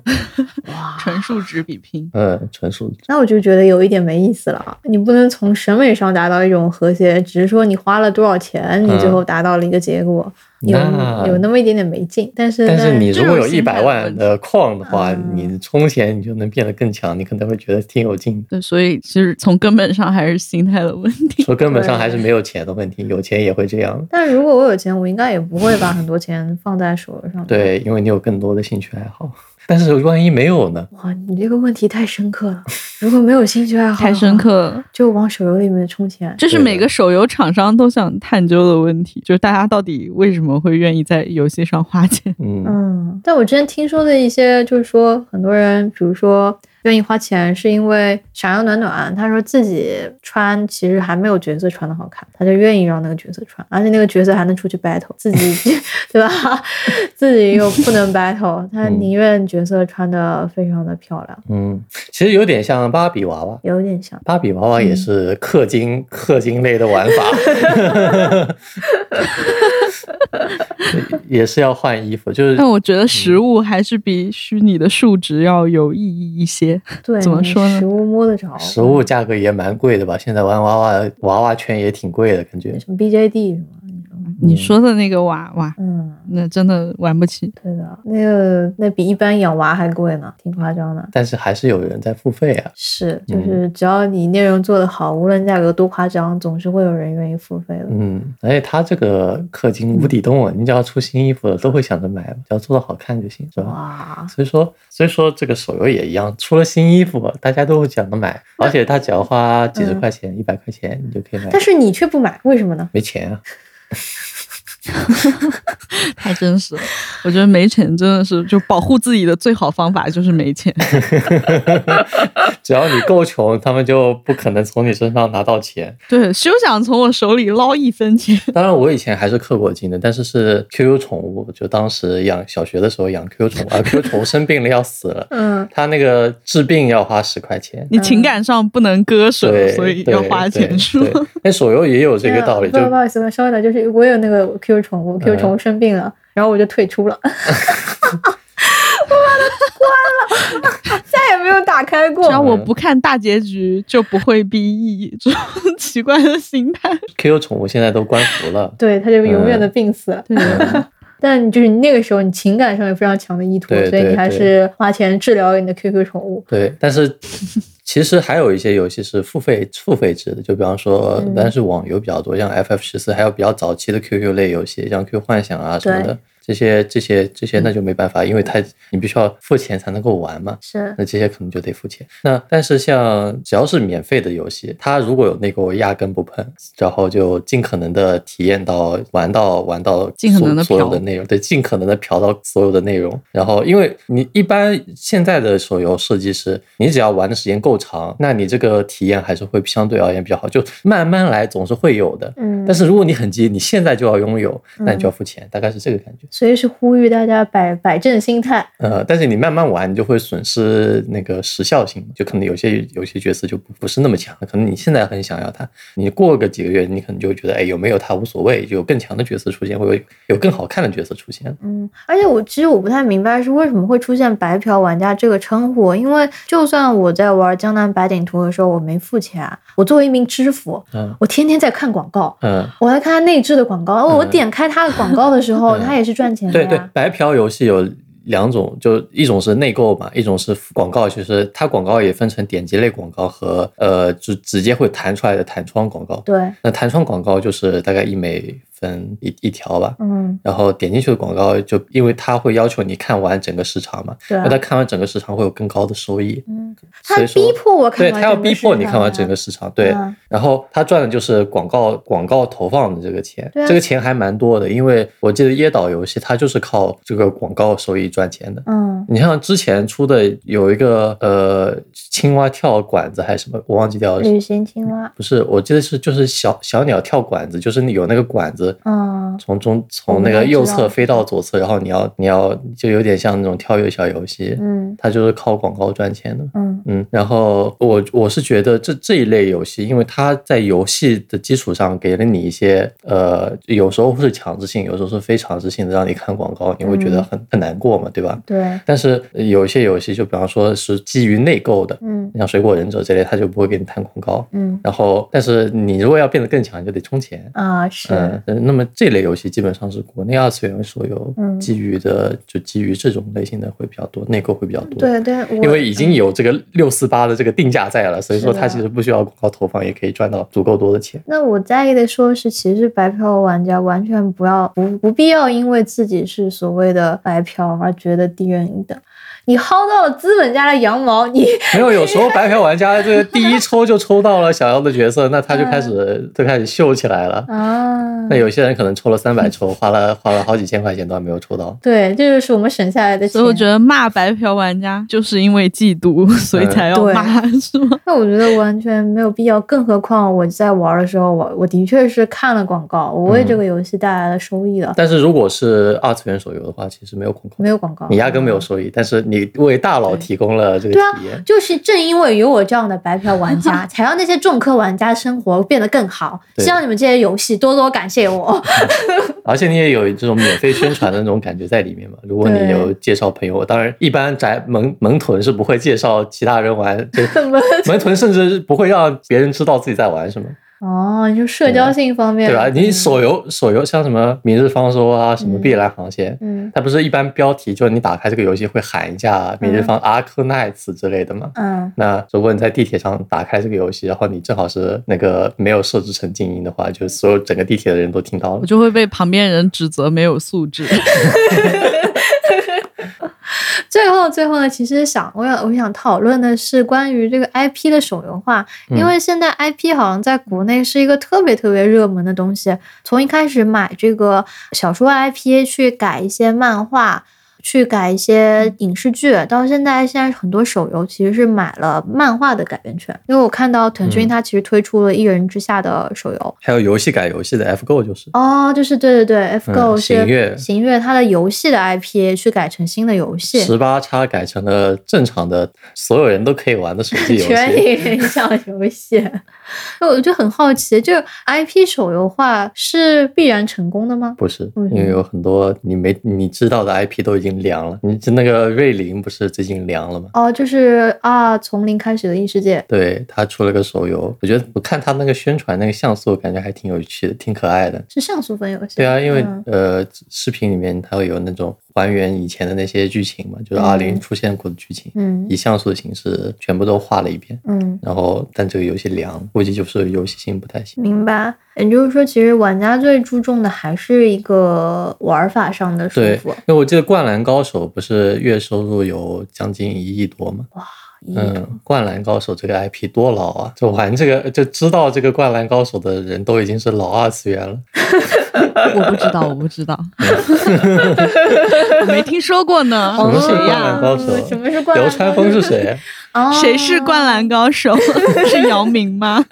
[SPEAKER 3] 纯数值比拼。
[SPEAKER 2] 嗯，纯数
[SPEAKER 1] 那我就觉得有一点没意思了啊！你不能从审美上达到一种和谐，只是说你花了多少钱，你最后达到了一个结果，有
[SPEAKER 2] 那
[SPEAKER 1] 有那么一点点没劲。但是
[SPEAKER 2] 但是
[SPEAKER 1] 那
[SPEAKER 2] 你如果有
[SPEAKER 3] 这种
[SPEAKER 2] 一
[SPEAKER 3] 心态
[SPEAKER 2] 百
[SPEAKER 3] 的
[SPEAKER 2] 万
[SPEAKER 3] 问题
[SPEAKER 2] 的矿的话，
[SPEAKER 1] 嗯
[SPEAKER 2] 你充钱你就能变得更强，你可能会觉得挺有 劲的。
[SPEAKER 3] 对，所以其实从根本上还是心态的问题。
[SPEAKER 2] 说根本上
[SPEAKER 1] 对
[SPEAKER 2] 还是没有钱的问题，有钱也会这样。
[SPEAKER 1] 但如果我有钱，我应该也不会把很多钱放在手游上。，
[SPEAKER 2] 对，因为你有更多的兴趣爱好。但是万一没有呢？
[SPEAKER 1] 哇，你这个问题太深刻了。如果没有兴趣爱好，
[SPEAKER 3] 太深，刻 了，
[SPEAKER 1] 就往手游里面充钱。
[SPEAKER 3] 这是
[SPEAKER 2] 对的
[SPEAKER 3] 每个手游厂商都想探究的问题，就是大家到底为什么会愿意在游戏上花钱？
[SPEAKER 2] 嗯，
[SPEAKER 1] 嗯，但我之前听说的一些，就是说很多人，比如说愿意花钱，是因为闪耀暖暖，他说自己穿其实还没有角色穿的好看，他就愿意让那个角色穿，而且那个角色还能出去 battle，自己对吧？自己又不能 battle，他
[SPEAKER 2] 嗯
[SPEAKER 1] 宁愿角色穿的非常的漂亮，
[SPEAKER 2] 嗯，其实有点像芭比娃娃，
[SPEAKER 1] 有点像。
[SPEAKER 2] 芭比娃娃
[SPEAKER 1] 嗯
[SPEAKER 2] 也是氪金、氪金类的玩法， 也是要换衣服，就是
[SPEAKER 1] 哦
[SPEAKER 3] 但我觉得实物还是比虚拟的数值要有意义一些。
[SPEAKER 1] 对，
[SPEAKER 3] 怎么
[SPEAKER 1] 你
[SPEAKER 3] 说呢
[SPEAKER 1] 食物摸得着，
[SPEAKER 2] 食物价格也蛮贵的吧？现在玩娃娃娃娃圈也挺贵的，感觉
[SPEAKER 1] 什么 BJD 什么那种，
[SPEAKER 2] 嗯
[SPEAKER 3] 你说的那个娃娃，
[SPEAKER 1] 嗯，
[SPEAKER 3] 那真的玩不起。
[SPEAKER 1] 对的，那个那比一般养娃还贵呢，挺夸张的。
[SPEAKER 2] 但是还是有人在付费啊。
[SPEAKER 1] 是，就是只要你内容做得好，无论价格多夸张，总是会有人愿意付费的。
[SPEAKER 2] 嗯，而且他这个氪金无底洞啊，你只要出新衣服了，都会想着买，啊只要做的好看就行，是啊吧？
[SPEAKER 1] 哇，
[SPEAKER 2] 所以说，所以说这个手游也一样，出了新衣服，大家都会想着买，而且他只要花几十块钱、一百、块钱，你就可以买
[SPEAKER 1] 嗯但。是你却不买，为什么呢？
[SPEAKER 2] 没钱啊，
[SPEAKER 3] 太真实了。我觉得没钱真的是就保护自己的最好方法就是没钱。
[SPEAKER 2] 只要你够穷，他们就不可能从你身上拿到钱。
[SPEAKER 3] 对，休想从我手里捞一分钱。
[SPEAKER 2] 当然，我以前还是氪过金的，但是是 QQ 宠物，就当时养小学的时候养 QQ 宠物，啊，QQ 宠物生病了要死了，
[SPEAKER 1] 嗯，
[SPEAKER 2] 它那个治病要花十块 钱。
[SPEAKER 3] 你情感上不能割舍，
[SPEAKER 2] 对，
[SPEAKER 3] 所以
[SPEAKER 2] 对
[SPEAKER 3] 要花钱
[SPEAKER 2] 对
[SPEAKER 3] 是吗？
[SPEAKER 2] 对那手游也有这个道理，
[SPEAKER 1] 不
[SPEAKER 2] 就嗯
[SPEAKER 1] 不好意思，我稍微等，就是我有那个 QQ 宠物，QQ 宠物生病了，然后我就退出 了，我把它关了，再也没有打开过
[SPEAKER 3] 只。要
[SPEAKER 2] 嗯
[SPEAKER 3] 我不看大结局，就不会 BE 这种 奇怪的心态。
[SPEAKER 2] QQ 宠物现在都关服了。
[SPEAKER 1] 对，它就永远的病死了。
[SPEAKER 2] 嗯
[SPEAKER 1] 但就是那个时候，你情感上有非常强的依托
[SPEAKER 2] 对，
[SPEAKER 1] 所以
[SPEAKER 2] 对
[SPEAKER 1] 你还
[SPEAKER 2] 对
[SPEAKER 1] 是花钱治疗你的 QQ 宠物。
[SPEAKER 2] 对，但是其实还有一些游戏是付费付费制的，就比方说，但是网游比较多，像 FF 十四，还有比较早期的 QQ 类游戏，像 Q 幻想啊什么的，这些这些这些那就没办法，因为它你必须要付钱才能够玩嘛。
[SPEAKER 1] 是，
[SPEAKER 2] 那这些可能就得付钱。那但是像只要是免费的游戏，它如果有内购，我压根不碰，然后就尽可能的体验到玩到玩到
[SPEAKER 3] 尽可能地
[SPEAKER 2] 所所有
[SPEAKER 3] 嫖
[SPEAKER 2] 的内容，对，尽可能的嫖到所有的内容。然后因为你一般现在的手游设计是，你只要玩的时间够长，那你这个体验还是会相对而言比较好，就慢慢来总是会有的。
[SPEAKER 1] 嗯
[SPEAKER 2] 但，是如果你很急，你现在就要拥有，那你就要付钱，大概是这个感觉。
[SPEAKER 1] 所以是呼吁大家摆摆正心态。
[SPEAKER 2] 呃，但是你慢慢玩，你就会损失那个时效性，就可能有些有些角色就不不是那么强，可能你现在很想要它，你过个几个月，你可能就会觉得，哎，有没有它无所谓，就有更强的角色出现，或者有更好看的角色出现。
[SPEAKER 1] 嗯，而且我其实我不太明白是为什么会出现“白嫖玩家”这个称呼，因为就算我在玩《江南百景图》的时候我没付钱啊，我作为一名知府，
[SPEAKER 2] 嗯
[SPEAKER 1] 我天天在看广告，
[SPEAKER 2] 嗯，
[SPEAKER 1] 我还看他内置的广告，哦，我点开他的广告的时候，
[SPEAKER 2] 嗯
[SPEAKER 1] 他也是赚钱的
[SPEAKER 2] 对
[SPEAKER 1] 呀。
[SPEAKER 2] 对，白嫖游戏有两种，就一种是内购嘛，一种是广告，就是它广告也分成点击类广告和呃，就直接会弹出来的弹窗广告。
[SPEAKER 1] 对
[SPEAKER 2] 那弹窗广告就是大概一美分一一条吧，
[SPEAKER 1] 嗯，
[SPEAKER 2] 然后点进去的广告就因为它会要求你看完整个时长嘛，
[SPEAKER 1] 对啊
[SPEAKER 2] 那它看完整个时长会有更高的收益，
[SPEAKER 1] 嗯，他
[SPEAKER 2] 所以说
[SPEAKER 1] 逼迫我看
[SPEAKER 2] 对
[SPEAKER 1] 完，
[SPEAKER 2] 它要逼迫你看完整个。时长，对，
[SPEAKER 1] 啊嗯
[SPEAKER 2] 然后它赚的就是广告广告投放的这个钱，
[SPEAKER 1] 对啊
[SPEAKER 2] 这个钱还蛮多的，因为我记得椰岛游戏它就是靠这个广告收益赚钱的，
[SPEAKER 1] 嗯，
[SPEAKER 2] 你像之前出的有一个呃青蛙跳管子还是什么，我忘记掉了。
[SPEAKER 1] 旅行青蛙，
[SPEAKER 2] 不是，我记得是就是小小鸟跳管子，就是有那个管子，
[SPEAKER 1] 嗯
[SPEAKER 2] 从中
[SPEAKER 1] 我
[SPEAKER 2] 从
[SPEAKER 1] 们
[SPEAKER 2] 那个
[SPEAKER 1] 都知
[SPEAKER 2] 右
[SPEAKER 1] 道
[SPEAKER 2] 侧飞到左侧，然后你要你要就有点像那种跳跃小游戏，
[SPEAKER 1] 嗯
[SPEAKER 2] 它就是靠广告赚钱的。
[SPEAKER 1] 嗯
[SPEAKER 2] 嗯，然后我我是觉得这这一类游戏，因为它在游戏的基础上给了你一些呃，有时候是强制性，有时候是非强制性的，让你看广告，你会觉得
[SPEAKER 1] 嗯
[SPEAKER 2] 很、很难过嘛，对吧？
[SPEAKER 1] 对，
[SPEAKER 2] 但是呃有一些游戏，就比方说是基于内购的，
[SPEAKER 1] 嗯
[SPEAKER 2] 像《水果忍者》这类，它就不会给你弹广告。
[SPEAKER 1] 嗯
[SPEAKER 2] 然后，但是你如果要变得更强，你就得充钱。
[SPEAKER 1] 啊是，
[SPEAKER 2] 嗯，呃那么这类游戏基本上是国内二次元手游
[SPEAKER 1] 嗯
[SPEAKER 2] 基于的，就基于这种类型的会比较多，内购会比较多。，
[SPEAKER 1] 对对，我
[SPEAKER 2] 因为已经有这个六四八的这个定价在了，所以说
[SPEAKER 1] 是的
[SPEAKER 2] 它其实不需要广告投放，也可以赚到足够多的钱。
[SPEAKER 1] 那我在意的说是，其实白嫖玩家完全不要不不必要因为自己是所谓的白嫖而觉得低人一等。你薅到了资本家的羊毛， 你
[SPEAKER 2] 没有，有时候白嫖玩家这个第一抽就抽到了想要的角色，那他就开始
[SPEAKER 1] 嗯
[SPEAKER 2] 就开始秀起来了。
[SPEAKER 1] 啊
[SPEAKER 2] 那，有些人可能抽了三百抽，花了花了好几千块钱都还没有抽到。
[SPEAKER 1] 对，这就是我们省下来的钱。
[SPEAKER 3] 所以我觉得骂白嫖玩家就是因为嫉妒，
[SPEAKER 2] 嗯
[SPEAKER 3] 所以才要
[SPEAKER 1] 对
[SPEAKER 3] 骂， 是吗？
[SPEAKER 1] 那我觉得完全没有必要，更何况我在玩的时候，我我的确是看了广告，我
[SPEAKER 2] 嗯
[SPEAKER 1] 为这个游戏带来了收益了，
[SPEAKER 2] 但是如果是二次元手游的话，其实没有广告，
[SPEAKER 1] 没有广告，
[SPEAKER 2] 你压根没有收益，但是你为大佬提供了这个
[SPEAKER 1] 对啊
[SPEAKER 2] 体验。
[SPEAKER 1] 就是正因为有我这样的白嫖玩 家，才让那些重氪玩家生活变得更好。
[SPEAKER 2] 对
[SPEAKER 1] 希望你们这些游戏多多感谢我。
[SPEAKER 2] 而且你也有这种免费宣传的那种感觉在里面嘛。如果你
[SPEAKER 1] 对
[SPEAKER 2] 有介绍朋友，当然一般宅萌萌臀是不会介绍其他人玩，就
[SPEAKER 1] 么
[SPEAKER 2] 萌臀甚至不会让别人知道自己在玩什么，
[SPEAKER 1] 哦，你说社交性方面，
[SPEAKER 2] 对吧？你手游手游像什么《明日方舟》啊，什么《碧蓝航线》。
[SPEAKER 1] 嗯
[SPEAKER 2] 它不是一般标题，就是你打开这个游戏会喊一下“明日方 a r k n i g h t 之类的嘛？
[SPEAKER 1] 嗯
[SPEAKER 2] 那如果你在地铁上打开这个游戏，然后你正好是那个没有设置成静音的话，就所有整个地铁的人都听到了
[SPEAKER 3] 我。就会被旁边人指责没有素质。
[SPEAKER 1] 最后最后呢，其实想我想我想讨论的是关于这个 IP 的手游化，
[SPEAKER 2] 嗯
[SPEAKER 1] 因为现在 IP 好像在国内是一个特别特别热门的东西，从一开始买这个小说 IP 去改一些漫画。去改一些影视剧，
[SPEAKER 2] 嗯
[SPEAKER 1] 到现在现在很多手游其实是买了漫画的改编权，因为我看到腾讯
[SPEAKER 2] 嗯
[SPEAKER 1] 它其实推出了《一人之下》的手游，
[SPEAKER 2] 还有游戏改游戏的 F Go 就是，
[SPEAKER 1] 哦，就是对对对
[SPEAKER 2] 嗯
[SPEAKER 1] ，FGO 是
[SPEAKER 2] 行月
[SPEAKER 1] 行月它的游戏的 IP 去改成新的游戏，
[SPEAKER 2] 十八叉改成了正常的所有人都可以玩的手机游
[SPEAKER 1] 全
[SPEAKER 2] 戏。
[SPEAKER 1] 影响游戏。 那我就很好奇，这个 IP 手游化是必然成功的吗？
[SPEAKER 2] 不是，
[SPEAKER 1] 嗯
[SPEAKER 2] 因为有很多你没你知道的 IP 都已经凉了。你那个瑞林不是最近凉了吗？
[SPEAKER 1] 哦，就是啊，从零开始的异世界。
[SPEAKER 2] 对他出了个手游，我觉得我看他那个宣传那个像素，感觉还挺有趣的，挺可爱的。
[SPEAKER 1] 是像素分游戏，
[SPEAKER 2] 对啊，因为、
[SPEAKER 1] 嗯
[SPEAKER 2] 呃，视频里面它会有那种还原以前的那些剧情嘛，就是
[SPEAKER 1] 嗯
[SPEAKER 2] 二零出现过的剧情，
[SPEAKER 1] 嗯
[SPEAKER 2] 以像素的形式全部都画了一遍。
[SPEAKER 1] 嗯，
[SPEAKER 2] 然后，但这个游戏凉，估计就是游戏性不太行。
[SPEAKER 1] 明白。也就是说，其实玩家最注重的还是一个玩法上的舒
[SPEAKER 2] 对，
[SPEAKER 1] 服
[SPEAKER 2] 因。为我记得《灌篮高手》不是月收入有将近一亿多嘛？
[SPEAKER 3] 哦
[SPEAKER 1] 一
[SPEAKER 2] 嗯，《灌篮高手》这个 IP 多老啊！就玩这个， 就知道这个《灌篮高手》的人都已经是老二次元了。
[SPEAKER 3] 我不知道，我不知道， 我没听说过呢。
[SPEAKER 2] 嗯什么是
[SPEAKER 3] 谁
[SPEAKER 2] 灌
[SPEAKER 3] 呀
[SPEAKER 2] 篮？高手？
[SPEAKER 1] 哦什么是灌篮
[SPEAKER 2] 流川枫是 谁？啊
[SPEAKER 1] 哦
[SPEAKER 3] 谁是灌篮高手？ 是姚明吗？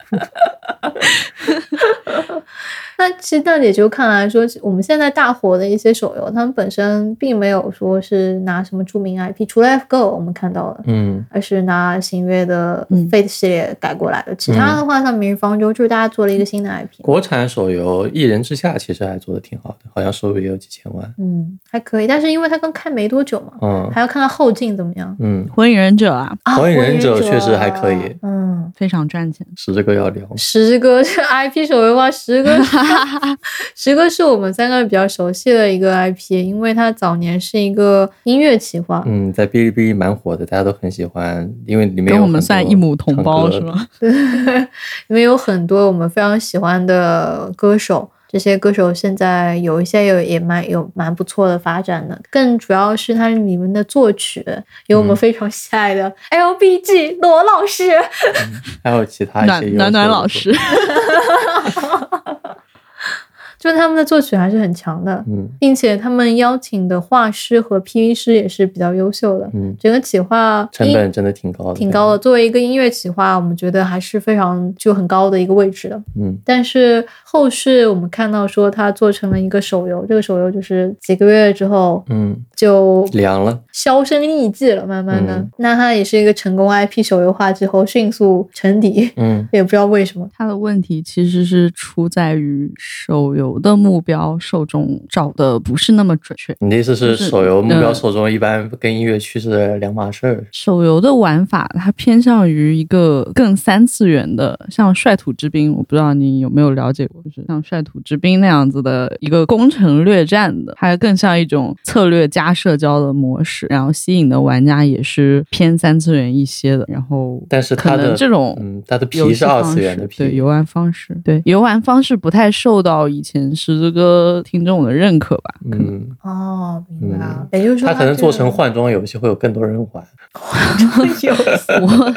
[SPEAKER 1] 那其实那也就看来说，我们现在大火的一些手游，他们本身并没有说是拿什么著名 IP，除了 FGO 我们看到了，
[SPEAKER 2] 嗯，
[SPEAKER 1] 而是拿星月的
[SPEAKER 3] 嗯
[SPEAKER 1] Fate 系列改过来的。其他
[SPEAKER 2] 嗯
[SPEAKER 1] 的话，像《明日方舟》，就是大家做了一个新的 IP，
[SPEAKER 2] 国产手游《一人之下》其实还做的挺好的，好像收入也有几千万。
[SPEAKER 1] 嗯，还可以。但是因为它刚开没多久嘛，
[SPEAKER 2] 嗯
[SPEAKER 1] 还要看它后劲怎么样。
[SPEAKER 2] 嗯，
[SPEAKER 3] 火影忍者啊，
[SPEAKER 1] 啊，
[SPEAKER 2] 火影忍者
[SPEAKER 1] 火
[SPEAKER 2] 确实还可以
[SPEAKER 1] 嗯。
[SPEAKER 3] 非常赚钱。
[SPEAKER 2] 是这个要聊吗。
[SPEAKER 1] 十哥这 IP 手游化，十哥， 十哥是我们三个比较熟悉的一个 IP，因为它早年是一个音乐企划，
[SPEAKER 2] 嗯，在哔哩哔哩蛮火的，大家都很喜欢，因为里面有
[SPEAKER 3] 跟我们
[SPEAKER 2] 很多
[SPEAKER 3] 算一母同胞
[SPEAKER 2] 唱歌
[SPEAKER 3] 是？吗？
[SPEAKER 1] 因为有很多我们非常喜欢的歌手，这些歌手现在有一些有也蛮有蛮不错的发展的，更主要是它里面的作曲有我们
[SPEAKER 2] 嗯
[SPEAKER 1] 非常喜爱的 LBG 罗老师，
[SPEAKER 2] 还有其他一些
[SPEAKER 3] 暖
[SPEAKER 2] 优秀
[SPEAKER 3] 暖暖
[SPEAKER 2] 的
[SPEAKER 3] 老
[SPEAKER 2] 作
[SPEAKER 3] 师，
[SPEAKER 1] 就是他们的作曲还是很强的，
[SPEAKER 2] 嗯
[SPEAKER 1] 并且他们邀请的画师和 PV 师也是比较优秀的，
[SPEAKER 2] 嗯，
[SPEAKER 1] 整个企划
[SPEAKER 2] 成
[SPEAKER 1] 音
[SPEAKER 2] 本嗯真的挺高的，
[SPEAKER 1] 挺高的。。作为一个音乐企划，我们觉得还是非常具有很高的一个位置的。
[SPEAKER 2] 嗯
[SPEAKER 1] 但是后世我们看到说它做成了一个手游，这个手游就是几个月之后
[SPEAKER 2] 嗯，
[SPEAKER 1] 就
[SPEAKER 2] 凉了。
[SPEAKER 1] 销声匿迹了，慢慢的。
[SPEAKER 2] 嗯
[SPEAKER 1] 那它也是一个成功 IP 手游化之后迅速沉底，
[SPEAKER 2] 嗯
[SPEAKER 1] 也不知道为什么。
[SPEAKER 3] 他的问题其实是出在于手游的目标受众找的不是那么准确。
[SPEAKER 2] 你的意思是
[SPEAKER 3] 就是
[SPEAKER 2] 手游目标
[SPEAKER 3] 嗯
[SPEAKER 2] 受众一般跟音乐趋势两码事儿？
[SPEAKER 3] 手游的玩法，它偏向于一个更三次元的，像率土之滨，我不知道你有没有了解过，就是像率土之滨那样子的一个攻城略战的，它更像一种策略加社交的模式，然后吸引的玩家也是偏三次元一些的，然后
[SPEAKER 2] 但是它
[SPEAKER 3] 可
[SPEAKER 2] 的
[SPEAKER 3] 能这种
[SPEAKER 2] 嗯，它的
[SPEAKER 3] 游
[SPEAKER 2] 皮
[SPEAKER 3] 戏
[SPEAKER 2] 是二
[SPEAKER 3] 方
[SPEAKER 2] 次元
[SPEAKER 3] 式
[SPEAKER 2] 的
[SPEAKER 3] 对
[SPEAKER 2] 皮
[SPEAKER 3] 游，玩方式，对游玩方式不太受到以前十字哥听众的认可吧？ 可能
[SPEAKER 2] 嗯，
[SPEAKER 1] 哦，明白了
[SPEAKER 2] 嗯。
[SPEAKER 1] 也就是说，
[SPEAKER 2] 它可能做成
[SPEAKER 1] 换
[SPEAKER 2] 换装游戏会有更多人玩。
[SPEAKER 1] 游戏。
[SPEAKER 3] 我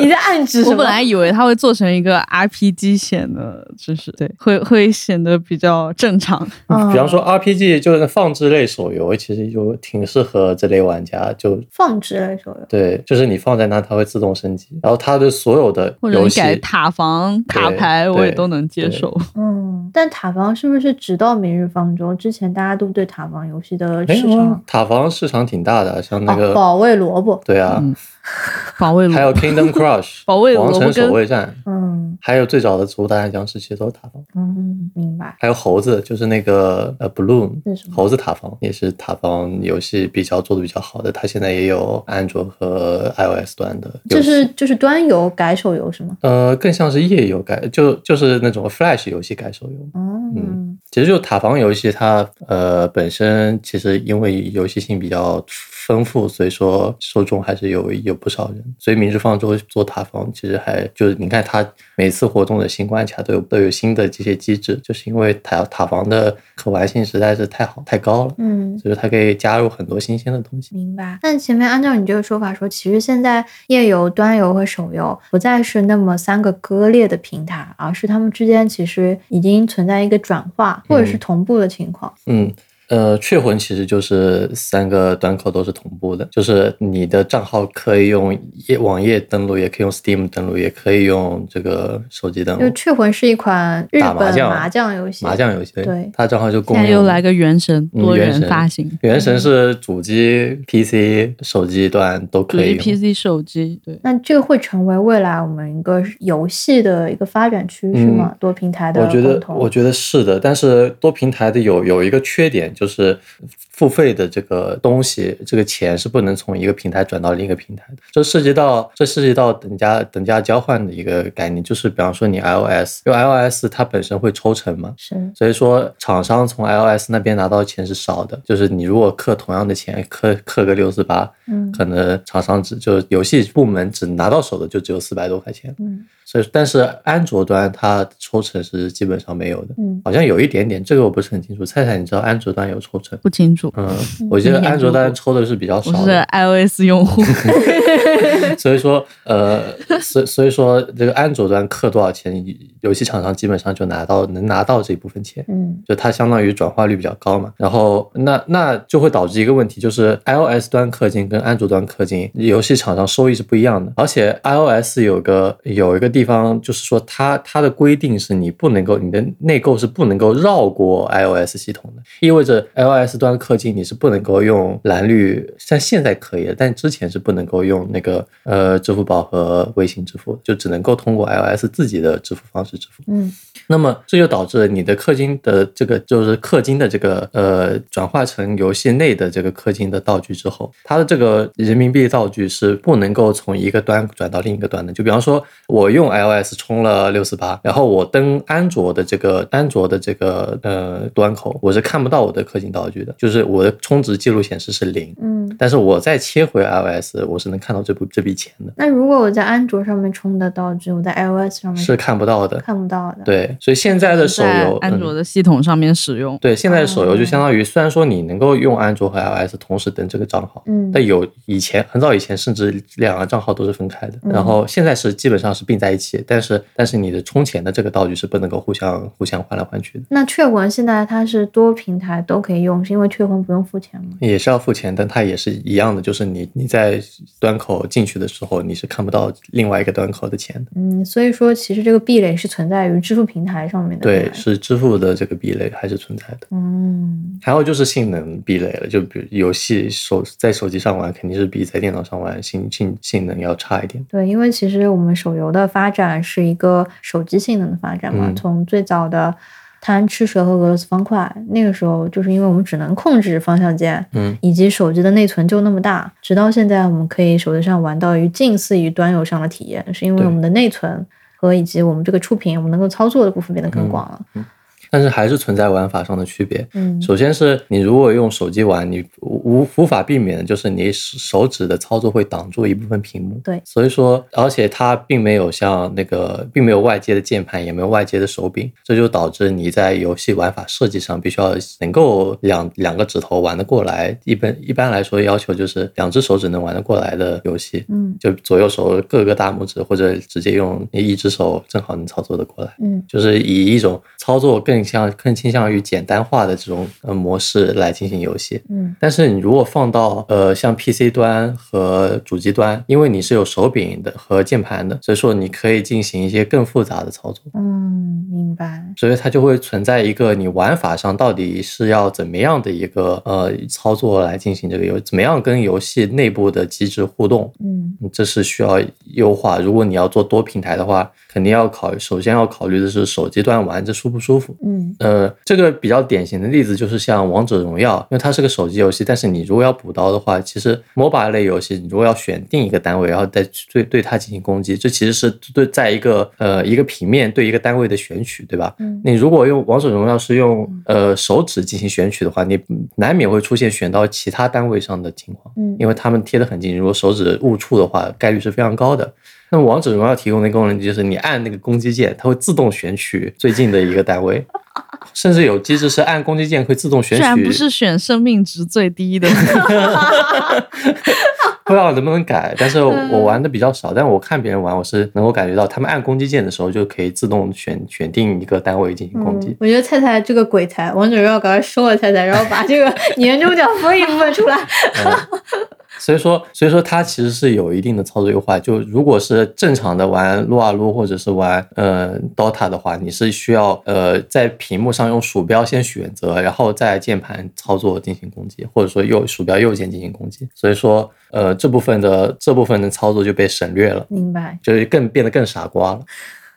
[SPEAKER 1] 你在暗指什
[SPEAKER 3] 我
[SPEAKER 1] 么？
[SPEAKER 3] 本来以为它会做成一个 RPG 显得，就是对，会会显得比较正常。
[SPEAKER 1] 嗯
[SPEAKER 2] 比方说 RPG 就是放置类手游，其实就挺适合这类玩家，就
[SPEAKER 1] 放置类手游，
[SPEAKER 2] 对，就是你放在那，它会自动升级，然后它的所有的
[SPEAKER 3] 或者
[SPEAKER 2] 游
[SPEAKER 3] 你
[SPEAKER 2] 戏
[SPEAKER 3] 改塔防、卡牌，
[SPEAKER 2] 对
[SPEAKER 3] 我也
[SPEAKER 2] 对
[SPEAKER 3] 都能接受。
[SPEAKER 1] 嗯，但塔防是不是直到明日方舟之前，大家都对塔防游戏的
[SPEAKER 2] 没
[SPEAKER 1] 市
[SPEAKER 2] 有啊
[SPEAKER 1] 场，
[SPEAKER 2] 塔防市场挺大的，像那
[SPEAKER 1] 哦
[SPEAKER 2] 个
[SPEAKER 1] 保卫萝卜，
[SPEAKER 2] 对啊，
[SPEAKER 3] 嗯保卫
[SPEAKER 2] 还有
[SPEAKER 3] 萝
[SPEAKER 2] Kingdom Crush
[SPEAKER 3] 保卫
[SPEAKER 2] 王
[SPEAKER 3] 萝
[SPEAKER 2] 城
[SPEAKER 3] 卜
[SPEAKER 2] 守
[SPEAKER 3] 根，
[SPEAKER 2] 卫战，
[SPEAKER 1] 嗯
[SPEAKER 2] 还有最早的《植物大战僵尸》其实都是塔防，
[SPEAKER 1] 嗯，明白。
[SPEAKER 2] 还有猴子，就是那个呃 Bloom
[SPEAKER 1] 是什么
[SPEAKER 2] 猴子塔防也是塔防游戏比较做的比较好的，它现在也有安卓和 iOS 端的游
[SPEAKER 1] 就
[SPEAKER 2] 戏，
[SPEAKER 1] 是就是端游改手游是吗？
[SPEAKER 2] 呃更像是页游改，就就是那种 Flash 游戏改手游。
[SPEAKER 1] 嗯，
[SPEAKER 2] 其实就塔防游戏它呃本身其实因为游戏性比较丰富，所以说受众还是有有不少人。所以明日方舟做塔防其实还就是你看它每次活动的新关卡都有都有新的这些机制，就是因为塔塔防的可玩性实在是太好太高了，
[SPEAKER 1] 嗯，
[SPEAKER 2] 所以说它可以加入很多新鲜的东西。
[SPEAKER 1] 明白。但前面按照你这个说法说，其实现在页游、端游和手游不再是那么三个割裂的平台，而是它们之间其实已经存在一个转化或者是同步的情况。
[SPEAKER 2] 嗯，呃，雀魂其实就是三个端口都是同步的，就是你的账号可以用页网页登录，也可以用 Steam 登录，也可以用这个手机登
[SPEAKER 4] 就
[SPEAKER 2] 录
[SPEAKER 4] 《雀魂》是一款日
[SPEAKER 2] 嗯打麻
[SPEAKER 4] 本
[SPEAKER 2] 将
[SPEAKER 4] 麻将游戏，
[SPEAKER 2] 麻将游戏。
[SPEAKER 4] 对
[SPEAKER 2] 它正好就
[SPEAKER 3] 现
[SPEAKER 2] 共
[SPEAKER 3] 在又
[SPEAKER 2] 用
[SPEAKER 3] 来个原神
[SPEAKER 2] 嗯
[SPEAKER 3] 多
[SPEAKER 2] 原
[SPEAKER 3] 元
[SPEAKER 2] 神
[SPEAKER 3] 发行，
[SPEAKER 2] 原神是主机、PC、手机端都
[SPEAKER 3] 主
[SPEAKER 2] 可
[SPEAKER 3] 机、
[SPEAKER 2] 以用。
[SPEAKER 3] PC、手机，对，
[SPEAKER 4] 那这个会成为未来我们一个游戏的一个发展趋势吗？多平台的
[SPEAKER 2] 嗯我觉
[SPEAKER 4] 共
[SPEAKER 2] 得，
[SPEAKER 4] 同，
[SPEAKER 2] 我觉得是的，但是多平台的有有一个缺点，就是付费的这个东西，这个钱是不能从一个平台转到另一个平台的。这涉及到这涉及到等价等价交换的一个概念，就是比方说你 iOS，因为 iOS 它本身会抽成嘛，
[SPEAKER 4] 是
[SPEAKER 2] 所以说厂商从 iOS 那边拿到钱是少的，就是你如果氪同样的钱，氪氪个六四八，
[SPEAKER 4] 嗯
[SPEAKER 2] 可能厂商只就游戏部门只拿到手的就只有四百多块钱，
[SPEAKER 4] 嗯
[SPEAKER 2] 所以但是安卓端它抽成是基本上没有的，
[SPEAKER 4] 嗯
[SPEAKER 2] 好像有一点点，这个我不是很清楚。菜菜，你知道安卓端有抽成？
[SPEAKER 3] 不清楚。
[SPEAKER 2] 嗯，我觉得安卓端抽的是比较
[SPEAKER 3] 我
[SPEAKER 2] 少
[SPEAKER 3] 是
[SPEAKER 2] 的，
[SPEAKER 3] iOS 用户，
[SPEAKER 2] 所以说，呃，所所以说这个安卓端氪多少钱，游戏厂商基本上就拿到能拿到这部分钱。
[SPEAKER 4] 嗯
[SPEAKER 2] 就它相当于转化率比较高嘛。然后那那就会导致一个问题，就是 iOS 端氪金跟安卓端氪金，游戏厂商收益是不一样的。而且 iOS 有个有一个地方，就是说它它的规定是你不能够你的内购是不能够绕过 iOS 系统的，意味着 iOS 端氪金你是不能够用蓝绿，像现在可以了，但之前是不能够用那个呃支付宝和微信支付，就只能够通过 iOS 自己的支付方式支付。
[SPEAKER 4] 嗯
[SPEAKER 2] 那么这就导致你的氪金的这个就是氪金的这个呃转化成游戏内的这个氪金的道具之后，它的这个人民币道具是不能够从一个端转到另一个端的。就比方说，我用 iOS 充了六四八，然后我登安卓的这个安卓的这个呃端口，我是看不到我的氪金道具的，就是我的充值记录显示是零，
[SPEAKER 4] 嗯。
[SPEAKER 2] 但是我再切回 iOS，我是能看到这部这笔钱的，
[SPEAKER 4] 那如果我在安卓上面充的道具，我在 iOS
[SPEAKER 1] 嗯
[SPEAKER 4] 上面
[SPEAKER 2] 是看不到的。
[SPEAKER 4] 看不到的。，
[SPEAKER 2] 对，所以现在的手
[SPEAKER 3] 在
[SPEAKER 2] 游，
[SPEAKER 3] 安
[SPEAKER 2] 嗯
[SPEAKER 3] 卓的系统上面使用。
[SPEAKER 2] 对，现在的手
[SPEAKER 4] 哦
[SPEAKER 2] 游就相当于，虽然说你能够用安卓和 iOS 同时登这个账号，
[SPEAKER 4] 嗯
[SPEAKER 2] 但有以前很早以前，甚至两个账号都是分开的，
[SPEAKER 4] 嗯
[SPEAKER 2] 然后现在是基本上是并在一起，但是但是你的充钱的这个道具是不能够互相互相换来换去的，
[SPEAKER 4] 那雀魂现在它是多平台都可以用，是因为雀魂不用付钱吗？
[SPEAKER 2] 也是要付钱，但它也是一样的，就是你你在端口进去的时候，你是看不到另外一个端口的钱的，
[SPEAKER 4] 嗯，所以说其实这个壁垒是存在于支付平台上面的。
[SPEAKER 2] 对，是支付的这个壁垒还是存在的。
[SPEAKER 4] 嗯，
[SPEAKER 2] 还有就是性能壁垒了，就比如游戏手在手机上玩肯定是比在电脑上玩性性性能要差一点。
[SPEAKER 4] 对，因为其实我们手游的发展是一个手机性能的发展嘛，
[SPEAKER 2] 嗯
[SPEAKER 4] 从最早的贪吃蛇和俄罗斯方块，那个时候就是因为我们只能控制方向键，
[SPEAKER 2] 嗯，
[SPEAKER 4] 以及手机的内存就那么大，直到现在我们可以手机上玩到于近似于端游上的体验，是因为
[SPEAKER 2] 对
[SPEAKER 4] 我们的内存和以及我们这个触屏，我们能够操作的部分变得更
[SPEAKER 2] 嗯
[SPEAKER 4] 广了。
[SPEAKER 2] 但是还是存在玩法上的区别。
[SPEAKER 4] 嗯
[SPEAKER 2] 首先是你如果用手机玩，你无无无法避免的就是你手手指的操作会挡住一部分屏幕。
[SPEAKER 4] 对
[SPEAKER 2] 所以说，而且它并没有像那个，并没有外接的键盘，也没有外接的手柄，这就导致你在游戏玩法设计上必须要能够两两个指头玩得过来。一般一般来说，要求就是两只手指能玩得过来的游戏，
[SPEAKER 4] 嗯
[SPEAKER 2] 就左右手各个大拇指，或者直接用你一只手正好能操作得过来。
[SPEAKER 4] 嗯，
[SPEAKER 2] 就是以一种操作更像、更倾向于简单化的这种呃模式来进行游戏。
[SPEAKER 4] 嗯，
[SPEAKER 2] 但是你如果放到呃像 PC 端和主机端，因为你是有手柄的和键盘的，所以说你可以进行一些更复杂的操作。
[SPEAKER 4] 嗯，明白。
[SPEAKER 2] 所以它就会存在一个你玩法上到底是要怎么样的一个呃操作来进行这个游，怎么样跟游戏内部的机制互动，
[SPEAKER 4] 嗯
[SPEAKER 2] 这是需要优化。如果你要做多平台的话，肯定要考，首先要考虑的是手机端玩着舒不舒服。
[SPEAKER 4] 嗯
[SPEAKER 2] 呃，这个比较典型的例子就是像王者荣耀，因为它是个手机游戏，但是你如果要补刀的话，其实 MOBA 类游戏，你如果要选定一个单位，然后再去对对它进行攻击，这其实是对在一个呃一个平面对一个单位的选取，对吧？
[SPEAKER 4] 嗯
[SPEAKER 2] 你如果用王者荣耀是用呃手指进行选取的话，你难免会出现选到其他单位上的情况。
[SPEAKER 4] 嗯
[SPEAKER 2] 因为他们贴得很近，如果手指误触的话，概率是非常高的。那么王者荣耀提供的功能就是，你按那个攻击键，它会自动选取最近的一个单位，甚至有机制是按攻击键会自动选
[SPEAKER 3] 虽然
[SPEAKER 2] 取。
[SPEAKER 3] 不是选生命值最低的，
[SPEAKER 2] 不知道能不能改，但是我玩的比较少，但我看别人玩，我是能够感觉到他们按攻击键的时候就可以自动选选定一个单位
[SPEAKER 4] 嗯
[SPEAKER 2] 进行攻击。
[SPEAKER 1] 我觉得菜菜这个鬼才，王者荣耀赶快收了菜菜，然后把这个 年终奖分一部分出来。
[SPEAKER 2] 嗯所以说，所以说它其实是有一定的操作优化。就如果是正常的玩撸啊撸或者是玩呃 DOTA 的话，你是需要呃在屏幕上用鼠标先选择，然后在键盘操作进行攻击，或者说右鼠标右键进行攻击。所以说，呃这部分的这部分的操作就被省略了，
[SPEAKER 1] 明白。
[SPEAKER 2] 就是更变得更傻瓜了。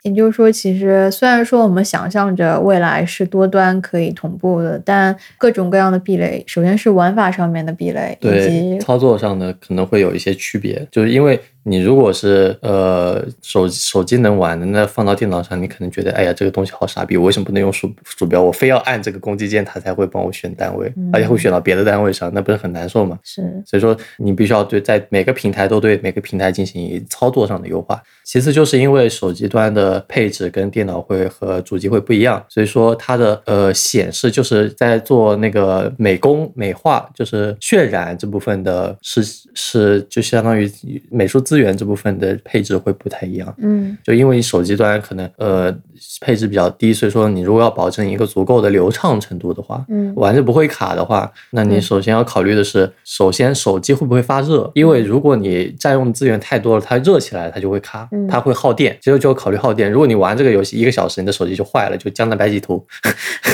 [SPEAKER 1] 也就是说，其实虽然说我们想象着未来是多端可以同步的，但各种各样的壁垒，首先是玩法上面的壁垒，以
[SPEAKER 2] 对
[SPEAKER 1] 及
[SPEAKER 2] 操作上的可能会有一些区别，就是因为你如果是呃手手机能玩的，那放到电脑上，你可能觉得哎呀这个东西好傻逼，我为什么不能用鼠鼠标？我非要按这个攻击键，它才会帮我选单位，
[SPEAKER 1] 嗯
[SPEAKER 2] 而且会选到别的单位上，那不是很难受吗？
[SPEAKER 1] 是
[SPEAKER 2] 所以说你必须要对在每个平台都对每个平台进行操作上的优化。其次就是因为手机端的配置跟电脑会和主机会不一样，所以说它的呃显示就是在做那个美工美化，就是渲染这部分的是是就相当于美术资源这部分的配置会不太一样。
[SPEAKER 1] 嗯
[SPEAKER 2] 就因为你手机端可能呃配置比较低，所以说你如果要保证一个足够的流畅程度的话，
[SPEAKER 1] 嗯
[SPEAKER 2] 玩着不会卡的话，那你
[SPEAKER 1] 嗯
[SPEAKER 2] 首先要考虑的是，首先手机会不会发热？因为如果你占用的资源太多了，它热起来它就会卡，
[SPEAKER 1] 嗯
[SPEAKER 2] 它会耗电，这就就要考虑耗电。如果你玩这个游戏一个小时，你的手机就坏了，就江南白吉图，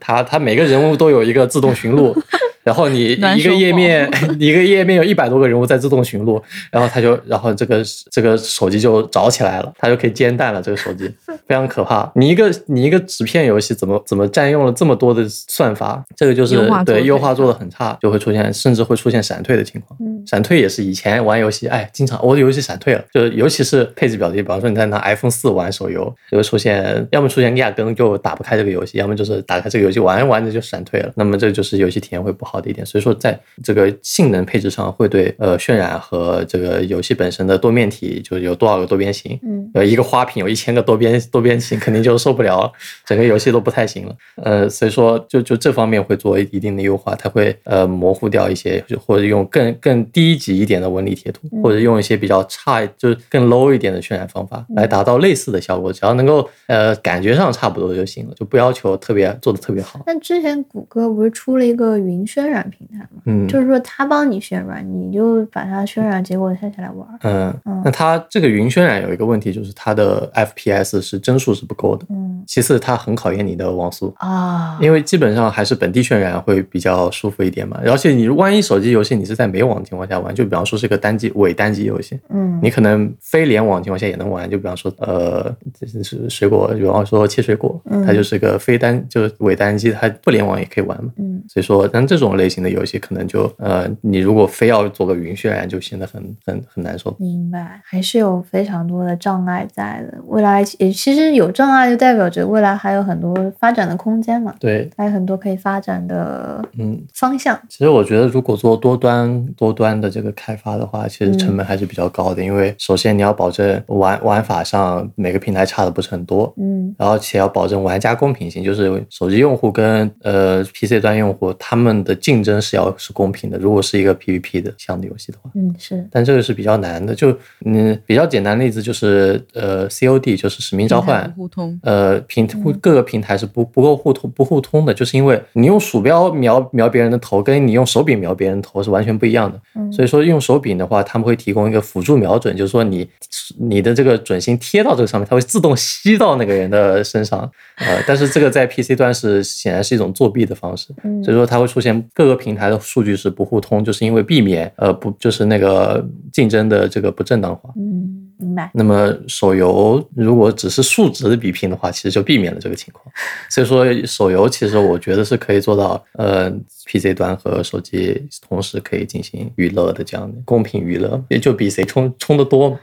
[SPEAKER 2] 它它每个人物都有一个自动寻 路。然后你
[SPEAKER 3] 暖
[SPEAKER 2] 一个
[SPEAKER 3] 手
[SPEAKER 2] 页
[SPEAKER 3] 宝
[SPEAKER 2] 面， 一个页面有一百多个人物在自动寻路，然后它就，然后这个这个手机就着起来了，它就可以煎蛋了。这个手机非常可怕。你一个你一个纸片游戏怎么怎么占用了这么多的算法？这个就是
[SPEAKER 3] 优化做得
[SPEAKER 2] 对
[SPEAKER 3] 很
[SPEAKER 2] 优化做的很差，就会出现甚至会出现闪退的情况。
[SPEAKER 1] 嗯
[SPEAKER 2] 闪退也是以前玩游戏，哎，经常我的游戏闪退了，就是尤其是配置比较低，比方说你在拿 iPhone 四玩手游，就会出现要么出现压根就打不开这个游戏，要么就是打开这个游戏玩着玩着就闪退了，那么这就是游戏体验会不好的一点。所以说，在这个性能配置上，会对呃渲染和这个游戏本身的多面体，就是有多少个多边形，
[SPEAKER 1] 嗯，
[SPEAKER 2] 呃，一个花瓶有一千个多边多边形，肯定就受不了了，整个游戏都不太行了。呃，所以说就就这方面会做一定的优化，它会呃模糊掉一些，就或者用更更低级一点的纹理贴图，
[SPEAKER 1] 嗯
[SPEAKER 2] 或者用一些比较差就是更 low 一点的渲染方法来达到类似的效果，只要能够呃感觉上差不多就行了，就不要求特别做的特别好。
[SPEAKER 1] 但之前谷歌不是出了一个云渲染平台吗？
[SPEAKER 2] 嗯，
[SPEAKER 1] 就是说他帮你渲染，你就把它渲染结果下下来玩儿。
[SPEAKER 2] 嗯，那它这个云渲染有一个问题，就是它的 FPS 是帧数是不够的。
[SPEAKER 1] 嗯
[SPEAKER 2] 其次，它很考验你的网速。
[SPEAKER 1] 啊，
[SPEAKER 2] 因为基本上还是本地渲染会比较舒服一点嘛。而且你万一手机游戏你是在没网的情况下玩，就比方说是个单机伪单机游戏，
[SPEAKER 1] 嗯
[SPEAKER 2] 你可能非联网的情况下也能玩。就比方说呃，就是水果，比方说切水果，它就是个非单就是伪单机，它不联网也可以玩嘛。
[SPEAKER 1] 嗯，
[SPEAKER 2] 所以说，但这种类型的游戏可能就呃，你如果非要做个云渲染，就显得很很很难受。
[SPEAKER 1] 明白，还是有非常多的障碍在的。未来也其实有障碍，就代表着未来还有很多发展的空间嘛，
[SPEAKER 2] 对，
[SPEAKER 1] 还有很多可以发展的
[SPEAKER 2] 嗯，
[SPEAKER 1] 方向。
[SPEAKER 2] 其实我觉得，如果做多端多端的这个开发的话，其实成本还是比较高的，因为首先你要保证玩玩法上每个平台差的不是很多，
[SPEAKER 1] 嗯
[SPEAKER 2] 然后且要保证玩家公平性，就是手机用户跟呃 PC 端用户他们的竞争是要是公平的。如果是一个 PVP 的项的游戏的话，
[SPEAKER 1] 嗯，是
[SPEAKER 2] 但这个是比较难的。就嗯，比较简单的例子就是呃 COD，就是使 命召
[SPEAKER 3] 平台
[SPEAKER 2] 唤
[SPEAKER 3] 不，互通，
[SPEAKER 2] 呃，平各个平台是不不够互通不互通的，就是因为你用鼠标瞄瞄别人的头，跟你用手柄瞄别人的头是完全不一样的。
[SPEAKER 1] 嗯
[SPEAKER 2] 所以说用手柄的话，他们会提供一个辅助瞄准，就是说你你的这个准心贴到这个上面，它会自动吸到那个人的身上。呃，但是这个在 PC 端是显然是一种作弊的方
[SPEAKER 1] 嗯
[SPEAKER 2] 式，所以说它会出现各个平台的数据是不互通，就是因为避免呃不就是那个竞争的这个不正当化。
[SPEAKER 1] 嗯，明白。
[SPEAKER 2] 那么手游如果只是数值的比拼的话，其实就避免了这个情况。所以说，手游其实我觉得是可以做到，呃，PC 端和手机同时可以进行娱乐的这样的公平娱乐，也就比谁充 充的多嘛，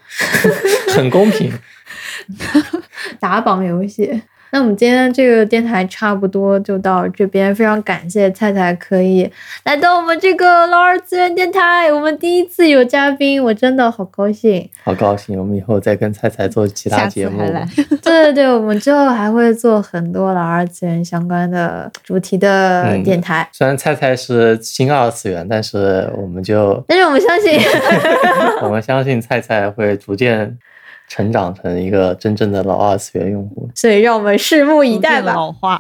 [SPEAKER 2] 很公平。
[SPEAKER 1] 打榜游戏，那我们今天这个电台差不多就到这边，非常感谢菜菜可以来到我们这个老二次元电台，我们第一次有嘉宾，我真的好高 兴。
[SPEAKER 2] 好高兴，我们以后再跟菜菜做其他
[SPEAKER 3] 下
[SPEAKER 2] 节
[SPEAKER 3] 次
[SPEAKER 2] 目
[SPEAKER 3] 还。来，
[SPEAKER 1] 对对对，我们之后还会做很多老二次元相关的主题的
[SPEAKER 2] 嗯
[SPEAKER 1] 电台，
[SPEAKER 2] 虽然菜菜是新二次元，但是我们 就
[SPEAKER 1] 但是我们相 信
[SPEAKER 2] 我们相信菜菜会逐渐成长成一个真正的老二次元用户。
[SPEAKER 1] 所以让我们拭目以待
[SPEAKER 3] 见
[SPEAKER 1] 吧。
[SPEAKER 3] 老化，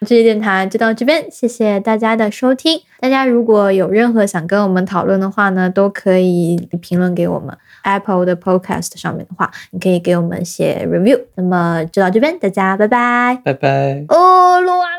[SPEAKER 1] 这期电台就到这边，谢谢大家的收听。大家如果有任何想跟我们讨论的话呢，都可以评论给我们。Apple 的 Podcast 上面的话，你可以给我们写 review。那么就到这边，大家拜拜。
[SPEAKER 2] 拜拜。
[SPEAKER 1] 哦，录完。